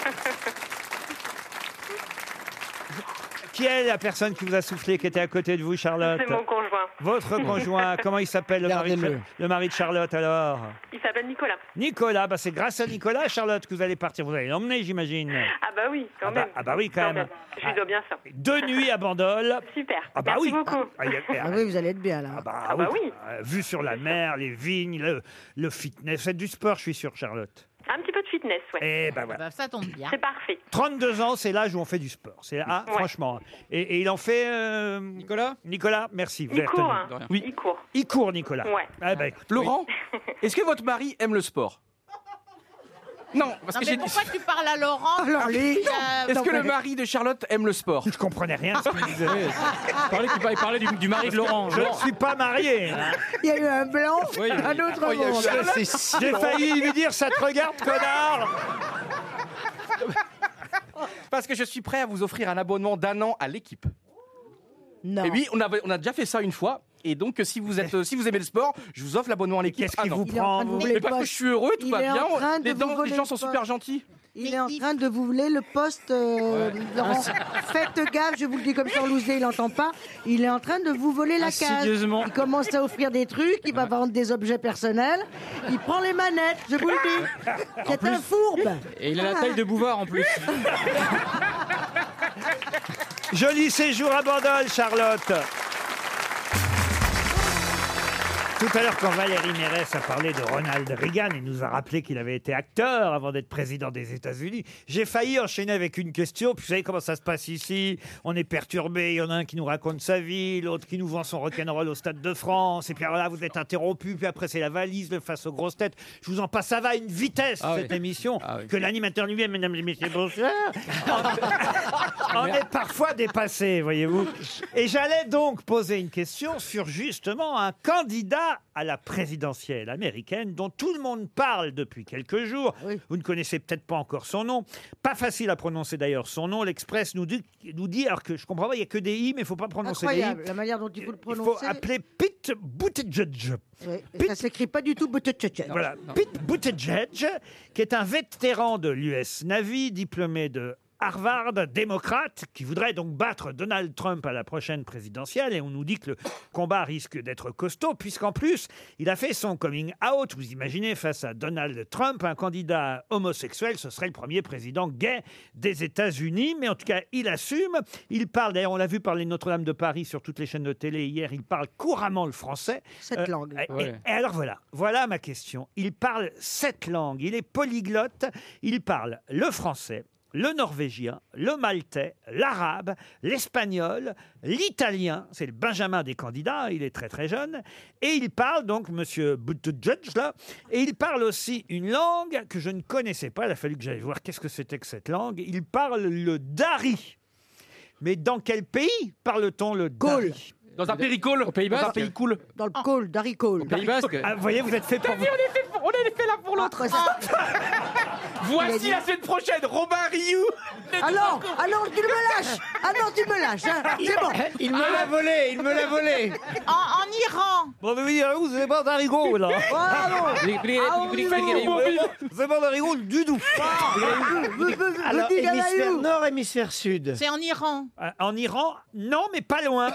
Speaker 2: Qui est la personne qui vous a soufflé, qui était à côté de vous, Charlotte
Speaker 7: C'est mon conjoint.
Speaker 2: Votre
Speaker 7: [laughs]
Speaker 2: conjoint, comment il s'appelle le, mari de-
Speaker 10: Gardez-le.
Speaker 2: le mari de Charlotte alors
Speaker 7: Il s'appelle Nicolas.
Speaker 2: Nicolas, bah c'est grâce à Nicolas, Charlotte, que vous allez partir. Vous allez l'emmener, j'imagine.
Speaker 7: Ah bah oui, quand
Speaker 2: Ah bah-
Speaker 7: même.
Speaker 2: ah bah oui, quand même.
Speaker 7: Je lui dois bien ça.
Speaker 2: Deux nuits à Bandol.
Speaker 7: [laughs] Super.
Speaker 2: Ah bah
Speaker 7: Merci
Speaker 2: oui.
Speaker 7: beaucoup.
Speaker 2: Ah, il y a-
Speaker 3: Ah oui, vous allez être bien, là.
Speaker 2: Ah bah,
Speaker 7: Ah bah oui.
Speaker 2: Euh, Vue sur la mer, les vignes, le, le fitness. Faites du sport, je suis sûr, Charlotte.
Speaker 7: Un petit peu de fitness, ouais.
Speaker 2: Eh ben voilà.
Speaker 4: Bah, ça tombe bien.
Speaker 7: C'est parfait.
Speaker 2: 32 ans, c'est l'âge où on fait du sport. C'est ah,
Speaker 7: Ouais.
Speaker 2: franchement. Et, et il en fait. Nicolas Nicolas, merci. vous
Speaker 7: Il
Speaker 2: avez
Speaker 7: court,
Speaker 2: retenu.
Speaker 7: hein.
Speaker 5: De rien.
Speaker 2: Oui.
Speaker 7: Il court.
Speaker 2: Il court, Nicolas.
Speaker 7: Ouais.
Speaker 2: Ah ben,
Speaker 5: Laurent,
Speaker 2: [laughs]
Speaker 5: est-ce que votre mari aime le sport Non, parce
Speaker 4: Non,
Speaker 5: que
Speaker 4: mais
Speaker 5: j'ai
Speaker 4: pourquoi tu parles à Laurent
Speaker 3: Alors, lui,
Speaker 4: Euh,
Speaker 5: Est-ce que
Speaker 3: Non,
Speaker 5: le
Speaker 3: mais-
Speaker 5: mari de Charlotte aime le sport
Speaker 2: Je comprenais rien à ce qu'il
Speaker 9: [laughs]
Speaker 2: disait.
Speaker 9: parlait, Il parlait du, du mari de Laurent.
Speaker 2: Je ne suis pas marié. hein.
Speaker 3: il y a eu un blanc,
Speaker 9: [laughs] Oui.
Speaker 3: un autre
Speaker 6: Oh, il y a
Speaker 3: monde.
Speaker 6: eu un- c'est si
Speaker 2: J'ai
Speaker 6: long.
Speaker 2: failli lui dire ça te regarde, connard.
Speaker 5: [laughs] Parce que je suis prêt à vous offrir un abonnement d'un an à l'équipe.
Speaker 3: Non.
Speaker 5: Et oui, on, avait- on a déjà fait ça une fois. Et donc, euh, si vous, êtes, euh, si vous aimez le sport, je vous offre l'abonnement à l'équipe.
Speaker 2: Qu'est-ce qui
Speaker 5: un an.
Speaker 2: vous
Speaker 3: Il est
Speaker 2: prend vous
Speaker 5: Mais
Speaker 3: en train de vous voler
Speaker 5: parce
Speaker 3: le
Speaker 5: que je suis heureux, tout
Speaker 3: Il
Speaker 5: va
Speaker 3: est en
Speaker 5: bien.
Speaker 3: train de
Speaker 5: Les,
Speaker 3: vous
Speaker 5: dents- les
Speaker 3: voler
Speaker 5: gens
Speaker 3: le
Speaker 5: sont
Speaker 3: poste.
Speaker 5: super gentils.
Speaker 3: Il est en train de vous voler le poste, euh, Laurent. Faites gaffe, je vous le dis comme ça, en lousé, il n'entend pas. Il est en train de vous voler la case.
Speaker 9: Insidieusement.
Speaker 3: Il commence à offrir des trucs, il va vendre des objets personnels. Il prend les manettes, je vous le dis.
Speaker 9: En
Speaker 3: C'est
Speaker 9: plus-
Speaker 3: un fourbe.
Speaker 9: Et il a la taille de Bouvard en plus.
Speaker 2: [laughs] Joli séjour à Bandol, Charlotte. Tout à l'heure, quand Valérie Mérès a parlé de Ronald Reagan et nous a rappelé qu'il avait été acteur avant d'être président des États-Unis, j'ai failli enchaîner avec une question. Puis vous savez comment ça se passe ici On est perturbé. Il y en a un qui nous raconte sa vie, l'autre qui nous vend son rock'n'roll au Stade de France. Et puis alors là, vous êtes interrompu. Puis après, c'est la valise, le face aux grosses têtes. Je vous en passe, ça va à une vitesse
Speaker 9: Ah
Speaker 2: cette
Speaker 9: oui.
Speaker 2: émission que l'animateur lui-même, mesdames et messieurs, bonsoir.
Speaker 3: Ah,
Speaker 2: On est parfois dépassé, voyez-vous. Et j'allais donc poser une question sur justement un candidat à la présidentielle américaine dont tout le monde parle depuis quelques jours. Vous ne connaissez peut-être pas encore son nom. Pas facile à prononcer d'ailleurs son nom. L'Express nous dit, nous dit, alors que je comprends pas, il n'y a que des i, mais il faut pas prononcer
Speaker 3: Incroyable,
Speaker 2: des i.
Speaker 3: la manière dont il faut le
Speaker 2: Il faut
Speaker 3: prononcer.
Speaker 2: appeler Pete Buttigieg.
Speaker 3: Oui, et Ça s'écrit pas du tout Buttigieg.
Speaker 2: Voilà, Pete Buttigieg, qui est un vétéran de l'US Navy, diplômé de Harvard, démocrate, qui voudrait donc battre Donald Trump à la prochaine présidentielle. Et on nous dit que le combat risque d'être costaud, puisqu'en plus, il a fait son coming out. Vous imaginez, face à Donald Trump, un candidat homosexuel, ce serait le premier président gay des États-Unis. Mais en tout cas, il assume. Il parle, d'ailleurs, on l'a vu parler de Notre-Dame de Paris sur toutes les chaînes de télé hier, il parle couramment le français. Euh,
Speaker 3: Cette langue.
Speaker 2: et-
Speaker 3: Ouais.
Speaker 2: et alors voilà, voilà ma question. Il parle sept langues, il est polyglotte, il parle le français, le norvégien, le maltais, l'arabe, l'espagnol, l'italien, c'est le Benjamin des candidats, il est très très jeune, et il parle donc, monsieur Buttigieg, là, et il parle aussi une langue que je ne connaissais pas, il a fallu que j'aille voir qu'est-ce que c'était que cette langue, il parle le dari. Mais dans quel pays parle-t-on le dari
Speaker 5: Dans un pays cool. Au
Speaker 2: Pays
Speaker 5: Dans un
Speaker 2: basque.
Speaker 5: pays cool.
Speaker 3: Dans le col, Dari Cole.
Speaker 5: Pays basque.
Speaker 2: Ah, vous voyez, vous êtes fait
Speaker 4: [laughs]
Speaker 2: pour
Speaker 5: T'as vu, on est fait, pour- on est fait là pour
Speaker 3: Ah,
Speaker 5: l'autre. Voici la semaine prochaine, Robin Rioux.
Speaker 3: [laughs] Alors, alors tu me lâches Ah non, tu me lâches, hein. c'est bon.
Speaker 10: Il me l'a volé, il me l'a volé.
Speaker 4: En, en Iran.
Speaker 2: Bon, mais oui, alors, Eh, vous avez pas d'arigot, là.
Speaker 4: ah
Speaker 2: C'est pas d'arigot, du doux.
Speaker 4: Ah.
Speaker 10: Alors, hémisphère nord, hémisphère sud.
Speaker 4: C'est en Iran.
Speaker 2: Euh, En Iran, non, mais pas loin.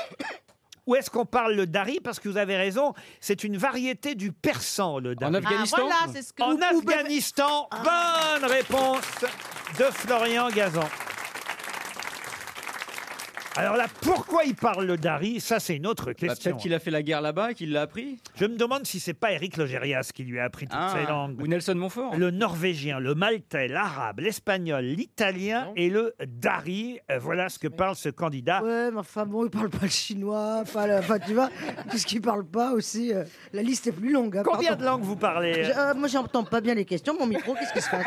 Speaker 2: Où est-ce qu'on parle le dari Parce que vous avez raison, c'est une variété du persan, le dari. En
Speaker 4: Afghanistan Ah, voilà, c'est ce que
Speaker 2: En
Speaker 4: vous pouvez- Ah.
Speaker 2: Afghanistan, bonne réponse de Florian Gazan. Alors là, pourquoi il parle le dari Ça, c'est une autre question.
Speaker 9: Bah, Peut-être qu'il a fait la guerre là-bas et qu'il l'a appris.
Speaker 2: Je me demande si c'est pas Éric Logérias qui lui a appris toutes
Speaker 9: Ah,
Speaker 2: ces langues.
Speaker 9: ou Nelson Montfort.
Speaker 2: Le norvégien, le maltais, l'arabe, l'espagnol, l'italien et le dari. Euh, Voilà ce que parle ce candidat.
Speaker 3: Ouais, mais enfin bon, il parle pas le chinois, pas le... enfin tu vois, tout ce qu'il parle pas aussi. euh, La liste est plus longue. hein,
Speaker 2: Combien
Speaker 3: pardon.
Speaker 2: de langues vous parlez
Speaker 3: Je- euh, moi, j'entends pas bien les questions. Mon micro, qu'est-ce qui se passe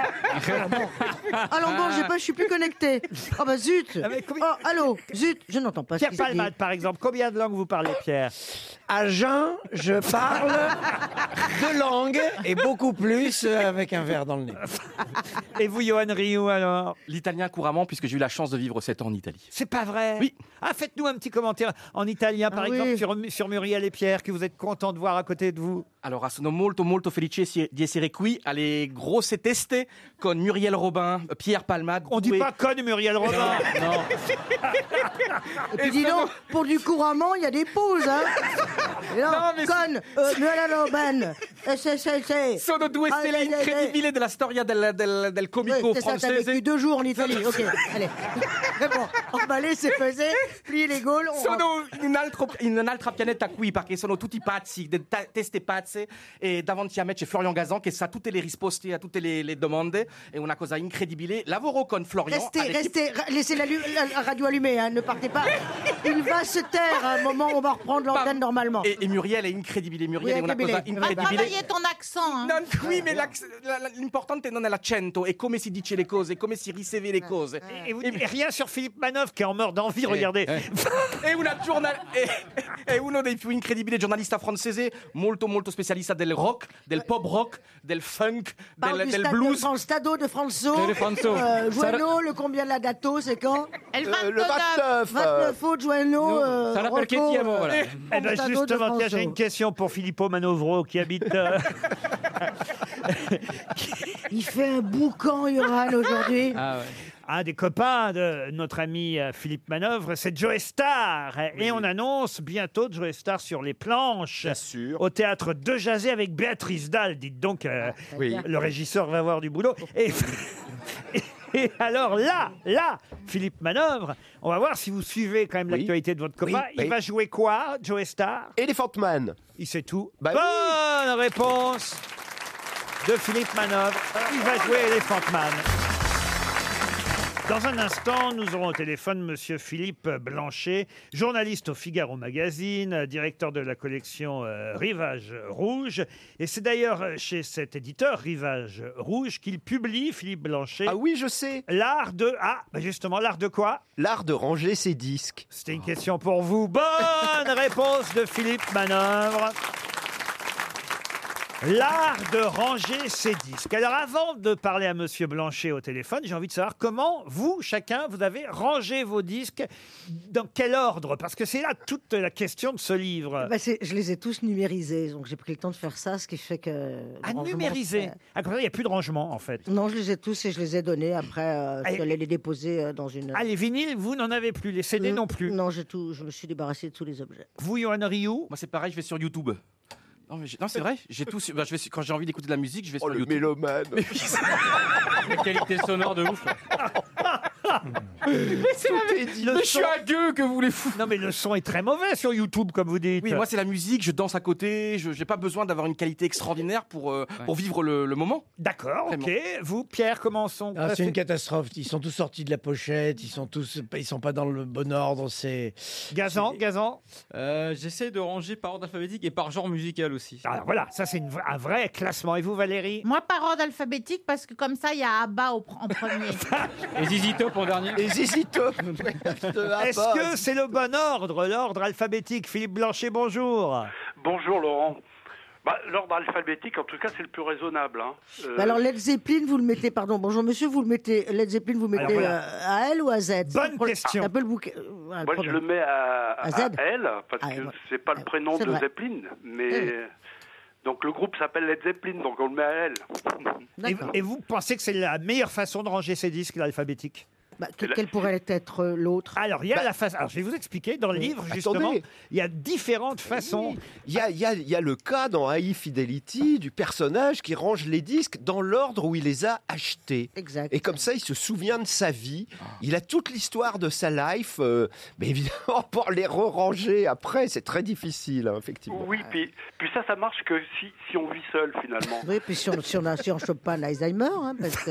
Speaker 3: Alors bon, Ah, alors bon, j'ai pas, je suis plus connecté. Ah bah zut. Oh, allô, zut, je n'entends pas. ce
Speaker 2: Pierre
Speaker 3: qui se dit.
Speaker 2: Palmade, par exemple, combien de langues vous parlez, euh, Pierre
Speaker 10: À Jeun, je parle deux langues et beaucoup plus euh, avec un verre dans le nez.
Speaker 2: [laughs] Et vous, Johan Rioux, alors
Speaker 5: L'italien couramment, puisque j'ai eu la chance de vivre 7 ans en Italie.
Speaker 2: C'est pas vrai Oui. Ah, faites-nous un petit commentaire en italien,
Speaker 3: Ah,
Speaker 2: par exemple, sur, sur Muriel et Pierre, que vous êtes content de voir à côté de vous.
Speaker 5: Allora, sono molto molto felice si- di essere qui alle grosse teste con Muriel Robin, Pierre Palmade.
Speaker 2: On dit pas con Muriel Robin.
Speaker 5: [laughs] non.
Speaker 3: Et puis dis donc, pour du couramment, il y a des pauses, hein. Et non, conne, euh, Noël Loban, SSLC.
Speaker 5: Sono due
Speaker 3: Ah,
Speaker 5: stelle incredibili della storia del, del, del comico
Speaker 3: c'est ça, t'as vécu
Speaker 5: francese.
Speaker 3: deux jours en Italie,
Speaker 5: [laughs]
Speaker 3: ok, allez. Mais bon, emballé, c'est pesé, plier les gaules, on
Speaker 5: Sono in, un altro- in un'altra pianeta qui perché sono tutti pazzi, de- ta- teste pazze e davanti a me c'è Florian Gazan che sa tutte le risposte a tutte le, le domande. È una cosa incredibile. Lavoro con Florian.
Speaker 3: Restez,
Speaker 5: all'equipe-
Speaker 3: restez, ra- laissez la, lu- la- la radio allumée, hein, ne partez pas. Il va se taire à un moment, on va reprendre l'antenne normalement.
Speaker 5: E, e Muriel è incredibile, Muriel è
Speaker 3: Oui, Ah,
Speaker 5: una cosa
Speaker 3: incredibile.
Speaker 4: Va
Speaker 5: incredibile.
Speaker 4: travailler ton accent. hein.
Speaker 5: Non,
Speaker 3: Eh,
Speaker 5: qui, mais l'acc- la- la- l'importante non è l'accento, è come si dice le cose, è come si riceve
Speaker 3: Eh,
Speaker 5: le cose. Eh,
Speaker 2: Et, vous- et rien sur Philippe Manoff, qui est en meurt d'envie, regardez. [laughs]
Speaker 5: è, una [laughs] giornal- è, è uno dei più incredibili giornalisti francesi, molto molto specialista del rock, del pop rock, del funk,
Speaker 3: Parle
Speaker 5: del,
Speaker 3: du
Speaker 5: del
Speaker 3: stade de
Speaker 5: blues.
Speaker 3: France, Stado de François.
Speaker 5: De Franso.
Speaker 3: Euh,
Speaker 5: Ça-
Speaker 3: Joanneau, le combien de la dato, c'est quand
Speaker 4: Elle
Speaker 5: Euh, le 29,
Speaker 3: 29 août, Joanneau. euh, Rocco, euh,
Speaker 2: Eh ben
Speaker 3: Stado de
Speaker 2: justement, tiens,
Speaker 3: François.
Speaker 2: j'ai une question pour Filippo Manovro qui habite euh,
Speaker 3: [laughs] Il fait un boucan, Yoran, aujourd'hui.
Speaker 5: Ah.
Speaker 10: Ah,
Speaker 2: Un des copains de notre ami euh, Philippe Manœuvre, c'est Joe Star. Et on annonce bientôt Joe Star sur les planches au théâtre de Jazé avec Béatrice Dalle. Dites donc, euh,
Speaker 10: Ah, Oui.
Speaker 2: le régisseur va avoir du boulot. Et, [laughs] et alors là, là, Philippe Manœuvre, on va voir si vous suivez quand même
Speaker 10: Oui.
Speaker 2: l'actualité de votre copain.
Speaker 10: Oui,
Speaker 2: Il
Speaker 10: oui.
Speaker 2: va jouer quoi, Joe Star
Speaker 10: Elephant Man.
Speaker 2: Il sait tout.
Speaker 10: Bah oui.
Speaker 2: Bonne réponse de Philippe Manœuvre. Il va jouer Elephant Man. Dans un instant, nous aurons au téléphone Monsieur Philippe Blanchet, journaliste au Figaro Magazine, euh, directeur de la collection euh, Rivage Rouge. Et c'est d'ailleurs euh, chez cet éditeur Rivage Rouge qu'il publie, Philippe Blanchet. Ah
Speaker 10: oui, je sais.
Speaker 2: L'art de... Ah, bah justement, l'art de quoi
Speaker 10: L'art de ranger ses disques.
Speaker 2: C'était une question pour vous. Bonne réponse de Philippe Manœuvre. L'art de ranger ses disques. Alors avant de parler à Monsieur Blanchet au téléphone, j'ai envie de savoir comment vous, chacun, vous avez rangé vos disques, dans quel ordre Parce que c'est là toute la question de ce livre.
Speaker 3: Bah, c'est- je les ai tous numérisés, donc j'ai pris le temps de faire ça, ce qui fait que. le
Speaker 2: à
Speaker 3: rangement-
Speaker 2: numériser. Ah, comme ça, il n'y a plus de rangement en fait.
Speaker 3: Non, je les ai tous et je les ai donnés. Après, euh, je
Speaker 2: Allez.
Speaker 3: suis allée les déposer euh, dans une.
Speaker 2: Ah, les vinyles, vous n'en avez plus, les CD
Speaker 3: Mm.
Speaker 2: non plus.
Speaker 3: Non, j'ai tout, je me suis débarrassé de tous les objets.
Speaker 2: Vous, Yohan Ryu Moi,
Speaker 5: c'est pareil, je vais sur YouTube. Non, mais j'ai- non, c'est vrai, j'ai tout. sur- bah, je vais sur- Quand j'ai envie d'écouter de la musique, je vais sur YouTube.
Speaker 10: mélomane.
Speaker 5: [laughs] La qualité sonore de ouf.
Speaker 2: Le
Speaker 5: je suis à gueux que vous voulez foutre.
Speaker 2: Non, mais le son est très mauvais sur YouTube, comme vous dites.
Speaker 5: Oui, moi, c'est la musique, je danse à côté, je n'ai pas besoin d'avoir une qualité extraordinaire pour, euh, pour vivre le, le moment.
Speaker 2: D'accord, ok. Vous, Pierre, comment sont
Speaker 16: Ah, c'est une catastrophe. Ils sont tous sortis de la pochette. Ils sont tous, ils sont pas dans le bon ordre. C'est
Speaker 2: Gazan, Gazan.
Speaker 7: Euh, J'essaie de ranger par ordre alphabétique et par genre musical aussi.
Speaker 5: Ah,
Speaker 2: Alors voilà, ça c'est une vra- un vrai classement. Et vous, Valérie
Speaker 4: Moi, par ordre alphabétique, parce que comme ça, il y a Abba au pr- en premier.
Speaker 7: Et Zizi Top en dernier.
Speaker 10: Et
Speaker 3: [laughs]
Speaker 10: Zizi Top.
Speaker 2: Est-ce que c'est le bon ordre, l'ordre alphabétique Philippe Blanchet, bonjour.
Speaker 12: Bonjour Laurent. Bah, L'ordre alphabétique, en tout cas, c'est le plus raisonnable. hein. Euh,
Speaker 3: Bah alors Led Zeppelin, vous le mettez, pardon, bonjour monsieur, vous le mettez, Led Zeppelin, vous le mettez
Speaker 12: Alors, voilà.
Speaker 3: euh, à L ou à Z C'est le
Speaker 2: Bonne
Speaker 3: problème.
Speaker 2: question.
Speaker 3: C'est un peu le bouquet. euh, voilà, le
Speaker 12: moi, je
Speaker 3: problème.
Speaker 12: le mets à,
Speaker 3: À
Speaker 12: à
Speaker 3: Z.
Speaker 12: L, parce
Speaker 3: Ah,
Speaker 12: que
Speaker 3: ouais.
Speaker 12: c'est pas le prénom
Speaker 3: c'est
Speaker 12: de
Speaker 3: vrai.
Speaker 12: Zeppelin,
Speaker 3: Oui.
Speaker 12: mais... Donc le groupe s'appelle Led Zeppelin, donc on le met à L.
Speaker 2: Et, et vous pensez que c'est la meilleure façon de ranger ces disques, l'alphabétique
Speaker 3: Bah, que- quelle pourrait être euh, l'autre
Speaker 2: Alors, il y a
Speaker 10: Bah
Speaker 2: la face. Alors, je vais vous expliquer dans le
Speaker 3: Oui.
Speaker 2: livre,
Speaker 3: Attendez.
Speaker 2: justement. Il y a différentes façons.
Speaker 10: Il y a, il y a- il y a le cas dans High Fidelity du personnage qui range les disques dans l'ordre où il les a achetés. Et comme ça, il se souvient de sa vie.
Speaker 2: Ah.
Speaker 10: Il a toute l'histoire de sa life. euh, mais évidemment, [laughs] pour les re-ranger après, c'est très difficile, hein, effectivement.
Speaker 12: Oui, puis, puis ça, ça marche que si, si on vit seul, finalement.
Speaker 3: Oui, puis si on, si on, a, si on chope pas un Alzheimer, hein, parce
Speaker 2: [laughs]
Speaker 3: que...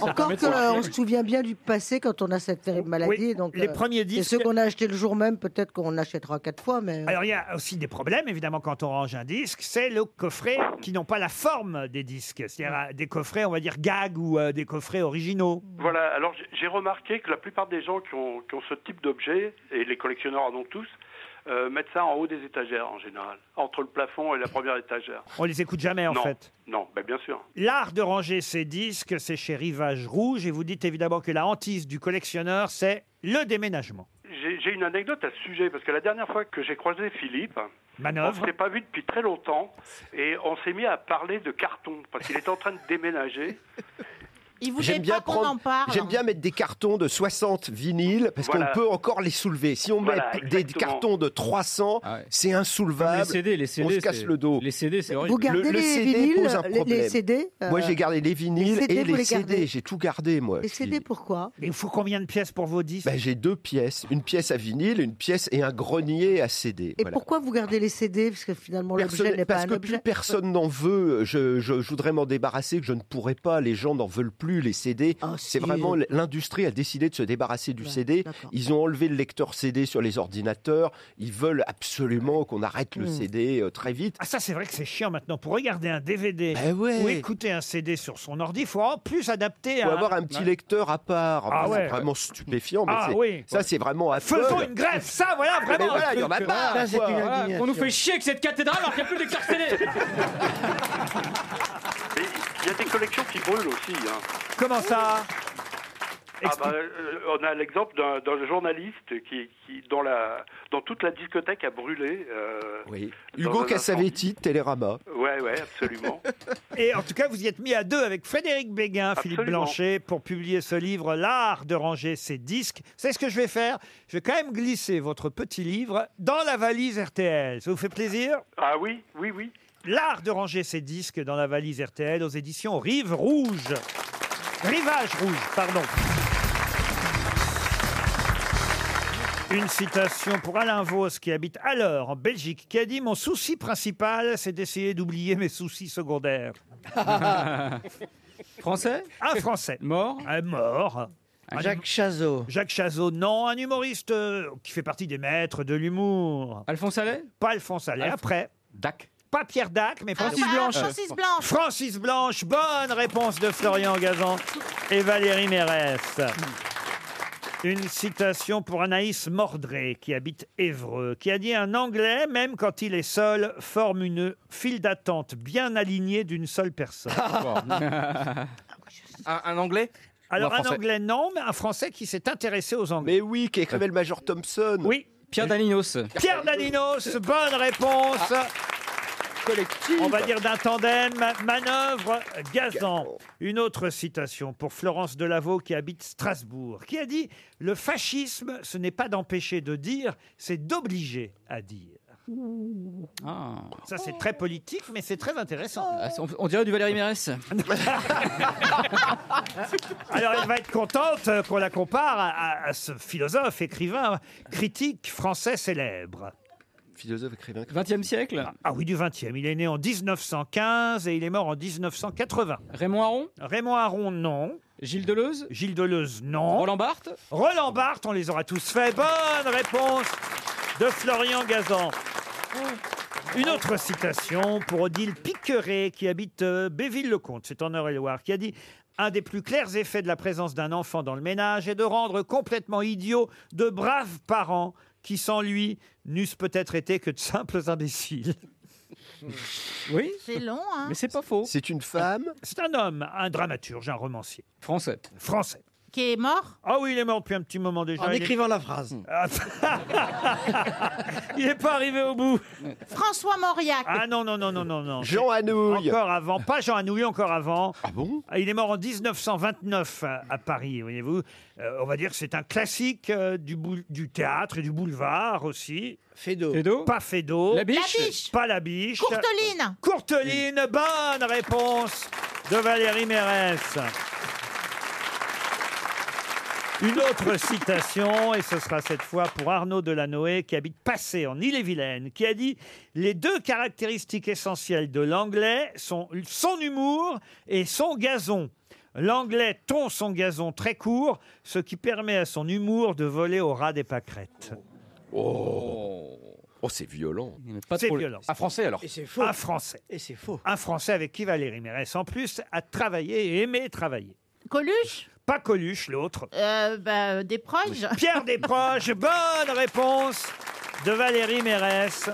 Speaker 3: Encore
Speaker 12: permet de
Speaker 3: qu'on
Speaker 12: marcher.
Speaker 3: se souvient bien du passé quand on a cette terrible maladie. donc, euh,
Speaker 2: les premiers
Speaker 3: Et
Speaker 2: disques-
Speaker 3: ceux qu'on a achetés le jour même, peut-être qu'on achètera quatre fois,
Speaker 10: Euh.
Speaker 3: mais... euh,
Speaker 2: Alors, il y a aussi des problèmes, évidemment, quand on range un disque. C'est le coffret qui n'ont pas la forme des disques. C'est-à-dire
Speaker 10: Mm.
Speaker 2: euh, des coffrets, on va dire, gag ou euh, des coffrets originaux.
Speaker 12: Voilà, alors j'ai- j'ai remarqué que la plupart des gens qui ont, qui ont ce type d'objet, et les collectionneurs en ont tous, euh, mettent ça en haut des étagères en général, entre le plafond et la première étagère.
Speaker 2: On les écoute jamais, en
Speaker 12: non,
Speaker 2: fait.
Speaker 12: Non, ben bien sûr.
Speaker 2: L'art de ranger ses disques, c'est chez Rivage Rouge. Et vous dites évidemment que la hantise du collectionneur, c'est le déménagement.
Speaker 12: J'ai j'ai une anecdote à ce sujet, parce que la dernière fois que j'ai croisé Philippe,
Speaker 2: Manœuvre.
Speaker 12: on ne s'est pas vu depuis très longtemps, et on s'est mis à parler de carton, parce qu'il était en train de déménager.
Speaker 4: Il
Speaker 10: J'aime
Speaker 4: voulait
Speaker 10: bien
Speaker 4: pas qu'on en
Speaker 10: prendre,
Speaker 4: parle.
Speaker 10: j'aime bien mettre des cartons de 60 vinyles parce
Speaker 12: Voilà.
Speaker 10: qu'on peut encore les soulever. Si on
Speaker 12: Voilà,
Speaker 10: met des
Speaker 12: exactement.
Speaker 10: cartons de 300,
Speaker 7: Ah
Speaker 10: c'est
Speaker 7: Comme
Speaker 10: insoulevable.
Speaker 7: les CD, les CD,
Speaker 10: on se casse
Speaker 7: c'est-
Speaker 10: le dos.
Speaker 7: Les CD, c'est horrible.
Speaker 3: Vous gardez
Speaker 10: le, le
Speaker 3: les
Speaker 10: CD
Speaker 3: vinyles,
Speaker 10: pose un
Speaker 3: les- les
Speaker 10: problème.
Speaker 3: CD, euh,
Speaker 10: moi, j'ai gardé les vinyles
Speaker 3: les CD,
Speaker 10: et
Speaker 3: vous
Speaker 10: les
Speaker 3: les
Speaker 10: CD.
Speaker 3: gardez
Speaker 10: J'ai tout gardé, moi.
Speaker 3: Et CD, pourquoi
Speaker 2: Il faut combien de pièces pour vos disques
Speaker 10: Ben, j'ai deux pièces, une pièce à vinyle, une pièce et un grenier à CD.
Speaker 3: Et
Speaker 10: voilà.
Speaker 3: pourquoi vous gardez les CD Parce que finalement, l'objet
Speaker 10: Personne-
Speaker 3: n'est pas
Speaker 10: parce
Speaker 3: un
Speaker 10: que
Speaker 3: objet.
Speaker 10: plus personne n'en veut, je, je- je voudrais m'en débarrasser, que je ne pourrais pas, les gens n'en veulent plus, les CD,
Speaker 3: Ah,
Speaker 10: c'est vraiment, l'industrie a décidé de se débarrasser
Speaker 3: Bah,
Speaker 10: du CD, ils ont enlevé le lecteur CD sur les ordinateurs, ils veulent absolument qu'on arrête le
Speaker 3: Hmm.
Speaker 2: Mm.
Speaker 10: CD euh, très vite.
Speaker 2: Ah ça c'est vrai que c'est chiant maintenant pour regarder un DVD
Speaker 10: Ben ouais.
Speaker 2: ou écouter un CD sur son ordi, il faut en plus adapter
Speaker 10: Ou
Speaker 2: à
Speaker 10: avoir un petit
Speaker 2: Ouais.
Speaker 10: lecteur à part,
Speaker 2: Ah
Speaker 10: Enfin,
Speaker 2: ouais.
Speaker 10: c'est vraiment stupéfiant, mais
Speaker 2: Ah
Speaker 10: c'est-
Speaker 2: oui.
Speaker 10: ça c'est vraiment à
Speaker 2: Faisons une grève, ça voilà
Speaker 10: Mais
Speaker 2: Ah,
Speaker 7: Ah,
Speaker 2: vraiment. euh,
Speaker 10: voilà, il y en a marre, Ça, c'est quoi. une
Speaker 7: Voilà,
Speaker 10: indignation.
Speaker 7: on Ah, nous fait chier avec cette cathédrale alors qu'il n'y a plus d'exercice.
Speaker 2: [laughs]
Speaker 12: Il y a des collections qui brûlent aussi. hein.
Speaker 2: Comment ça
Speaker 12: Ah bah, euh, on a l'exemple d'un d'un journaliste qui, qui dont, la, dont toute la discothèque a brûlé. euh, dans un
Speaker 6: Hugo
Speaker 12: incendie.
Speaker 6: Cassavetti, Télérama.
Speaker 12: Ouais, ouais, absolument.
Speaker 2: Et en tout cas, vous y êtes mis à deux avec Frédéric Béguin, Philippe
Speaker 12: Absolument.
Speaker 2: Blanchet, pour publier ce livre, L'art de ranger ses disques. C'est ce que je vais faire. Je vais quand même glisser votre petit livre dans la valise RTL. Ça vous fait plaisir
Speaker 12: Ah oui, oui, oui.
Speaker 2: L'art de ranger ses disques dans la valise RTL aux éditions Rive Rouge. Rivage Rouge, pardon. Une citation pour Alain Vos qui habite alors en Belgique, qui a dit Mon souci principal, c'est d'essayer d'oublier mes soucis secondaires.
Speaker 7: [laughs]
Speaker 2: Français Un Ah, Français. Mort Un mort. Ah, Jacques Chazot. Jacques Chazot, non, un humoriste euh, qui fait partie des maîtres de l'humour. Alphonse Allais Pas Alphonse Allais,
Speaker 9: Alph-
Speaker 2: après. Dac. Pas Pierre Dac, mais
Speaker 9: Francis Ah, Blanche. Francis Blanche.
Speaker 2: Francis Blanche, bonne réponse de Florian Gazan et Valérie Mérès. Une citation pour Anaïs Mordré, qui habite Évreux, qui a dit Un Anglais, même quand il est seul, forme une file d'attente bien alignée d'une seule personne.
Speaker 5: un, un anglais
Speaker 2: Alors,
Speaker 5: Ou
Speaker 2: un,
Speaker 5: Français
Speaker 2: anglais, non, mais un français qui s'est intéressé aux anglais. Mais oui, qui écrivait le Major Thompson. Oui.
Speaker 9: Pierre Daninos.
Speaker 2: Pierre Daninos, bonne réponse. On va dire d'un tandem, manœuvre gazant. Une autre citation pour Florence Delaveau qui habite Strasbourg, qui a dit Le fascisme, ce n'est pas d'empêcher de dire, c'est d'obliger à dire. Ça, c'est très politique, mais c'est très intéressant.
Speaker 9: Ah. On, on dirait du Valérie Mérès.
Speaker 2: [laughs] Alors, elle va être contente euh, qu'on la compare à, à- à ce philosophe, écrivain, critique français célèbre.
Speaker 6: Philosophe, écrivain.
Speaker 2: 20e siècle Ah oui, du 20e. Il est né en 1915 et il est mort en 1980. Raymond Aron Raymond Aron, non. Gilles Deleuze Gilles Deleuze, non. Roland Barthes Roland Barthes, on les aura tous faits. Bonne réponse de Florian Gazan. Une autre citation pour Odile Piqueret, qui habite euh, Béville-le-Comte, c'est en Eure-et-Loire, qui a dit Un des plus clairs effets de la présence d'un enfant dans le ménage est de rendre complètement idiots de braves parents qui, sans lui, n'eussent peut-être été que de simples imbéciles. Oui
Speaker 4: C'est long, hein
Speaker 2: c'est pas faux. C'est une femme C'est un homme, un dramaturge, un romancier. Français. Français.
Speaker 4: Qui est mort
Speaker 2: Ah oui, il est mort depuis un petit moment déjà.
Speaker 4: En écrivant
Speaker 2: la phrase. [laughs] il n'est pas arrivé au bout.
Speaker 4: François Mauriac.
Speaker 2: Ah non, non, non, non, non, non.
Speaker 6: Jean Anouilh.
Speaker 2: Encore avant, pas Jean Anouilh, encore avant. Ah bon Il est mort en 1929 euh, à, à Paris, voyez-vous. Euh, on va dire que c'est un classique euh, du, boule- du théâtre et du boulevard aussi. Fédo. Pas Fédo.
Speaker 9: La Biche La Biche.
Speaker 2: Pas la biche.
Speaker 4: Courteline.
Speaker 2: Courteline, bonne réponse de Valérie Mérès. Une autre citation, et ce sera cette fois pour Arnaud Delanoë, qui habite Passé, en Ille-et-Vilaine, qui a dit « Les deux caractéristiques essentielles de l'anglais sont son humour et son gazon. L'anglais tond son gazon très court, ce qui permet à son humour de voler au ras des pâquerettes.
Speaker 6: Oh, oh c'est violent.
Speaker 2: C'est violent.
Speaker 6: Un Français, alors.
Speaker 2: Et c'est faux. Un Français. Et c'est faux. Un Français avec qui Valérie Mérès, en plus, a travaillé et aimé travailler.
Speaker 4: Coluche
Speaker 2: Pas Coluche, l'autre.
Speaker 4: Euh, bah, des proches.
Speaker 2: Pierre Desproges, bonne réponse de Valérie Mérès.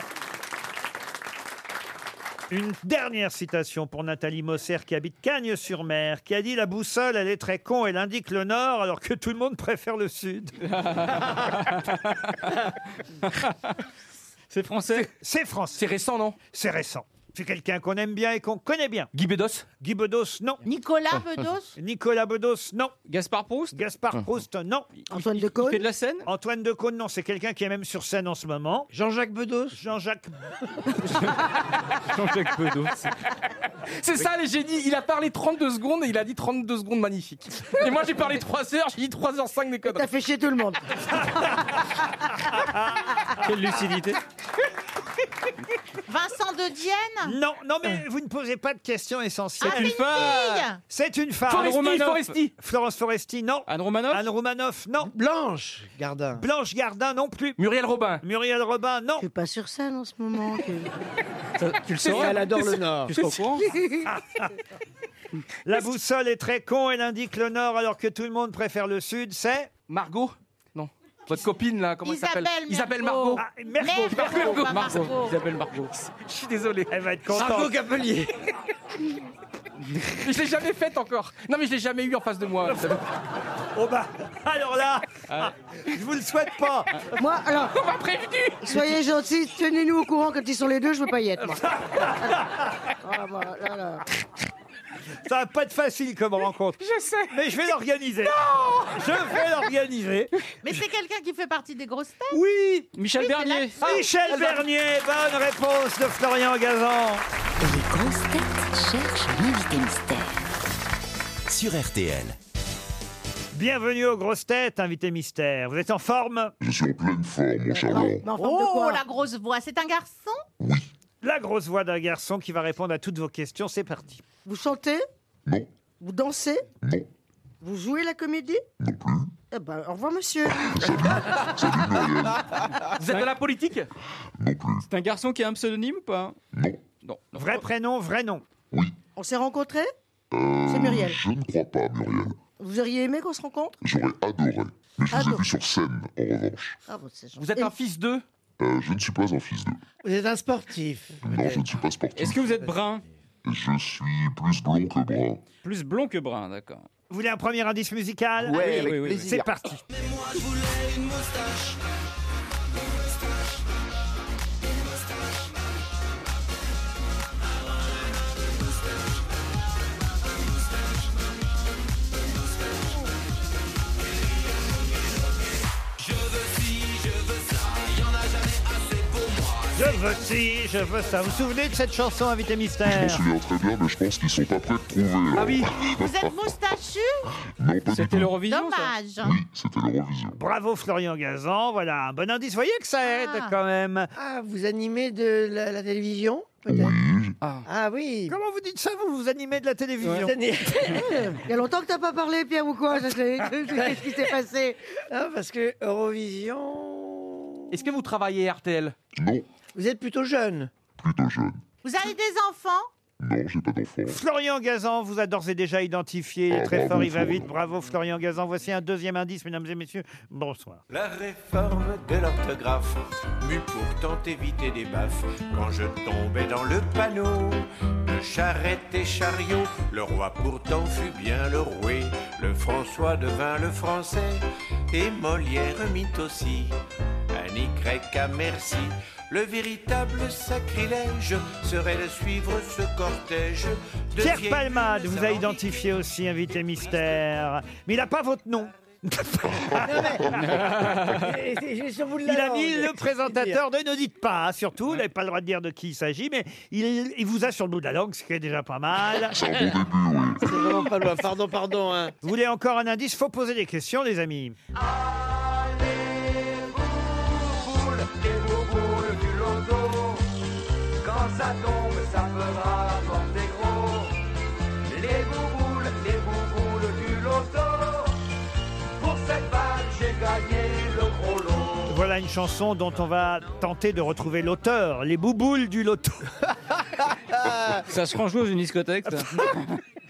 Speaker 2: Une dernière citation pour Nathalie Mosser qui habite Cagnes-sur-Mer, qui a dit La boussole, elle est très con, elle indique le nord alors que tout le monde préfère le sud.
Speaker 6: [laughs]
Speaker 2: C'est français C'est français. C'est récent, non C'est récent. C'est quelqu'un qu'on aime bien et qu'on connaît bien. Guy Bedos Guy Bedos, non.
Speaker 4: Nicolas Bedos
Speaker 2: [laughs] Nicolas Bedos, non. Gaspard Proust Hum. Gaspard Proust, non. Antoine de Caunes de la scène Antoine de Caunes, non. C'est quelqu'un qui est même sur scène en ce moment. Jean-Jacques Bedos Jean-Jacques...
Speaker 5: Jean-Jacques Bedos. C'est ça les génies, il a parlé 32 secondes et il a dit 32 secondes magnifiques. Et moi j'ai parlé 3 heures, j'ai dit 3h05 des conneries.
Speaker 3: T'as fait chier tout
Speaker 5: [laughs]
Speaker 3: le monde.
Speaker 2: Quelle lucidité
Speaker 4: [laughs] Vincent de Dienne
Speaker 2: Non, non, mais vous ne posez pas de questions essentielles.
Speaker 4: Ah, C'est une c'est une femme. fille
Speaker 2: C'est une femme.
Speaker 4: Foresti, Anne Romanoff. Foresti.
Speaker 2: Florence Foresti, non. Anne Romanoff Anne Romanoff, non. Blanche Gardin. Blanche Gardin, non plus. Muriel Robin. Muriel Robin, non. Je suis pas sur scène en ce moment. [laughs]
Speaker 10: tu le sauras. Elle adore le Nord. Tu seras au courant
Speaker 2: La boussole est très con, elle indique le Nord alors que tout le monde préfère le Sud, c'est... Margot Non.
Speaker 5: Votre copine là, comment elle s'appelle Isabelle Margot.
Speaker 2: Ah, Mergo,
Speaker 5: Margot. Margot.
Speaker 2: Margot.
Speaker 5: Isabelle Margot. Je suis désolé.
Speaker 2: Elle va être
Speaker 5: contente.
Speaker 2: Margot Capelier.
Speaker 5: Mais [laughs] je l'ai jamais faite encore. Non, mais je l'ai jamais eu en face de moi.
Speaker 2: oh bah, alors là,
Speaker 5: Ah.
Speaker 2: je vous le souhaite pas.
Speaker 3: Moi, alors.
Speaker 5: On m'a prévenu
Speaker 3: Soyez gentils, tenez-nous au courant quand ils sont les deux, je veux pas y être. moi.
Speaker 2: Ça va pas être facile comme rencontre.
Speaker 5: Je sais.
Speaker 2: Mais je vais l'organiser.
Speaker 4: Non
Speaker 2: Je vais l'organiser.
Speaker 4: Mais c'est quelqu'un qui fait partie des grosses têtes
Speaker 2: Oui Ah,
Speaker 4: Michel Bernier
Speaker 2: Michel Bernier, bonne réponse de Florian Gazan.
Speaker 1: Les grosses têtes cherchent l'invité mystère.
Speaker 14: Sur RTL.
Speaker 2: Bienvenue aux grosses têtes, invité mystère. Vous êtes en forme
Speaker 17: Je suis en pleine forme, mon cher Laurent.
Speaker 4: Oh, la grosse voix, c'est un garçon
Speaker 2: La grosse voix d'un garçon qui va répondre à toutes vos questions, c'est parti.
Speaker 3: Vous chantez
Speaker 17: Non.
Speaker 3: Vous dansez
Speaker 17: Non.
Speaker 3: Vous jouez la comédie
Speaker 17: Non plus.
Speaker 3: Eh ben, au revoir,
Speaker 17: [laughs]
Speaker 3: monsieur.
Speaker 9: Vous êtes de la politique C'est un garçon qui a un pseudonyme ou pas
Speaker 17: Non.
Speaker 2: Vrai prénom, vrai nom.
Speaker 3: On s'est rencontrés
Speaker 17: Euh,
Speaker 3: C'est Muriel.
Speaker 17: Je ne crois pas, Muriel.
Speaker 3: Vous auriez aimé qu'on se rencontre
Speaker 17: J'aurais adoré. Mais je vous ai
Speaker 3: Adoré.
Speaker 17: vu sur scène, en revanche.
Speaker 3: Ah, bon, c'est gentil.
Speaker 5: Vous êtes un fils d'eux
Speaker 17: Euh, je ne suis pas un fils d'eux.
Speaker 10: Vous êtes un sportif.
Speaker 17: Non, je ne suis pas sportif.
Speaker 9: Est-ce que vous êtes brun
Speaker 17: Je suis plus blond que brun.
Speaker 9: Plus blond que brun, d'accord.
Speaker 2: Vous voulez un premier indice musical
Speaker 9: Ouais, avec plaisir.
Speaker 2: C'est parti. Je veux ci, je veux ça. Vous vous souvenez de cette chanson, invité
Speaker 17: Je m'en
Speaker 2: mystère
Speaker 17: souviens très bien, mais je pense qu'ils sont pas prêts de trouver. là.
Speaker 2: Ah oui.
Speaker 4: Vous êtes moustachu
Speaker 17: Non, pas du tout.
Speaker 4: Dommage
Speaker 17: C'était l'Eurovision.
Speaker 2: Bravo Florian Gazan, voilà un bon indice. Voyez que ça aide
Speaker 10: Ah.
Speaker 2: quand même.
Speaker 10: Ah, vous animez de la, la télévision peut-être ah. oui.
Speaker 2: Comment vous dites ça Vous vous animez de la télévision [laughs]
Speaker 3: Eh, Il y a longtemps que t'as pas parlé, Pierre, ou quoi Ça, c'est- [laughs] Qu'est-ce qui s'est passé
Speaker 2: Ah,
Speaker 10: Non, parce que Eurovision.
Speaker 5: Est-ce que vous travaillez à RTL
Speaker 17: Non.
Speaker 10: Vous êtes plutôt jeune.
Speaker 4: Vous avez des enfants
Speaker 17: Non, j'ai pas d'enfant.
Speaker 2: Florian Gazan vous a d'ores et déjà identifié. Il est très fort, il va vite. Bravo Florian Gazan. Voici un deuxième indice, mesdames et messieurs. Bonsoir.
Speaker 18: La réforme de l'orthographe m'eut pourtant évité des baffes quand je tombais dans le panneau de charrette et chariot. Le roi pourtant fut bien le roué, le François devint le français et Molière mit aussi un Y à merci. Le véritable sacrilège serait de suivre ce cortège. De
Speaker 2: Pierre
Speaker 18: vieilles
Speaker 2: Palmade
Speaker 18: lunes
Speaker 2: vous a identifié aussi, invité mystère. Mais il n'a pas votre nom.
Speaker 10: Et c'est juste au bout de
Speaker 2: Il
Speaker 10: la
Speaker 2: a
Speaker 10: langue.
Speaker 2: mis le présentateur de ne dites pas, hein, surtout, vous n'avez pas le droit de dire de qui il s'agit, mais il, il vous a sur le bout de la langue, ce qui est déjà pas mal.
Speaker 17: C'est un bon début, oui.
Speaker 10: C'est vraiment pas loin. Pardon, pardon. hein.
Speaker 2: Vous voulez encore un indice Faut poser des questions, les amis.
Speaker 18: bourboules, des bourboules du loto. Quand ça tombe, ça fera porter gros. Les bouboules, les bouboules du loto. Pour cette balle, j'ai gagné le gros lot.
Speaker 2: Voilà une chanson dont on va tenter de retrouver l'auteur, les bouboules du loto.
Speaker 9: Ça se rend jouer dans une discothèque. ça.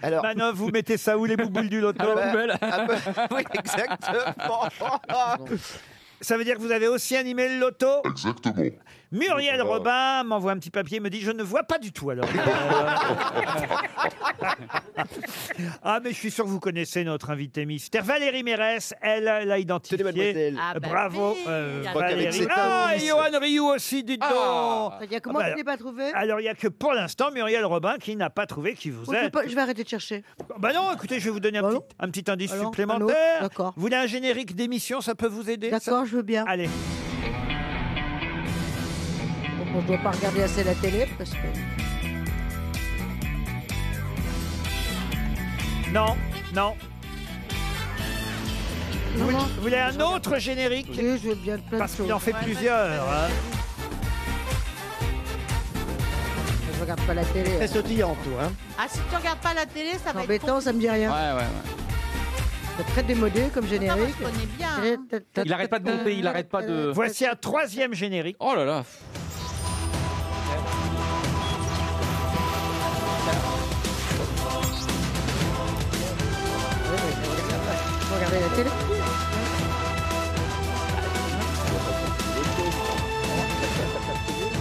Speaker 2: Alors... Manon, vous mettez ça Ah, où, les bouboules du
Speaker 10: Ah, bah,
Speaker 2: loto
Speaker 9: À la poubelle.
Speaker 7: ah,
Speaker 6: Ah, bah, [laughs] Oui, exactement.
Speaker 2: Ça veut dire que vous avez aussi animé le loto
Speaker 17: Exactement.
Speaker 2: Muriel Robin m'envoie un petit papier, me dit Je ne vois pas du
Speaker 17: [laughs]
Speaker 2: tout alors. Euh. ah, mais je suis sûr que vous connaissez notre invité mystère. Valérie Mérès, elle l'a identifié.
Speaker 6: Mademoiselle.
Speaker 4: Ah bah
Speaker 2: Bravo, euh,
Speaker 6: Je crois qu'avec
Speaker 2: Valérie.
Speaker 6: cet
Speaker 2: Ah, et
Speaker 6: indice-
Speaker 2: Johan Rioux aussi, dites donc.
Speaker 3: Il y a que
Speaker 2: Ah,
Speaker 3: moi
Speaker 2: bah,
Speaker 3: qui l'ai pas trouvé.
Speaker 2: alors, il n'y a que pour l'instant Muriel Robin qui n'a pas trouvé qui vous
Speaker 3: Bon, je,
Speaker 2: êtes.
Speaker 3: vais pas- je vais arrêter de chercher.
Speaker 2: Bah non, écoutez, je vais vous donner un, petit, un petit indice
Speaker 3: Alors, un autre
Speaker 2: supplémentaire.
Speaker 3: D'accord.
Speaker 2: Vous voulez un générique d'émission, ça peut vous aider ça
Speaker 3: D'accord, je veux bien.
Speaker 2: Allez.
Speaker 3: Bon, je dois pas regarder assez la télé parce que.
Speaker 2: Non, non. Vous voulez,
Speaker 3: non.
Speaker 2: vous voulez un autre générique
Speaker 3: Oui, je veux bien plein
Speaker 2: Parce
Speaker 3: de
Speaker 2: qu'il en
Speaker 3: choses.
Speaker 2: fait plusieurs. hein.
Speaker 3: Je regarde pas la télé.
Speaker 10: Très sautillant, tout. Hein.
Speaker 3: [laughs]
Speaker 4: Ah, si tu regardes pas la télé, ça
Speaker 3: C'est
Speaker 4: va être... con-
Speaker 3: embêtant, ça me dit rien.
Speaker 9: Ouais, ouais, ouais.
Speaker 3: C'est très démodé comme
Speaker 4: Attends, moi,
Speaker 3: générique.
Speaker 4: je connais bien. hein.
Speaker 5: Il arrête pas de monter, il arrête pas de.
Speaker 2: Voici un troisième générique.
Speaker 5: Oh là là.
Speaker 3: Vous regardez la télé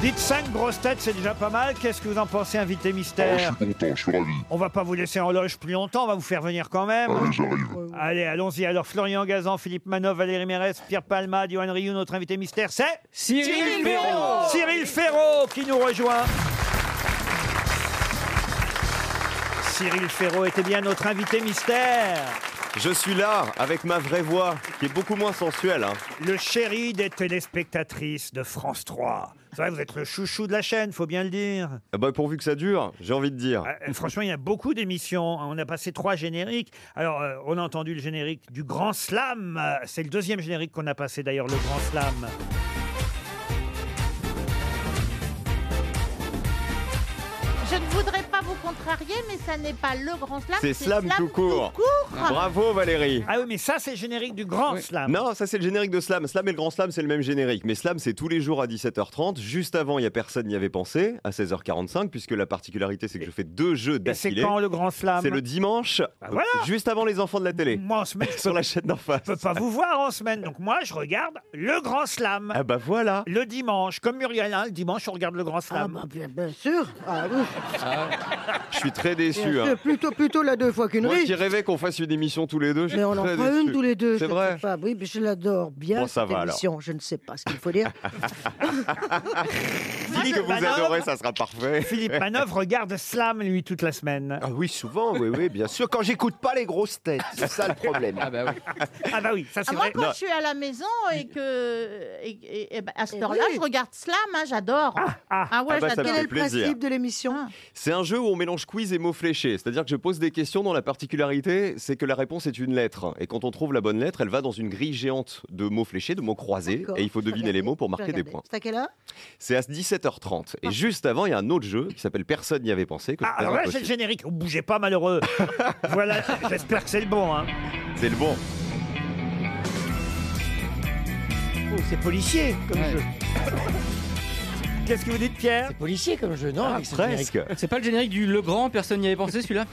Speaker 2: Dites 5 grosses têtes, c'est déjà pas mal. Qu'est-ce que vous en pensez, invité
Speaker 17: Ah, je suis
Speaker 2: mystère
Speaker 17: content, je suis ravi.
Speaker 2: On va pas vous laisser en loge plus longtemps, on va vous faire venir quand même.
Speaker 17: Allez, j'arrive.
Speaker 2: Allez, allons-y. Alors, Florian Gazan, Philippe Manov, Valérie Mérès, Pierre Palma, Johan Rioux, notre invité mystère, c'est
Speaker 8: Cyril Cyril Ferraud. Ferraud.
Speaker 2: Cyril Ferraud qui nous rejoint. Cyril Ferraud était bien notre invité mystère.
Speaker 6: Je suis là avec ma vraie voix qui est beaucoup moins sensuelle. hein.
Speaker 2: Le chéri des téléspectatrices de France 3. C'est vrai, vous êtes le chouchou de la chaîne, faut bien le dire.
Speaker 6: Ah bah, pourvu que ça dure, j'ai envie de dire.
Speaker 2: Euh, Franchement, il y a beaucoup d'émissions. On a passé trois génériques. Alors, euh, on a entendu le générique du Grand Slam. Euh, C'est le deuxième générique qu'on a passé d'ailleurs, le Grand Slam.
Speaker 4: Je ne voudrais pas vous contrarier, mais ça n'est pas le grand slam.
Speaker 6: C'est slam, tout court. Bravo Valérie.
Speaker 2: Ah oui, mais ça, c'est le générique du Grand Slam.
Speaker 6: Non, ça c'est le générique de Slam. Slam et le Grand Slam, c'est le même générique. Mais Slam, c'est tous les jours à 17h30. Juste avant, il y a personne n'y avait pensé, à 16h45, puisque la particularité, c'est que je fais deux jeux
Speaker 2: Et c'est
Speaker 6: d'affilée.
Speaker 2: quand le Grand Slam
Speaker 6: C'est le dimanche,
Speaker 2: Bah voilà.
Speaker 6: juste avant les enfants de la télé.
Speaker 2: Moi, en semaine,
Speaker 6: sur la chaîne d'en face.
Speaker 2: Je peux pas vous voir en semaine. Donc moi, je regarde le Grand Slam.
Speaker 6: Ah bah voilà.
Speaker 2: Le dimanche, comme Muriel, hein, le dimanche, on regarde le Grand Slam. Ah bien, sûr. Ah.
Speaker 6: Je suis très
Speaker 3: Ah, Bien
Speaker 6: déçu.
Speaker 3: sûr,
Speaker 6: hein.
Speaker 3: plutôt, plutôt la deux fois qu'une
Speaker 6: Moi
Speaker 3: riche.
Speaker 6: qui rêvais qu'on fasse une émission tous les deux, je suis
Speaker 3: Mais on en
Speaker 6: très
Speaker 3: prend une
Speaker 6: déçu.
Speaker 3: tous les deux.
Speaker 6: C'est
Speaker 3: je
Speaker 6: vrai.
Speaker 3: sais pas. Oui, mais je l'adore bien
Speaker 6: Bon, ça
Speaker 3: cette
Speaker 6: va,
Speaker 3: émission. Je ne sais pas ce qu'il
Speaker 6: [laughs]
Speaker 3: faut dire.
Speaker 6: Dites que vous
Speaker 2: Manœuvre.
Speaker 6: adorez, ça sera parfait.
Speaker 2: Philippe Manœuvre regarde Slam, lui, toute la semaine.
Speaker 6: Ah oui, souvent, oui, oui, bien sûr. Quand j'écoute pas les grosses têtes, c'est ça le problème. Ah bah oui.
Speaker 2: Ah bah oui, ça
Speaker 4: Ah, moi, quand je suis à la maison et que. et- et- et ben, à cette heure-là,
Speaker 3: Eh oui.
Speaker 4: je regarde Slam, hein, j'adore. Ah, ouais,
Speaker 6: Ah bah, ça me
Speaker 4: j'adore. Ah.
Speaker 6: fait plaisir.
Speaker 3: de l'émission.
Speaker 6: C'est un jeu où on mélange quiz et mots fléchés. C'est-à-dire que je pose des questions dont la particularité, c'est que la réponse est une lettre. Et quand on trouve la bonne lettre, elle va dans une grille géante de mots fléchés, de mots croisés.
Speaker 3: D'accord.
Speaker 6: Et il faut
Speaker 3: Je vais
Speaker 6: deviner les
Speaker 3: regarder,
Speaker 6: mots pour
Speaker 3: je vais
Speaker 6: marquer des
Speaker 3: regarder.
Speaker 6: points.
Speaker 3: C'est à quelle heure
Speaker 6: C'est à 17h30. Et juste avant, il y a un autre jeu qui s'appelle Personne n'y avait pensé. que je
Speaker 2: Ah, alors là,
Speaker 6: présente
Speaker 2: c'est le
Speaker 6: aussi.
Speaker 2: générique. Vous bougez
Speaker 6: [laughs]
Speaker 2: pas, malheureux. voilà, j'espère que c'est le bon. Hein.
Speaker 6: C'est le bon.
Speaker 2: Oh,
Speaker 10: c'est policier comme jeu.
Speaker 2: Qu'est-ce que vous dites, Pierre Ah, C'est
Speaker 10: policier comme jeu, non avec ce générique.
Speaker 9: C'est pas le générique du Le Grand, personne n'y avait pensé celui-là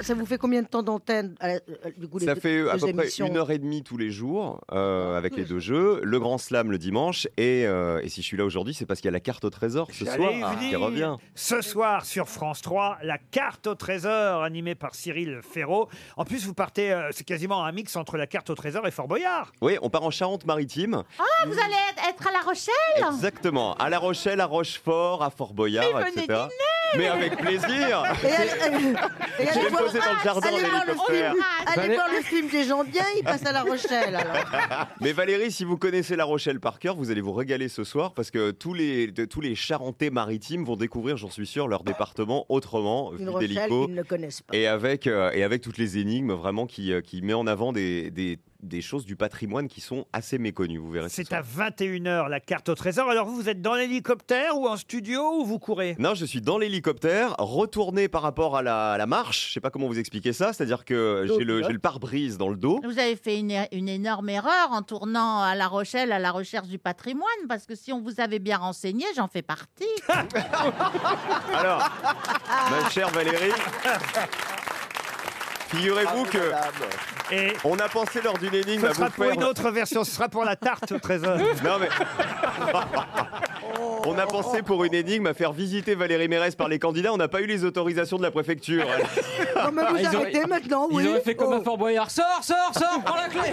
Speaker 3: Ça vous fait combien de temps d'antenne à la- euh, du coup, les
Speaker 6: Ça
Speaker 3: deux-
Speaker 6: fait à
Speaker 3: deux
Speaker 6: peu
Speaker 3: émissions
Speaker 6: près une heure et demie tous les jours euh, avec les deux jeux. Le Grand Slam le dimanche. Et, euh, et si je suis là aujourd'hui, c'est parce qu'il y a la carte au trésor ce soir
Speaker 2: J'allais y
Speaker 6: qui
Speaker 2: venir.
Speaker 6: revient.
Speaker 2: Ce soir sur France 3, la carte au trésor animée par Cyril Ferraud. En plus, vous partez, euh, c'est quasiment un mix entre la carte au trésor et Fort Boyard.
Speaker 6: Oui, on part en Charente-Maritime.
Speaker 4: Ah,
Speaker 3: Hmm.
Speaker 4: vous allez être- être à La
Speaker 3: Ah.
Speaker 4: Rochelle
Speaker 6: Exactement. À La Rochelle, à Rochefort, à Fort Boyard,
Speaker 4: Mais venez
Speaker 6: etc. Mais avec plaisir.
Speaker 3: [laughs] Et allez,
Speaker 6: Je vais me poser dans le jardin
Speaker 3: allez
Speaker 6: en
Speaker 3: voir le
Speaker 6: hélicoptère.
Speaker 3: film- allez
Speaker 6: Allez.
Speaker 3: voir le film des gens bien, ils passent à La Rochelle. alors.
Speaker 6: [laughs] Mais Valérie, si vous connaissez La Rochelle par cœur, vous allez vous régaler ce soir parce que tous les, de- tous les Charentais maritimes vont découvrir, j'en suis sûr, leur département autrement, vu
Speaker 3: Une Rochelle
Speaker 6: d'hélico.
Speaker 3: qu'ils ne connaissent pas.
Speaker 6: Et avec, euh, et avec toutes les énigmes vraiment qui, euh, qui met en avant des, des, des choses du patrimoine qui sont assez méconnues, vous verrez.
Speaker 2: C'est à 21h la carte au trésor. Alors vous, vous êtes dans l'hélicoptère ou en studio ou vous courez
Speaker 6: Non, je suis dans l'hélicoptère, retourné par rapport à la, à la marche. Je sais pas comment vous expliquer ça, c'est-à-dire que j'ai le, j'ai le pare-brise dans
Speaker 4: [laughs]
Speaker 6: le dos.
Speaker 4: Vous avez fait une, une énorme erreur en tournant à La Rochelle à la recherche du patrimoine, parce que si on vous avait bien renseigné, j'en fais partie.
Speaker 6: Alors, ma chère Valérie, figurez-vous que
Speaker 2: Et
Speaker 6: on a pensé lors d'une énigme
Speaker 2: Ce
Speaker 6: à vous
Speaker 2: sera pour
Speaker 6: faire.
Speaker 2: une autre version, ce sera pour la tarte
Speaker 6: [laughs]
Speaker 2: au trésor.
Speaker 6: Non mais. On a pensé pour une énigme à faire visiter Valérie Mérès par les candidats. On n'a pas eu les autorisations de la préfecture.
Speaker 5: Ah,
Speaker 3: Non, mais vous
Speaker 6: Ils auraient-
Speaker 3: arrêtez maintenant, oui.
Speaker 9: Ils auraient fait comme un Fort Boyard Sors, sors, sors, prends la clé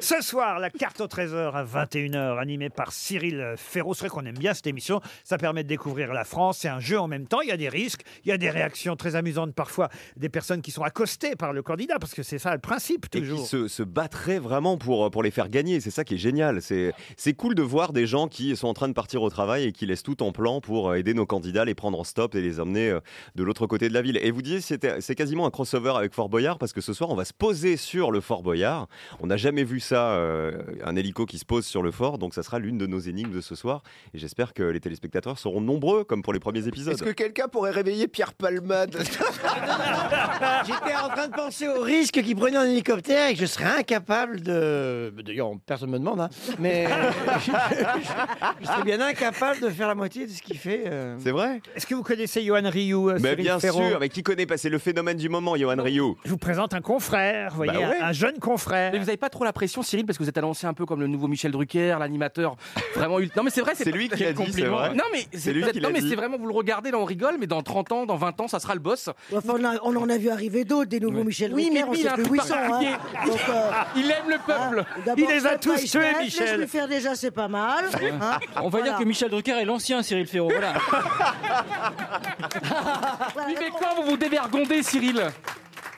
Speaker 2: Ce soir, la carte au trésor à 21h, animée par Cyril Ferraud. C'est vrai qu'on aime bien cette émission. Ça permet de découvrir la France. C'est un jeu en même temps. Il y a des risques, il y a des réactions très amusantes parfois des personnes qui sont accostées par le candidat, parce que c'est ça le principe
Speaker 6: Et qui
Speaker 2: toujours.
Speaker 6: se, se battraient vraiment pour, pour les faire gagner. C'est ça qui est génial. C'est c'est cool de voir des gens qui sont en train de partir au travail et qui laissent tout en plan pour euh, aider nos candidats, les prendre en stop et les emmener euh, de l'autre côté de la ville. Et vous disiez, c'était- c'est quasiment un crossover avec Fort Boyard parce que ce soir, on va se poser sur le Fort Boyard. On n'a jamais vu ça, euh, un hélico qui se pose sur le fort. Donc ça sera l'une de nos énigmes de ce soir. Et j'espère que les téléspectateurs seront nombreux, comme pour les premiers épisodes.
Speaker 10: Est-ce que quelqu'un pourrait réveiller Pierre Palmade J'étais en train de penser au risque qu'il prenait en hélicoptère et que je serais incapable de. D'ailleurs, personne ne me demande, hein, mais je, je- je serais bien incapable capable de faire la moitié de ce qu'il fait. euh.
Speaker 6: C'est vrai
Speaker 2: Est-ce que vous connaissez Johan Rioux euh,
Speaker 6: Mais
Speaker 2: Céline
Speaker 6: bien
Speaker 2: Ferraud
Speaker 6: sûr, mais qui connaît pas C'est le phénomène du moment, Johan Rioux.
Speaker 2: Je vous présente un confrère, vous voyez,
Speaker 6: Bah ouais.
Speaker 2: un- un jeune confrère.
Speaker 5: Mais vous n'avez pas trop la pression, Cyril, parce que vous êtes annoncé un peu comme le nouveau Michel Drucker, l'animateur vraiment. ult- Non, mais c'est vrai,
Speaker 6: C'est
Speaker 5: pas-
Speaker 6: lui qui
Speaker 5: Quel
Speaker 6: l'a dit, c'est
Speaker 5: compliment.
Speaker 6: vrai.
Speaker 5: Non, mais
Speaker 6: C'est
Speaker 5: c'est
Speaker 6: lui
Speaker 5: pas-
Speaker 6: qui
Speaker 5: non,
Speaker 6: l'a
Speaker 5: mais
Speaker 6: dit.
Speaker 5: c'est vraiment, vous le regardez, là, on rigole, mais dans 30 ans, dans 20 ans, ça sera le boss.
Speaker 8: Enfin, on, a- on en a vu arriver d'autres, des nouveaux Michel
Speaker 5: Oui,
Speaker 8: Drucker,
Speaker 5: mais
Speaker 8: on
Speaker 5: lui, il
Speaker 8: sait
Speaker 5: a un
Speaker 8: plus
Speaker 5: truc
Speaker 8: où ils sont. hein.
Speaker 5: particulier.
Speaker 8: Donc, euh,
Speaker 5: [laughs] Il aime le peuple.
Speaker 8: d'abord,
Speaker 5: Il les a
Speaker 8: step
Speaker 5: tous
Speaker 8: by
Speaker 5: tués,
Speaker 8: step,
Speaker 5: Michel.
Speaker 8: Laisse-lui faire déjà, c'est pas mal. hein.
Speaker 9: On va dire
Speaker 8: Voilà.
Speaker 9: que Michel Drucker est l'ancien Cyril Ferraud.
Speaker 5: [laughs]
Speaker 9: Voilà.
Speaker 5: Il fait quoi, vous vous dévergondez, Cyril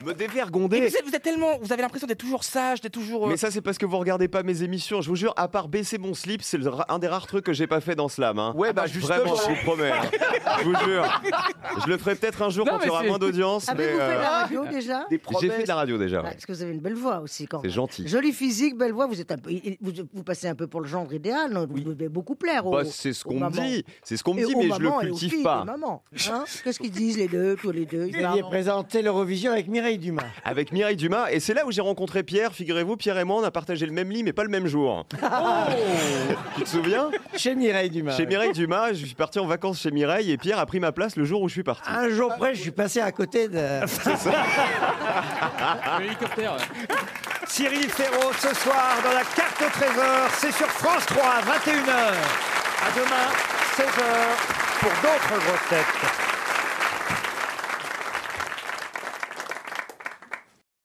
Speaker 6: Me
Speaker 5: Et
Speaker 6: dévergonder
Speaker 5: vous, êtes, vous êtes tellement, vous avez l'impression d'être toujours sage, d'être toujours. euh,
Speaker 6: Mais ça, c'est parce que vous regardez pas mes émissions. Je vous jure, à part baisser mon slip, c'est le ra- un des rares trucs que j'ai pas fait dans Slam. Hein. Ouais, bah
Speaker 18: justement.
Speaker 6: Vraiment, je vous promets. hein. Je vous jure. Je le ferai peut-être un jour
Speaker 18: Non,
Speaker 6: quand
Speaker 18: mais
Speaker 6: il y aura
Speaker 18: c'est-
Speaker 6: moins d'audience. mais,
Speaker 3: Avez-vous fait de la
Speaker 6: euh,
Speaker 3: radio déjà
Speaker 6: J'ai fait de la radio déjà.
Speaker 3: Ah,
Speaker 6: ouais.
Speaker 3: Parce que vous avez une belle voix aussi quand
Speaker 6: C'est
Speaker 3: même.
Speaker 6: gentil.
Speaker 3: Jolie physique, belle voix, vous, êtes un peu, il- vous, vous passez un peu pour le genre idéal, non vous devez beaucoup plaire. aux-
Speaker 6: Bah, c'est ce
Speaker 3: aux
Speaker 6: qu'on me
Speaker 3: mamans.
Speaker 6: dit. C'est ce qu'on me
Speaker 3: Et
Speaker 6: dit,
Speaker 3: aux
Speaker 6: mais je le
Speaker 3: mamans et aux
Speaker 6: cultive
Speaker 3: filles,
Speaker 6: pas.
Speaker 3: aux mamans, hein Qu'est-ce qu'ils disent les deux, tous les deux
Speaker 10: Vous aviez présenté l'Eurovision avec Mireille Dumas.
Speaker 6: Avec Mireille Dumas, et c'est là où j'ai rencontré Pierre. Figurez-vous, Pierre et moi, on a partagé le même lit, mais pas le même jour. tu te souviens
Speaker 10: Chez Mireille Dumas.
Speaker 6: Chez
Speaker 10: ouais.
Speaker 6: Mireille Dumas, je suis parti en vacances chez Mireille, et Pierre a pris ma place le jour où je suis parti.
Speaker 10: Un jour près, je suis passé à côté de.
Speaker 9: L'hélicoptère.
Speaker 2: Cyril Ferraud ce soir dans la carte au trésor, c'est sur France 3 21h. À demain 16h pour d'autres grosses têtes.